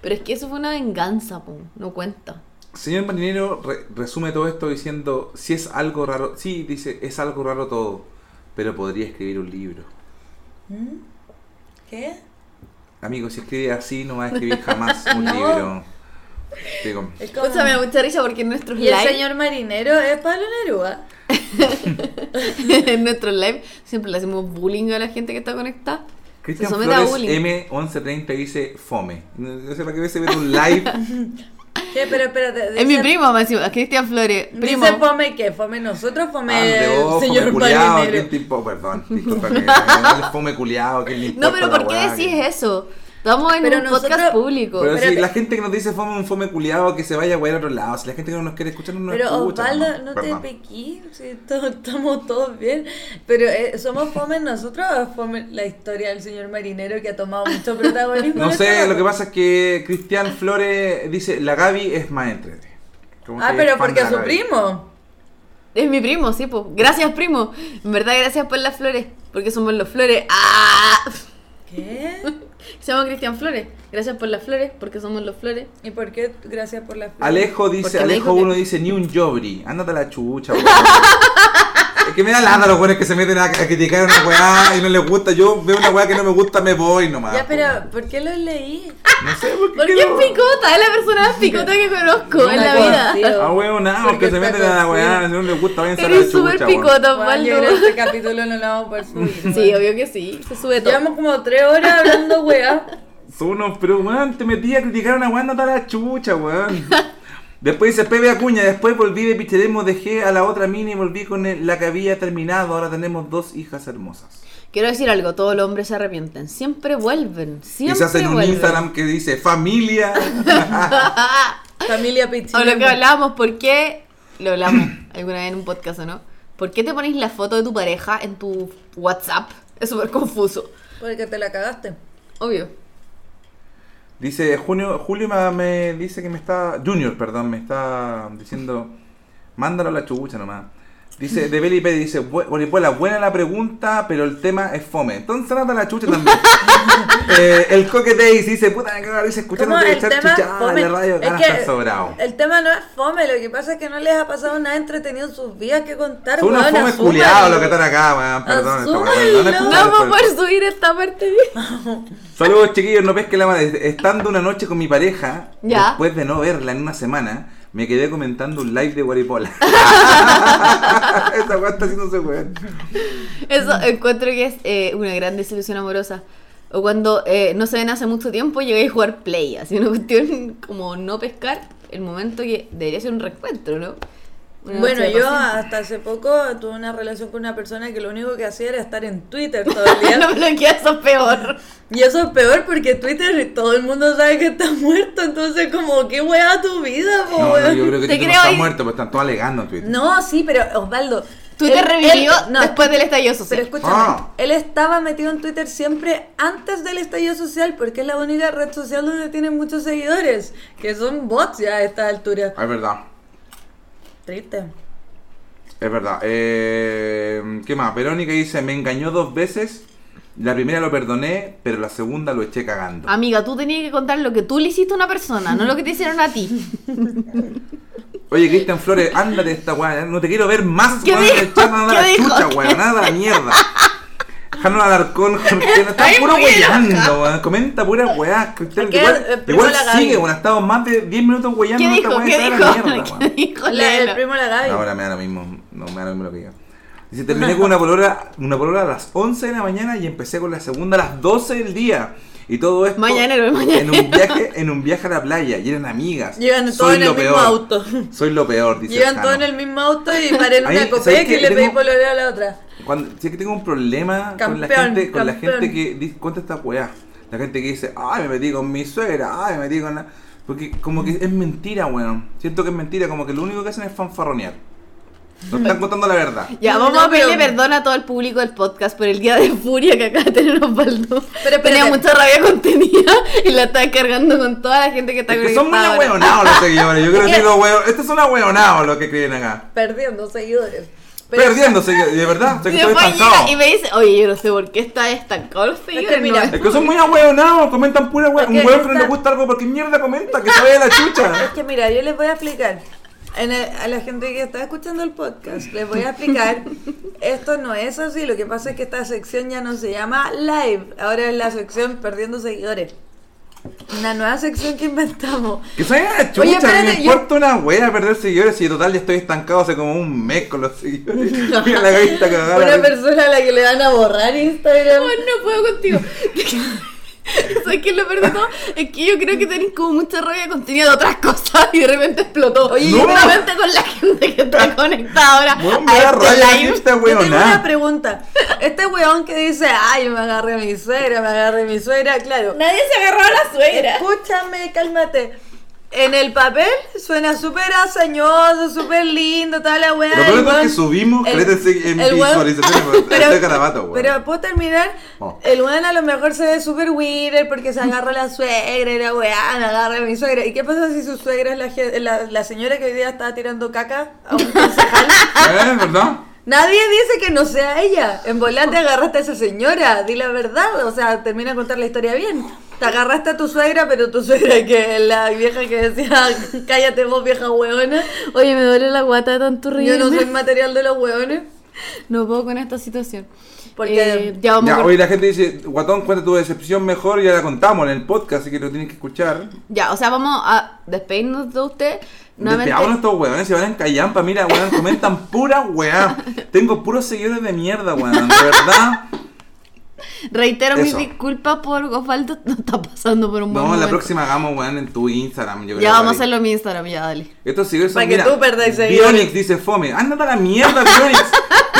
Pero es que eso fue una venganza, po, no cuenta. Señor Marinero re- resume todo esto diciendo, si es algo raro, sí, dice, es algo raro todo, pero podría escribir un libro. ¿Mm? ¿Qué? Amigo, si escribe así no va a escribir jamás un No. libro. Digo, Es como- Escúchame, me da mucha risa porque en nuestros Y el live, señor marinero es Pablo Neruda. en nuestros live siempre le hacemos bullying a la gente que está conectada. Cristian somete a Flores bullying. ah, M1130 dice fome. No, no sé para qué se ve un live ¿Qué? Pero espérate. Es mi primo, me decimos, Cristian Flores. Primo. Dice fome qué, fome nosotros, fome Ande vos, el señor fome culiao, Palinero. qué tipo, perdón, disculpa que no, fome culiao, que le importa No, pero la ¿por qué weá, decís que- eso? Estamos en Pero un nosotros- podcast público. Pero si Espérate. la gente que nos dice fome un fome culiao, que se vaya a wear a otro lado, si la gente que no nos quiere escuchar no nos Pero escucha. Osvaldo, mamá. no Perdón. te pequí, si to- estamos todos bien. Pero eh, ¿somos fome nosotros o es fome la historia del señor marinero que ha tomado mucho protagonismo? No en este sé, esta- lo que pasa es que Cristian Flores dice, la Gaby es más entrete. Como que Ah, es pero fan porque de la es su Gaby. primo. Es mi primo, sí, pues. Gracias, primo. En verdad, gracias por las flores. Porque somos los flores. ¡Ah! ¿Qué? Se llama Cristian Flores. Gracias por las flores, porque somos los flores. ¿Y por qué? Gracias por la fe. Alejo Porque dice, me Alejo dijo que- uno dice, ni un jobri, ándate a la chucha, weón. Es que me da lata los weones que se meten a, a criticar una weá y no les gusta. Yo veo una weá que no me gusta, me voy nomás. Ya, pero weón. ¿por qué lo leí? No sé por qué. Porque es no- picota, es la persona más picota que conozco No en la me vida. consigo. Ah, weón, nada, porque Porque se está meten a la weá, consigo. si no les gusta, váyanse a la Eres súper chucha, weón. picota, Bueno, yo creo que Ah, Osvaldo. este capítulo no lo vamos a poder subir. Sí, obvio que sí. Se sube todo. Llevamos como tres horas hablando, weá. Son unos, pero weón, te metí a criticar a una weá, andate a la chucha, weón. Después dice Pepe Acuña, después volví de Picheremo, dejé a la otra mina y volví con el- la que había terminado. Ahora tenemos dos hijas hermosas. Quiero decir algo, todos los hombres se arrepienten. Siempre vuelven. Siempre y se hacen un vuelven. Instagram que dice familia. Ah, Familia Pichín. O lo que hablábamos, ¿por qué? Lo hablamos alguna vez en un podcast, ¿o no? ¿Por qué te pones la foto de tu pareja en tu WhatsApp? Es súper confuso. Porque te la cagaste. Obvio. dice Junio, Julio me, me dice que me está. Junior, perdón, me está diciendo. Mándalo a la chucha nomás. Dice, de Beli Pérez dice, "Bu- Orihuela, buena pues la pregunta, pero el tema es fome. Entonces anda la chucha también. Eh, el Coque Days dice, puta, me cago, dice, escuchando Como que el echar tema chuchada fome- de radio, es ganas que- está sobrado. El tema no es fome, lo que pasa es que no les ha pasado nada entretenido en sus vidas que contar. Son unos weón, fomes asúmanlo. culiados los que están acá, weón, perdón. esta weá, Asúmanlo. van a No escuchar vamos a después. poder subir esta parte bien. Saludos chiquillos, no pesquen la madre. Estando una noche con mi pareja, Ya. después de no verla en una semana, me quedé comentando un live de Guaripola. Esa weá está haciéndose weón. Eso Mm. encuentro que es eh, una gran desilusión amorosa. O cuando eh, no se ven hace mucho tiempo, llegáis a jugar play. Así una cuestión como no pescar el momento que debería ser un reencuentro, ¿no? Una Bueno, noche de yo pasión. hasta hace poco tuve una relación con una persona que lo único que hacía era estar en Twitter todo el día. no bloqueas, eso es peor. Y eso es peor porque Twitter todo el mundo sabe que está muerto, entonces como qué weá tu vida, po, No, no, weón? yo creo que Te Tito no creo está ahí. muerto, pero están todos alegando en Twitter. No, sí, pero Osvaldo. Twitter él- revivió él- no, después del estallido social. Pero escúchame, Ah. él estaba metido en Twitter siempre antes del estallido social porque es la única red social donde tiene muchos seguidores, que son bots ya a esta altura. Ah, Es verdad, Triste. es verdad. Eh, ¿Qué más? Verónica dice, me engañó dos veces. La primera lo perdoné, pero la segunda lo eché cagando. Amiga, tú tenías que contar lo que tú le hiciste a una persona, no lo que te hicieron a ti. Oye, Cristian Flores, ándate de esta weá, no te quiero ver más, ¿Qué weón, dijo? echando nada a ¿Qué la dijo? chucha, weón, nada a la mierda. Jano Alarcón, Jorge, no está Ay, puro muy weyando, weón, comenta pura weá. que usted Aquí, eh, Igual, primo igual la Gaby. sigue, weón, ha estado más de 10 minutos weyando ¿Qué esta dijo? weá, ¿Qué está de dijo? la mierda, ¿Qué weón. dijo? La- el Léelo. primo la Gaby. Ahora me da lo mismo, no me da lo mismo lo que diga. Dice, terminé con una polora, una polora a las 11 de la mañana y empecé con la segunda a las 12 del día. Y todo esto Mañanero, en mañanero. un viaje, en un viaje a la playa, y eran amigas. Llegan todos Soy en el lo mismo peor. auto. Soy lo peor, dice Llegan Jano. todos en el mismo auto y paré en Ahí, una ¿sabes copeca qué? y le pedí Tengo- pololeo a la otra. Cuando, si es que tengo un problema con la Campeón, gente, con la campeón. gente que dice, cuenta esta weá. La gente que dice, ay, me metí con mi suegra, ay, me metí con la. Porque como que es mentira, weón. Siento que es mentira, como que lo único que hacen es fanfarronear. Nos están contando la verdad. Ya, vamos No, a pedirle pero- perdón a todo el público del podcast por el día de furia que acaba de tener Osvaldo. Pero, espérate. Tenía mucha rabia contenida y la está cargando con toda la gente que está Es que son muy conectada ahora. ahueonados los seguidores. Yo creo este Es que que- los hueonados. Estos son ahueonados los que creen acá. Perdiendo seguidores. Pero- Perdiéndose, de verdad. Estoy Y estoy después llega y estancado. me dice, oye, yo no sé por qué está estancado los que seguidores. mira, no, Es que son muy ahueonados. Comentan pura hueá. Es Un que hueón que no está- le gusta algo porque mierda comenta. Que se vaya la Es chucha. que mira, yo les voy a explicar. En el- a la gente que está escuchando el podcast, les voy a explicar. Esto no es así. Lo que pasa es que esta sección ya no se llama live. Ahora es la sección perdiendo seguidores. Una nueva sección que inventamos. Que se vaya la Oye, chucha. espérate, me yo- importa una hueá perder seguidores. Y total, ya estoy estancado hace como un mes con los seguidores. Mira la gavita cagada. este Una persona a la que le dan a borrar Instagram. no puedo contigo. ¿Sabes qué es lo peor de todo? Es que yo creo que tenéis como mucha rabia contenida de otras cosas y de repente explotó. Oye, No. seguramente con la gente que está conectada ahora. Weón, a me da este rabia live. esta Yo tengo una weona. pregunta. Este weón que dice, ay, me agarré a mi suegra, me agarré a mi suegra, claro. Nadie se agarró a la suegra. Escúchame, cálmate. En el papel suena súper hazañoso, súper lindo, toda la weá. Lo peor de el todo es que weón- subimos el- caleta en- en el weón- visualizaciones Pero- de Carabato, weón. Pero puedo terminar. Oh. El weón a lo mejor se ve súper weirder porque se agarra a la suegra y la weá, me agarra a mi suegra. ¿Y qué pasa si su suegra es la, je- la, la señora que hoy día estaba tirando caca a un concejal? ¿Eh? ¿Verdad? Nadie dice que no sea ella. En volante agarraste a esa señora, di la verdad. O sea, termina de contar la historia bien. Te agarraste a tu suegra, pero tu suegra, que es la vieja que decía, cállate vos, vieja hueona. Oye, me duele la guata de tanto Yo reírme. no soy material de los hueones. No puedo con esta situación. Porque- Eh, ya vamos Ya, a hoy la gente dice, Guatón, cuenta tu decepción mejor, ya la contamos en el podcast, así que lo tienes que escuchar. Ya, o sea, vamos a despedirnos de usted. Nuevamente. Despegámonos estos weones, se van en callampa, mira, weón, comentan pura weá. Tengo puros seguidores de mierda, weón, de verdad. Reitero mis Eso. disculpas por Osvaldo. No está pasando por un buen No, la momento. próxima hagamos, weón, en tu Instagram, yo creo. Ya vamos a Gaby. hacerlo en mi Instagram, ya dale. Estos seguidores son, Pa' que mira, tú perdáis seguidores. Bionix dice, fome, ándate a la mierda, Bionix.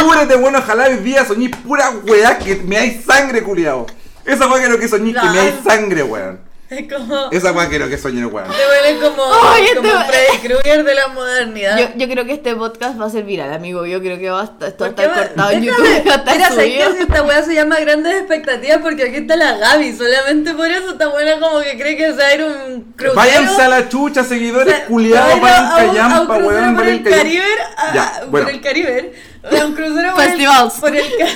Cúbrete, bueno, ojalá hoy día soñé pura weá que me hay sangre, culiao. Esa weá que lo que soñé, que me hay sangre, weón. Es como. Esa weá que lo que soñé, weón. Te huelen como, Ay, este- como Freddy Krueger de la modernidad. Yo, yo creo que este podcast va a ser viral, amigo. Yo creo que va a estar, esto va a ¿Por qué estar va- cortado en Déjame- YouTube. va a estar Mira, ¿sabes subido. qué? Si esta weá se llama Grandes Expectativas porque aquí está la Gaby. Solamente por eso esta weá como que cree que se va a ir un crucero. Váyanse a la chucha, seguidores sea, culiados, va a ir a- vayan a un- a un callampa, crucero weón, por vayan el callampa. Caribe, a- Ya, por bueno. el Caribe, a un crucero por el- Festivals. por el ca-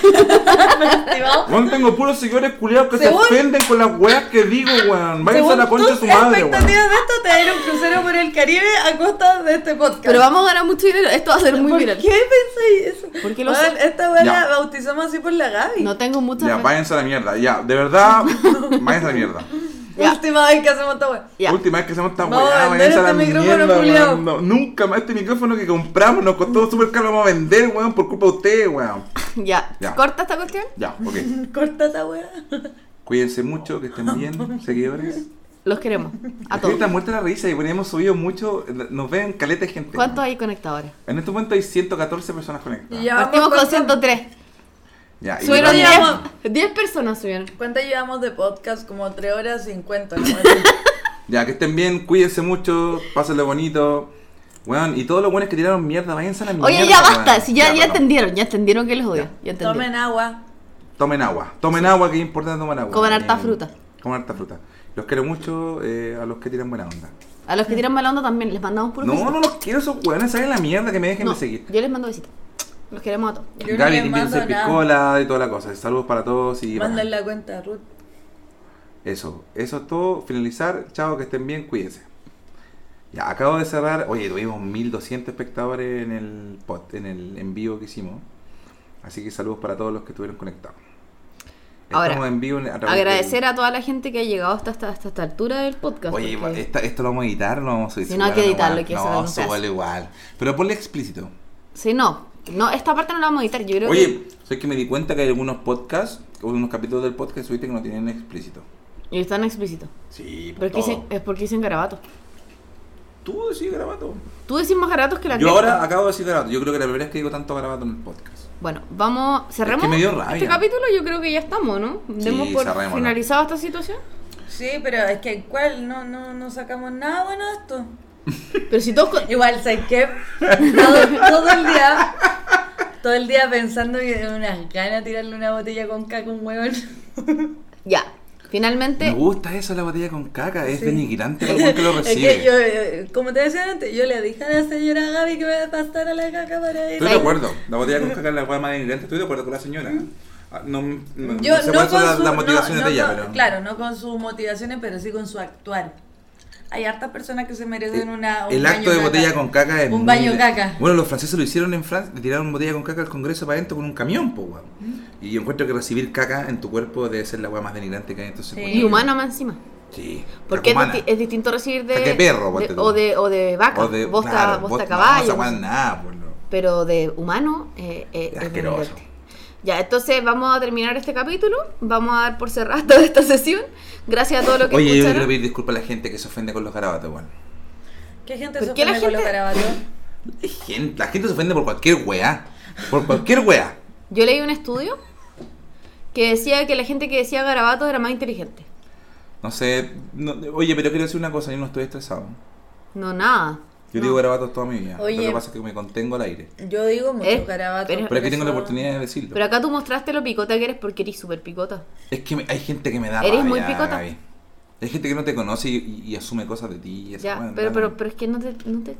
festival. Weón, tengo puros seguidores culiados que Según- se ofenden con las weas que digo, weón. Váyanse a Según la concha de tus su madre, weón. expectativas de esto te va a ir un crucero por el Caribe a costa de este podcast. Pero vamos a ganar mucho dinero. Esto va a ser muy ¿Por viral. qué pensáis eso? ¿Por qué lo Weón, sé? Esta weá Ya. la bautizamos así por la Gaby. No tengo mucha Ya, fe. váyanse a la mierda, ya, de verdad, váyanse a la mierda. Ya. Última vez que hacemos esta weá. Ya. Última vez que hacemos esta Vamos a weá, vender váyanse a la este micrófono, mierda, culiao. weón. No, nunca más este micrófono que compramos nos costó súper caro, lo vamos a vender, weón, por culpa de ustedes, weón. Ya. Ya. ¿Corta esta cuestión? Ya, ok. Corta esa weá. Cuídense mucho, que estén bien, seguidores. Los queremos. A Es que todos. Está muerta la risa y bueno, hemos subido mucho, nos ven caleta de gente. ¿Cuántos hay conectados ahora? En este momento hay 114 personas conectadas. Ya pues. vamos Partimos con cortando. 103. Ya, y Subieron vamos. llevamos- 10. 10 personas subieron. ¿Cuánto llevamos de podcast? Como 3 horas 50. ¿no? Ya, que estén bien, cuídense mucho, pásenlo bonito. Weón, y todos los buenos que tiraron mierda, váyanse a la mierda. Oye, ya basta. weón. Si ya, ya perdón. entendieron, ya entendieron que los odio. Ya entendieron. Tomen agua. Tomen agua, tomen agua, que es importante tomar agua. Coman harta Eh, fruta. Coman harta fruta. Los quiero mucho eh, a los que tiran buena onda. A los que tiran mala onda también les mandamos puro No, no los quiero esos weones, salen la mierda que me dejen No, de seguir. Yo les mando besitos. Los queremos a todos. Yo no Gaby, les te invito a mando hacer nada. piscola y toda la cosa. Saludos para todos y Mandan la cuenta, Ruth. Eso, eso es todo. Finalizar. Chao, que estén bien, cuídense. Ya, acabo de cerrar. Oye, tuvimos 1200 espectadores en el pod- en el en vivo que hicimos. Así que saludos para todos los que estuvieron conectados. Ahora, Estamos en vivo en- a través Agradecer del- a toda la gente que ha llegado hasta, hasta, hasta esta altura del podcast. Oye, eh. porque- esta- esto lo vamos a editar, lo vamos a subir. Si no hay que Súbalo igual. editarlo, hay que hacerlo en No, un pedazo. súbalo igual. Pero ponle explícito. Sí, no. No, esta parte no la vamos a editar. Yo creo Oye, sé que me di cuenta que hay algunos podcasts, algunos capítulos del podcast que subiste que no tienen explícito. que. Y están explícitos. Sí, pues Pero es, que todo. dicen- es porque dicen garabatos. Tú decís garabato. Tú decís más garabatos que la Yo cresta. ahora acabo de decir garabato. Yo creo que la primera vez que digo tanto garabato en el podcast. Bueno, vamos. Cerremos me dio rabia. este capítulo. Yo creo que ya estamos, ¿no? Demos por cerrémoslo. finalizado esta situación. Sí, pero es que ¿cuál? No, no, no sacamos nada bueno de esto. Pero si todos. con- Igual, sé que todo, todo el día, todo el día pensando que tengo unas ganas de tirarle una botella con caca a un huevón. Ya. Finalmente. Me gusta eso, la botella con caca. Es Sí. denigrante para el que lo Es recibe. que yo, eh, como te decía antes, yo le dije a la señora Gaby que me pasara la caca para ir. Estoy de acuerdo. La botella con caca es la hueá más denigrante. Estoy de acuerdo con la señora. Ah, No, no, Mm. Yo no sé cuáles no son las, con su- las no, motivaciones no de ella, con- pero. Claro, no con sus motivaciones, pero sí con su actuar. Hay hartas personas que se merecen una. un eh, el baño acto de caca. botella con caca es Un muy- baño caca. Bueno, los franceses lo hicieron en Francia, le tiraron botella con caca al Congreso para adentro con un camión, po, weón. Mm. Y yo encuentro que recibir caca en tu cuerpo debe ser la hueá más denigrante que hay. Entonces, Sí. encuentro Y que- humana más encima. Sí. Porque es, humana. disti- es distinto recibir de. Hasta que perro, ponte de- tú. o, de, o de vaca. O de- bosta, claro, bosta bosta- no, caballo. esa hueá nada, pues, no. Pero de humano eh, eh, Es es asqueroso. denigrante. Ya, entonces vamos a terminar este capítulo. Vamos a dar por cerrada toda esta sesión. Gracias a todo lo que Oye, yo le escucharon. quiero pedir disculpas a la gente que se ofende con los garabatos, weón. ¿Qué gente ¿Por se qué la ofende con los gente- garabatos? La gente, la gente se ofende por cualquier weá. Por cualquier weá. Yo leí un estudio que decía que la gente que decía garabatos era más inteligente. No sé. no- oye, pero quiero decir una cosa, yo no estoy estresado. No, nada. Yo No. digo garabatos toda mi vida. Lo Oye. que pasa es que me contengo al aire. Yo digo muchos Eh, garabatos. pero- Pero aquí tengo la son- oportunidad de decirlo. Pero acá tú mostraste lo picota que eres porque eres súper picota. Es que me- hay gente que me da Eres rabia, muy picota. Gaby. Hay gente que no te conoce y, y- y asume cosas de ti. y esa Ya, weá, pero, no, pero, no. pero es que no te, no te-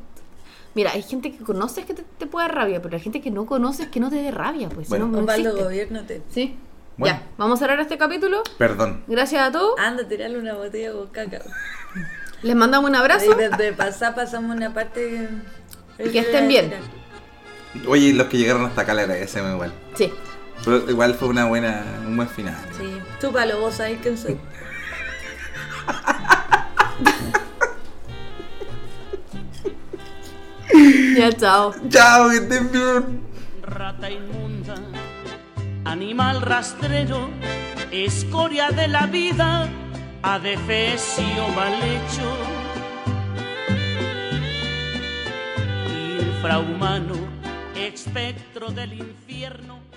Mira, hay gente que conoces que te, te puede dar rabia, pero hay gente que no conoces que no te dé rabia, pues. si Bueno. no, no Osvaldo, existe. gobiernate. Sí. Bueno. Ya, vamos a cerrar este capítulo. Perdón. Gracias a todos. Anda, tirarle una botella con caca. Les mandamos un Ahí abrazo. desde pasar pasamos una parte... Y que estén bien. Oye, los que llegaron hasta acá le agradecemos igual. Sí. Pero igual fue una buena, un buen final. Sí. Chúpalo, vos sabés quién soy. Ya, chao. Chao, que estén bien. Rata inmunda, animal rastrero, escoria de la vida, adefesio mal hecho, infrahumano, espectro del infierno.